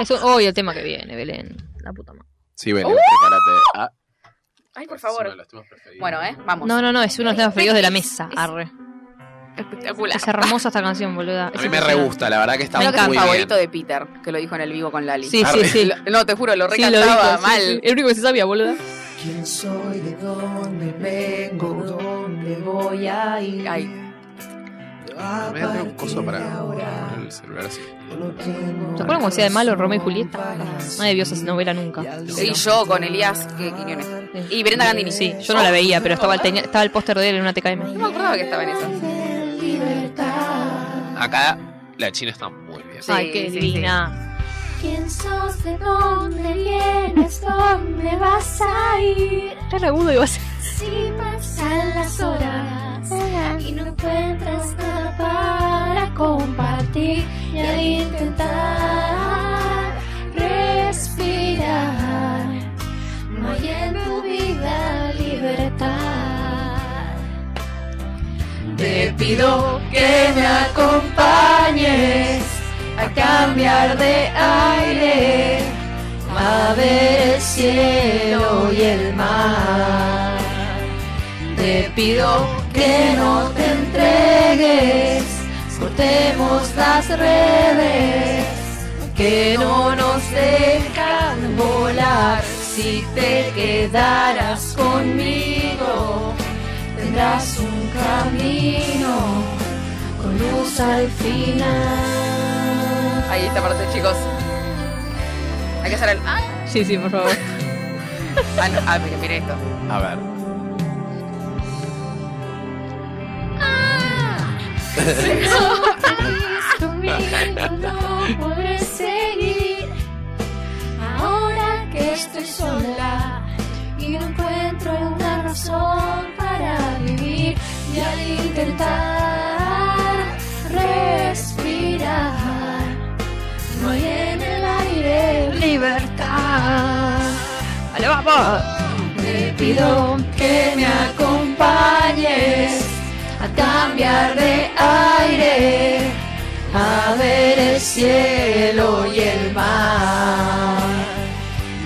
Speaker 3: Es un- hoy el tema que viene, Belén. La puta madre.
Speaker 1: Sí, Belén, prepárate. Ah,
Speaker 5: Ay, Uh, por
Speaker 1: es uno
Speaker 5: favor.
Speaker 1: de los temas preferidos.
Speaker 5: Bueno, eh, vamos.
Speaker 3: No, no, no, es uno de los pedidos de la mesa. Arre.
Speaker 5: Espectacular.
Speaker 3: Es hermosa esta canción, boluda.
Speaker 1: A mí me re gusta, la verdad que está
Speaker 3: Me
Speaker 5: Creo que es
Speaker 1: muy
Speaker 5: mi
Speaker 1: bien.
Speaker 5: favorito de Peter, que lo dijo en el vivo con Lali.
Speaker 3: Sí, sí,
Speaker 1: Arre.
Speaker 3: sí.
Speaker 5: Lo- No, te juro, lo
Speaker 3: Sí, lo
Speaker 5: recantaba
Speaker 3: dijo, sí,
Speaker 5: mal.
Speaker 3: sí. El único que se sabía, boluda.
Speaker 7: ¿Quién soy? ¿De dónde vengo?
Speaker 5: Ay,
Speaker 1: Ah, Me voy a traer un coso para para el celular así.
Speaker 3: ¿Se acuerdan cómo decía de malo Romeo y Julieta? No debió esa novela nunca.
Speaker 5: Sí, yo con Elías que Quiñones.
Speaker 3: Y Brenda Gandini. Sí, yo no la veía, pero estaba el, tenía- estaba el póster de él en una
Speaker 5: No
Speaker 3: TKM.
Speaker 5: me acordaba que estaba en esa.
Speaker 1: Acá la China está muy bien.
Speaker 5: Sí,
Speaker 3: Ay, qué
Speaker 5: sí,
Speaker 3: divina.
Speaker 6: ¿Quién sos? ¿De dónde vienes? ¿Dónde vas a ir?
Speaker 3: Tan agudo iba a ser.
Speaker 6: Si pasan las horas y no encuentras nada para compartir y al intentar respirar no hay en tu vida libertad.
Speaker 2: Te pido que me acompañes a cambiar de aire, a ver el cielo y el mar. Te pido que no te entregues, cortemos las redes, que no nos dejan volar. Si te quedaras conmigo, tendrás un camino con luz al final.
Speaker 5: Ahí está parte, chicos. Hay que hacer el. Ah,
Speaker 3: Sí, sí, por favor.
Speaker 5: ah, no. ah mire, mire esto.
Speaker 1: A ver.
Speaker 6: Conmigo no podré seguir ahora que estoy sola y no encuentro una razón para vivir y al intentar respirar no hay en el aire libertad
Speaker 3: ¡Ale, vamos!
Speaker 6: te pido que me acompañes
Speaker 2: a cambiar de aire, a ver el cielo y el mar.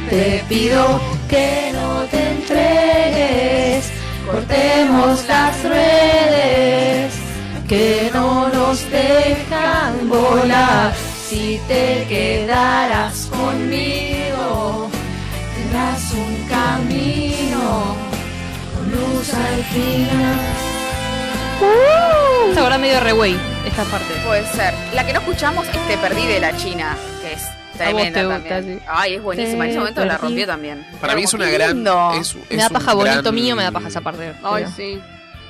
Speaker 2: Te pido que no te entregues, cortemos las redes que no nos dejan volar. Si te quedaras conmigo, tendrás un camino con luz al final.
Speaker 3: Esta verdad medio reway, esta parte.
Speaker 5: Puede ser. La que no escuchamos es Te Perdí de la China, que es tremenda
Speaker 3: te gusta,
Speaker 5: también.
Speaker 3: sí.
Speaker 5: Ay, es buenísima. En ese
Speaker 3: Te
Speaker 5: momento la
Speaker 3: perdí.
Speaker 5: rompió también.
Speaker 1: Para mí es una gran. Es,
Speaker 3: Me
Speaker 1: es
Speaker 3: da
Speaker 1: un
Speaker 3: paja bonito
Speaker 1: gran-
Speaker 3: mío, me da paja esa parte. pero
Speaker 5: sí.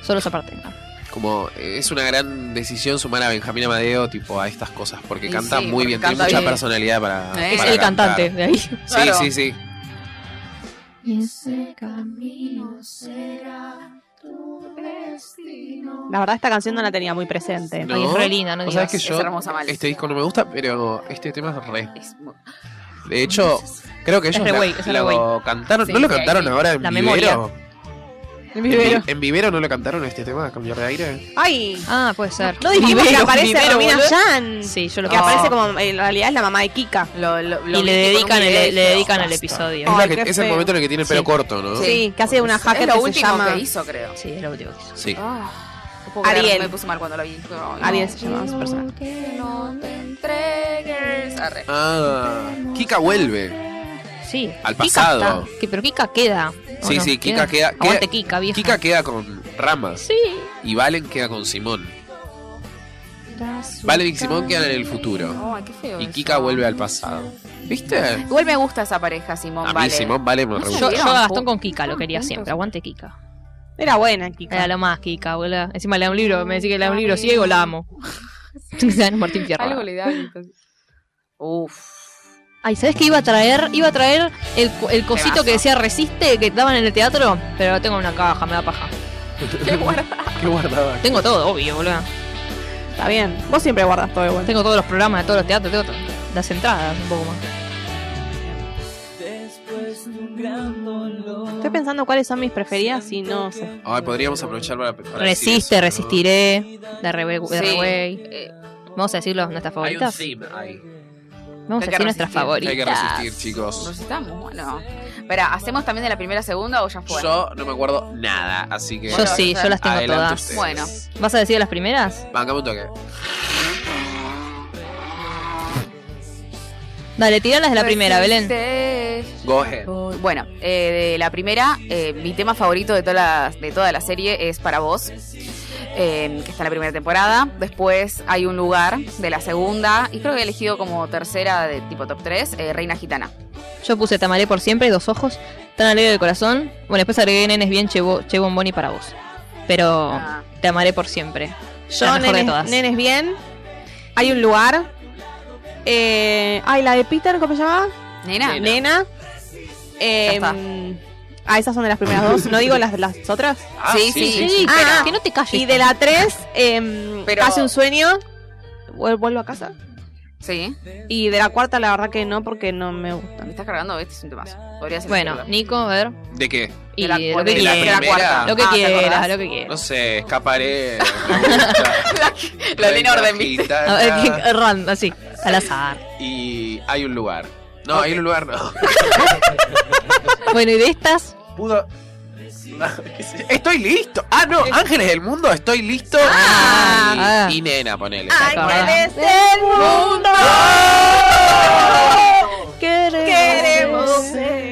Speaker 3: Solo esa parte. no.
Speaker 1: Como eh, es una gran decisión sumar a Benjamín Amadeo tipo a estas cosas porque
Speaker 5: Y
Speaker 1: canta
Speaker 5: sí,
Speaker 1: muy
Speaker 5: porque
Speaker 1: bien, tiene
Speaker 5: canta
Speaker 1: mucha
Speaker 5: bien.
Speaker 1: personalidad para,
Speaker 5: Eh.
Speaker 3: Es
Speaker 1: para
Speaker 3: el
Speaker 1: cantar.
Speaker 3: cantante de ahí.
Speaker 1: Sí,
Speaker 5: Claro.
Speaker 1: sí, sí.
Speaker 2: Y ese camino será tu destino.
Speaker 4: La verdad, esta canción no la tenía muy presente.
Speaker 1: No.
Speaker 3: Ay, es re linda, no
Speaker 1: O sea,
Speaker 3: digas.
Speaker 1: es que
Speaker 5: es
Speaker 1: yo
Speaker 5: hermosa, Mal.
Speaker 1: este disco no me gusta, pero este tema es re.
Speaker 5: Es muy-
Speaker 1: De hecho, creo que
Speaker 3: Es
Speaker 1: ellos
Speaker 3: re
Speaker 1: la-
Speaker 3: güey, es re
Speaker 1: lo cantaron,
Speaker 5: Sí,
Speaker 1: ¿no lo
Speaker 5: sí,
Speaker 1: cantaron
Speaker 5: ahí.
Speaker 1: ahora en
Speaker 3: La
Speaker 1: Vivero?
Speaker 4: El
Speaker 1: En
Speaker 4: vivero.
Speaker 1: Vi- ¿En Vivero no lo cantaron este tema de Cambiar de Aire?
Speaker 4: ¡Ay!
Speaker 3: Ah, puede ser.
Speaker 4: No dijimos que
Speaker 3: Vivero,
Speaker 4: aparece
Speaker 3: Vivero,
Speaker 4: Romina
Speaker 3: boludo.
Speaker 4: Yan.
Speaker 3: Sí, yo lo
Speaker 4: Que
Speaker 5: No.
Speaker 4: aparece como, en realidad es la mamá de Kika.
Speaker 5: lo- lo- lo
Speaker 3: Ah. Y le
Speaker 5: metí con un
Speaker 3: dedican, el,
Speaker 5: video.
Speaker 3: le dedican el episodio.
Speaker 1: es la
Speaker 4: Ay,
Speaker 1: que-
Speaker 4: qué
Speaker 1: es el
Speaker 4: feo.
Speaker 1: momento en el que tiene el pelo
Speaker 3: Sí.
Speaker 1: corto, ¿no?
Speaker 4: Sí, que hace una hacker
Speaker 5: Es lo
Speaker 4: que
Speaker 5: último
Speaker 4: se llama
Speaker 5: que hizo, creo.
Speaker 3: Sí, es lo último que hizo.
Speaker 1: Sí.
Speaker 5: No puedo creer,
Speaker 4: Ariel.
Speaker 5: Me puse mal cuando lo vi. No, no.
Speaker 4: Ariel se llama su personaje.
Speaker 5: Que no te entregues. Arre.
Speaker 1: Ah, Kika vuelve.
Speaker 3: Sí.
Speaker 1: Al
Speaker 3: Kika
Speaker 1: pasado.
Speaker 3: está. Que, pero Kika queda. ¿o
Speaker 1: Sí,
Speaker 3: no?
Speaker 1: sí, Kika queda- queda-
Speaker 3: Aguante Kika, vieja.
Speaker 1: Kika queda con Ramas
Speaker 3: Sí.
Speaker 1: y Valen queda con Simón. Valen y Simón quedan en el futuro
Speaker 5: Ay, qué feo.
Speaker 1: y
Speaker 5: eso.
Speaker 1: Kika
Speaker 3: ¿eh?
Speaker 1: vuelve al pasado. ¿Viste?
Speaker 5: Igual me gusta esa pareja, Simón.
Speaker 1: A mí
Speaker 5: vale.
Speaker 1: Simón Vale me
Speaker 5: No
Speaker 1: re
Speaker 5: sé.
Speaker 1: gusta.
Speaker 3: Yo, yo a Gastón
Speaker 5: Ju-
Speaker 3: con Kika lo quería
Speaker 5: juntos.
Speaker 3: siempre. Aguante Kika.
Speaker 4: Era buena,
Speaker 3: Era
Speaker 4: Kika.
Speaker 3: lo más Kika, boludo. Encima le da un libro. Me decís que le da un libro ciego, la amo. San Martín Fierro.
Speaker 5: Algo le da. entonces. Uf.
Speaker 3: Ay, ¿sabes qué iba a traer? Iba a traer el, co- el cosito
Speaker 5: Pedazo.
Speaker 3: que decía resiste que daban en el teatro, pero lo tengo en una caja, me da paja.
Speaker 5: Qué guarda.
Speaker 1: Qué guardada.
Speaker 3: Tengo todo, obvio, boludo.
Speaker 4: Está bien. Vos siempre guardas todo igual.
Speaker 3: Tengo todos los programas de todos los teatros, tengo to- las entradas un poco más.
Speaker 4: Estoy pensando cuáles son mis preferidas y no sé.
Speaker 1: Ay, podríamos aprovechar para, para decir
Speaker 3: Resiste,
Speaker 1: eso, ¿no?
Speaker 3: resistiré, de Rebe- de
Speaker 5: Sí.
Speaker 3: Rewey.
Speaker 5: Eh,
Speaker 3: Vamos a decirlo, nuestras
Speaker 1: Hay un
Speaker 3: favoritas.
Speaker 1: theme ahí.
Speaker 3: Vamos a
Speaker 5: Hay que
Speaker 3: decir nuestras
Speaker 5: resistir.
Speaker 1: Hay que
Speaker 3: favoritas.
Speaker 1: resistir, chicos.
Speaker 5: ¿Nos estamos? Bueno. Verá, ¿hacemos también de la primera segunda o ya fue?
Speaker 1: Yo no me acuerdo nada, así que.
Speaker 3: Yo sí, yo las tengo
Speaker 1: Adelante
Speaker 3: todas.
Speaker 1: ustedes.
Speaker 5: Bueno.
Speaker 3: ¿Vas a decir las primeras?
Speaker 1: Bancame un toque.
Speaker 3: Dale, tiralas de la
Speaker 5: Pues
Speaker 3: primera, Belén.
Speaker 5: Resiste.
Speaker 1: Go ahead.
Speaker 5: Bueno, eh, de la primera, eh, mi tema favorito de toda la, de toda la serie es para vos. eh, que está en la primera temporada. Después hay un lugar de la segunda. Y creo que he elegido como tercera de tipo top 3, Reina Gitana.
Speaker 3: Yo puse Te amaré por siempre, dos ojos, tan alegre del corazón. Bueno, después agregué nenes bien, chevo, chevo un boni para vos. Pero
Speaker 5: Ah.
Speaker 3: te amaré por siempre.
Speaker 4: Yo,
Speaker 3: la mejor de
Speaker 4: nenes,
Speaker 3: todas.
Speaker 4: nenes bien. Hay un lugar. Eh, ay, la de Peter, ¿cómo se llama?
Speaker 5: Nena.
Speaker 1: Nena.
Speaker 4: Nena. Eh,
Speaker 5: está.
Speaker 4: ah, esas son de las primeras dos. No digo las, las otras.
Speaker 1: Ah,
Speaker 5: Sí, sí,
Speaker 3: Sí,
Speaker 4: Ah,
Speaker 3: pero que no te calles.
Speaker 4: Y de la tres, eh,
Speaker 5: Pero-
Speaker 4: Hace un sueño. Vuel- Vuelvo a casa.
Speaker 5: Sí.
Speaker 4: Y de la cuarta, la verdad que no, porque no me gusta.
Speaker 5: Me estás cargando, este es un temazo. Podría ser.
Speaker 3: bueno, Nico, a ver.
Speaker 1: ¿De qué?
Speaker 3: Y
Speaker 5: De la-
Speaker 3: lo que
Speaker 5: de la- de la
Speaker 3: quieras.
Speaker 5: cuarta.
Speaker 3: Lo que
Speaker 5: Ah, ¿te
Speaker 3: quieras,
Speaker 5: acordás?
Speaker 3: lo que quieras.
Speaker 1: No sé, escaparé. me gusta,
Speaker 5: Lo leí en
Speaker 1: Reina
Speaker 5: orden, ¿viste?
Speaker 1: Gitana,
Speaker 3: A ver, qué- random, así, al azar.
Speaker 1: Y hay un lugar. No, hay un lugar, no.
Speaker 3: Bueno, y de estas,
Speaker 1: Pudo. Estoy listo. Ah, no, Ángeles del Mundo, estoy listo.
Speaker 3: Ah.
Speaker 1: y, y nena, ponele.
Speaker 4: Ángeles del mundo.
Speaker 1: Ah.
Speaker 4: Queremos,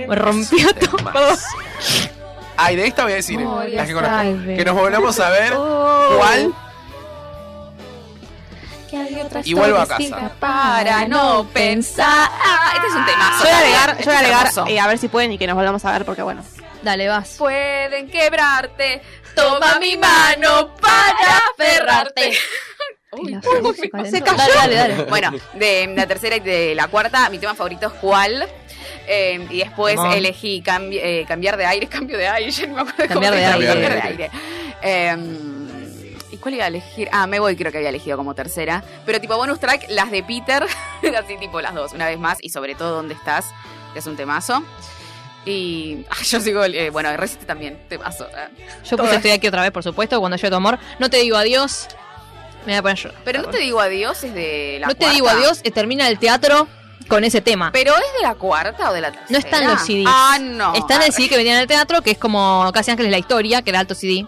Speaker 5: Queremos
Speaker 3: rompió todo.
Speaker 1: Más. Ay, de esta voy a decir. las que conozco. Que nos volvamos a ver cuál.
Speaker 6: Que hay otra
Speaker 1: Y vuelvo a
Speaker 6: historia
Speaker 1: casa.
Speaker 6: distinta
Speaker 5: Para no pensar. Ah, este es un temazo.
Speaker 4: Yo voy a agregar, yo
Speaker 5: Este
Speaker 4: voy a
Speaker 5: es
Speaker 4: agregar,
Speaker 5: hermoso.
Speaker 4: eh, a ver si pueden y que nos volvamos a ver, porque bueno.
Speaker 3: Dale, vas.
Speaker 5: Pueden quebrarte. Toma mi mano para aferrarte.
Speaker 3: Y la
Speaker 5: uy,
Speaker 3: se calentó.
Speaker 4: se cayó.
Speaker 3: Dale, dale, dale.
Speaker 5: Bueno, de la tercera y de la cuarta, mi tema favorito es cuál. Eh, y después
Speaker 3: Vamos.
Speaker 5: elegí cambi- eh, cambiar de aire, cambio de aire, ya no me acuerdo
Speaker 3: Cambiar
Speaker 5: cómo
Speaker 3: de
Speaker 5: era,
Speaker 1: aire.
Speaker 5: cambiar de aire. Eh, ¿Y cuál iba a elegir? Ah, me voy, creo que había elegido como tercera. Pero tipo bonus track, las de Peter, así tipo las dos, una vez más, y sobre todo dónde estás, que es un temazo. Y ah, yo sigo, eh, bueno, resiste también, temazo. eh.
Speaker 3: Yo puse estoy aquí otra vez, por supuesto, cuando yo tu amor. No te digo adiós. Me voy a poner yo.
Speaker 5: Pero no te digo adiós, es de la
Speaker 3: No te
Speaker 5: cuarta.
Speaker 3: digo adiós, eh, termina el teatro con ese tema.
Speaker 5: ¿Pero es de la cuarta o de la tercera?
Speaker 3: No están los CDs.
Speaker 5: Ah, no.
Speaker 3: Está en
Speaker 5: Ah,
Speaker 3: el CD que vendían en el teatro, que es como Casi Ángeles la historia, que era alto CD.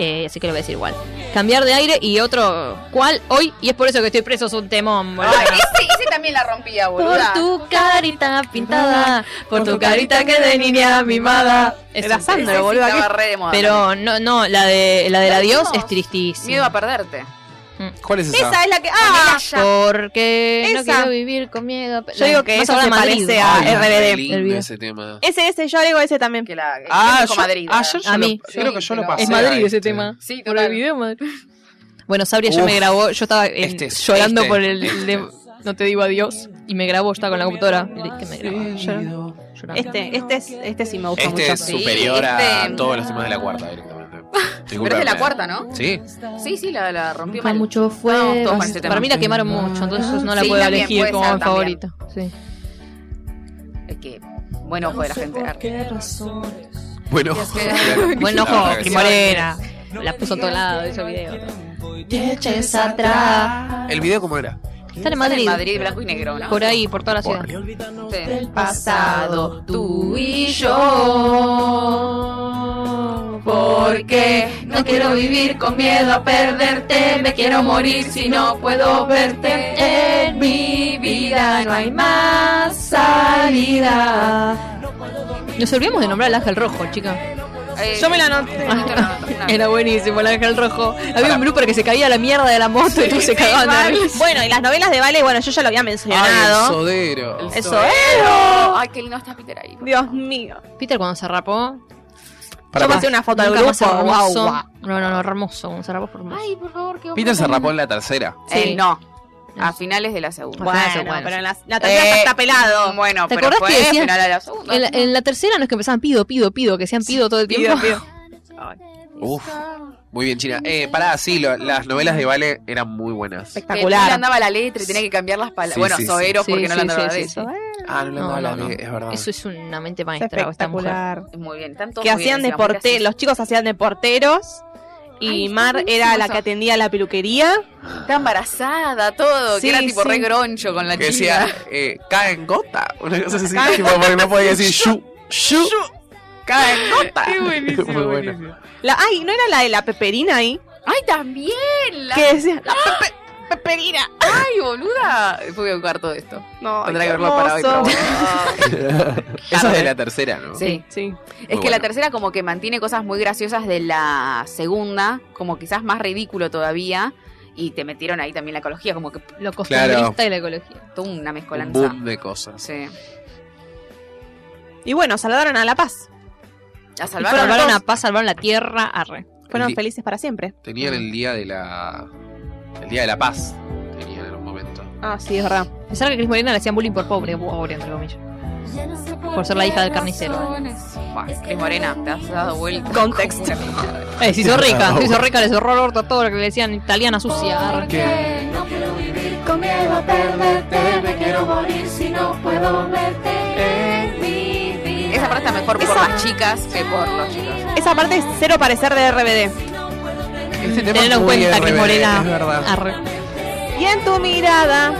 Speaker 3: Eh, así que lo voy a decir igual. Cambiar de aire y otro cual hoy, y es por eso que estoy preso, es un temón, boludo.
Speaker 5: Ay, ese, ese también la rompía,
Speaker 3: Por
Speaker 5: boluda.
Speaker 3: tu carita pintada, por tu carita que de niña mimada. Es
Speaker 4: Era
Speaker 3: un
Speaker 4: Sandro,
Speaker 3: tema.
Speaker 5: Ese sí
Speaker 4: boluda,
Speaker 5: estaba
Speaker 4: que-
Speaker 5: re de moda.
Speaker 3: Pero no, no, la de la del
Speaker 5: ¿La
Speaker 3: adiós
Speaker 5: dijimos?
Speaker 3: es tristísima.
Speaker 5: Miedo a perderte. Eh,
Speaker 1: ¿Cuál es esa?
Speaker 4: Esa es la que. ¡Ah!
Speaker 3: Porque no
Speaker 4: Esa.
Speaker 3: quiero vivir con miedo.
Speaker 4: Yo digo que
Speaker 3: Vas a
Speaker 4: eso
Speaker 3: hablar
Speaker 4: se
Speaker 3: Madrid.
Speaker 4: parece a
Speaker 3: Ay,
Speaker 4: RBD.
Speaker 1: qué lindo
Speaker 3: El video.
Speaker 1: ese tema.
Speaker 4: Ese, ese, yo agrego ese también.
Speaker 5: Que la, que
Speaker 1: Ah,
Speaker 5: dijo
Speaker 1: yo,
Speaker 5: Madrid.
Speaker 1: ayer yo
Speaker 3: A
Speaker 1: lo-
Speaker 3: mí.
Speaker 1: creo que yo lo
Speaker 5: Es
Speaker 1: pasé.
Speaker 3: Es Madrid
Speaker 1: a
Speaker 3: ese
Speaker 1: este.
Speaker 3: tema.
Speaker 5: Sí, total.
Speaker 3: Bueno, Sabria ya
Speaker 1: Uf.
Speaker 3: me grabó. Yo estaba eh,
Speaker 1: Este es-
Speaker 3: llorando
Speaker 1: este,
Speaker 3: por el,
Speaker 1: este.
Speaker 3: de- No te digo adiós. Y me grabó, estaba con la computadora. Que me grabó. llorando, llorando.
Speaker 4: Este, este, es, este sí me gusta mucho.
Speaker 1: Este es
Speaker 5: Sí,
Speaker 1: superior a
Speaker 5: este-
Speaker 1: todos los temas de la cuarta directamente.
Speaker 5: Pero es de
Speaker 1: Disculpame.
Speaker 5: la cuarta, ¿no?
Speaker 1: Sí.
Speaker 5: Sí, sí, la, la rompió
Speaker 6: Con
Speaker 5: mal.
Speaker 6: mucho
Speaker 5: Estábamos todos
Speaker 6: fuego.
Speaker 5: con ese tema.
Speaker 3: Para mí la quemaron mucho, entonces no la
Speaker 5: Sí,
Speaker 3: puedo
Speaker 5: también,
Speaker 3: elegir
Speaker 5: puede
Speaker 3: como
Speaker 5: ser
Speaker 3: mi
Speaker 5: también.
Speaker 3: favorito. Sí.
Speaker 5: Es que, bueno, fue la gente.
Speaker 1: Bueno,
Speaker 5: Es que-
Speaker 3: Buen ojo,
Speaker 1: Ah,
Speaker 3: Cris Morena. La puso a todo lado de ese video.
Speaker 6: Te eches atrás
Speaker 1: ¿El video cómo era?
Speaker 3: Está en
Speaker 5: Madrid.
Speaker 3: Madrid.
Speaker 5: Madrid, blanco y negro, ¿no?
Speaker 3: Por ahí, por toda la ciudad.
Speaker 1: Bueno,
Speaker 5: Sí.
Speaker 6: del pasado, tú y yo. Porque no quiero vivir con miedo a perderte, me quiero morir si no puedo verte. En mi vida no hay más salida.
Speaker 3: Nos olvidamos de nombrar al Ángel Rojo, chica.
Speaker 5: Eh,
Speaker 4: Yo me la anoté.
Speaker 5: no, no, no, no.
Speaker 3: Era buenísimo el Ángel Rojo. Había un blooper que se caía a la mierda de la moto y todos se cagaban de
Speaker 4: Vale.
Speaker 3: risa.
Speaker 4: Bueno, y las novelas de Vale, bueno, yo ya lo había
Speaker 1: el
Speaker 4: mencionado.
Speaker 1: sodero.
Speaker 5: El
Speaker 4: Eso eh.
Speaker 5: sodero.
Speaker 4: era.
Speaker 5: Ay, qué lindo está Peter ahí.
Speaker 4: Dios mío.
Speaker 3: Peter cuando se rapó.
Speaker 1: Para,
Speaker 4: yo pasé una foto al
Speaker 3: nunca más
Speaker 4: grupo. Guau,
Speaker 3: hermoso.
Speaker 4: guau.
Speaker 3: No, no, no, hermoso. Cuando se rapó fue hermoso.
Speaker 6: Ay, por favor, que
Speaker 1: Peter se rapó en la tercera.
Speaker 5: Eh,
Speaker 3: Sí.
Speaker 5: no. A finales de la segunda.
Speaker 3: Bueno,
Speaker 4: Bueno,
Speaker 3: bueno.
Speaker 4: pero en la, la tercera
Speaker 5: Eh,
Speaker 4: ya está pelado.
Speaker 5: Bueno,
Speaker 3: ¿Te
Speaker 5: pero
Speaker 3: acordás
Speaker 5: fue
Speaker 3: que decían-
Speaker 5: final de la segunda.
Speaker 3: En la, en la tercera no es que empezaban pido, pido, pido, que sean pido todo el tiempo.
Speaker 1: Uf. Muy bien, China. Eh, pará, sí, lo- las novelas de Vale eran muy buenas.
Speaker 5: Que no le
Speaker 4: Espectacular.
Speaker 5: andaba la letra y tenía que cambiar las palabras.
Speaker 1: Sí,
Speaker 5: bueno,
Speaker 1: sí, sí.
Speaker 5: Soero
Speaker 3: Sí,
Speaker 5: porque no
Speaker 3: sí,
Speaker 5: le andaba la
Speaker 3: sí,
Speaker 5: letra.
Speaker 3: sí,
Speaker 1: Ah, no le
Speaker 3: No,
Speaker 1: andaba la
Speaker 3: no, no.
Speaker 1: B, es verdad.
Speaker 3: Eso es una mente maestra, esta mujer.
Speaker 4: Espectacular.
Speaker 5: Muy bien. están todos
Speaker 4: Que
Speaker 5: muy bien
Speaker 4: hacían de
Speaker 5: encima, porque
Speaker 4: porte-
Speaker 5: así-
Speaker 4: los chicos hacían de porteros.
Speaker 5: Ay,
Speaker 4: Y
Speaker 5: está
Speaker 4: Mar era la
Speaker 5: buenísimo.
Speaker 4: que atendía la peluquería.
Speaker 5: Está embarazada, todo.
Speaker 4: Sí,
Speaker 5: que era tipo
Speaker 4: sí.
Speaker 5: re groncho con la
Speaker 1: Que
Speaker 5: chica.
Speaker 1: decía, eh, cae en gota. Una cosa así, tipo, porque no podía decir shu, shu, cae en gota. Muy bueno.
Speaker 4: La, ay, ¿no era la de la peperina ahí?
Speaker 5: Ay, también. La...
Speaker 4: Que decía, la pepe- Pepperina.
Speaker 5: Ay, boluda. Fue un cuarto de esto.
Speaker 4: No,
Speaker 5: Tendrá
Speaker 4: qué
Speaker 5: que verlo para hoy, pero
Speaker 4: hermoso.
Speaker 1: Eso es de la tercera, ¿no?
Speaker 5: Sí.
Speaker 4: Sí.
Speaker 5: Es que
Speaker 1: bueno.
Speaker 5: la tercera como que mantiene cosas muy graciosas de la segunda, como quizás más ridículo todavía, y te metieron ahí también la ecología, como que
Speaker 3: Lo costumbrista y la ecología.
Speaker 5: toda una
Speaker 1: Un
Speaker 5: mezcolanza.
Speaker 1: boom de cosas.
Speaker 5: Sí.
Speaker 4: Y bueno, saludaron a La Paz.
Speaker 5: La
Speaker 3: Y
Speaker 5: salvaron.
Speaker 3: salvaron
Speaker 5: dos.
Speaker 3: a paz, salvaron la tierra, arre.
Speaker 4: Fueron
Speaker 1: Sí.
Speaker 4: felices para siempre.
Speaker 1: Tenían el día de la. El día de la paz. Tenían en un momento.
Speaker 4: Ah, sí, es verdad.
Speaker 3: Pensaron que Cris Morena le hacían bullying por pobre, pobre, entre comillas.
Speaker 6: Por ser la hija del carnicero.
Speaker 5: Buah, Cris Morena, te has dado vuelta.
Speaker 4: Context.
Speaker 5: Como una mierda.
Speaker 3: Eh, se hizo rica, se hizo rica, le cerró el orto a todo lo que le decían italiana sucia. arre.
Speaker 6: Porque no quiero vivir con miedo a perderte. Me quiero morir si no puedo verte en mi vida.
Speaker 5: Esa parte está mejor por las chicas que por los chicos.
Speaker 4: Esa parte es cero parecer de RBD.
Speaker 1: Este tema
Speaker 3: Tener
Speaker 1: es
Speaker 3: en
Speaker 1: muy
Speaker 3: cuenta que
Speaker 1: RBD,
Speaker 3: Morena.
Speaker 1: Es verdad.
Speaker 3: Arre.
Speaker 4: Y en tu mirada.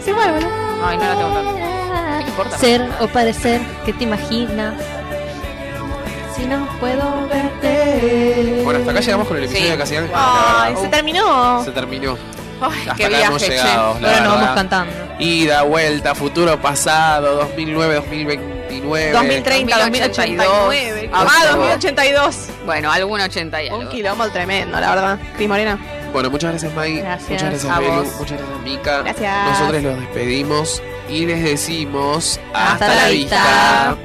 Speaker 4: Sí, bueno, bueno.
Speaker 5: Ay, no la tengo tanto. ¿Qué importa?
Speaker 3: Ser o parecer, ¿qué te imaginas?
Speaker 6: Si no puedo verte.
Speaker 1: Bueno, hasta acá llegamos con el episodio
Speaker 5: Sí.
Speaker 1: de Casi Ángel.
Speaker 4: Ay,
Speaker 1: La
Speaker 4: se
Speaker 1: verdad,
Speaker 4: terminó.
Speaker 1: Ah, oh. se terminó.
Speaker 5: Ay,
Speaker 1: Hasta
Speaker 5: qué
Speaker 1: acá hemos
Speaker 5: viaje, che.
Speaker 1: llegado. la
Speaker 3: Ahora nos vamos
Speaker 1: verdad.
Speaker 3: cantando.
Speaker 1: Ida, vuelta, futuro, pasado, 2009, 2029.
Speaker 4: 2030, 2089.
Speaker 5: 2082.
Speaker 4: Ah, 2082.
Speaker 5: Bueno, algún 80 y
Speaker 4: Un
Speaker 5: algo.
Speaker 4: quilombo tremendo, la verdad. Cris Morena.
Speaker 1: Bueno, muchas gracias, Mai.
Speaker 3: Gracias.
Speaker 1: Muchas gracias,
Speaker 5: A
Speaker 1: Belu.
Speaker 5: vos.
Speaker 1: Muchas gracias, Mika.
Speaker 4: Gracias.
Speaker 1: Nosotros los despedimos y les decimos
Speaker 3: Hasta la vista.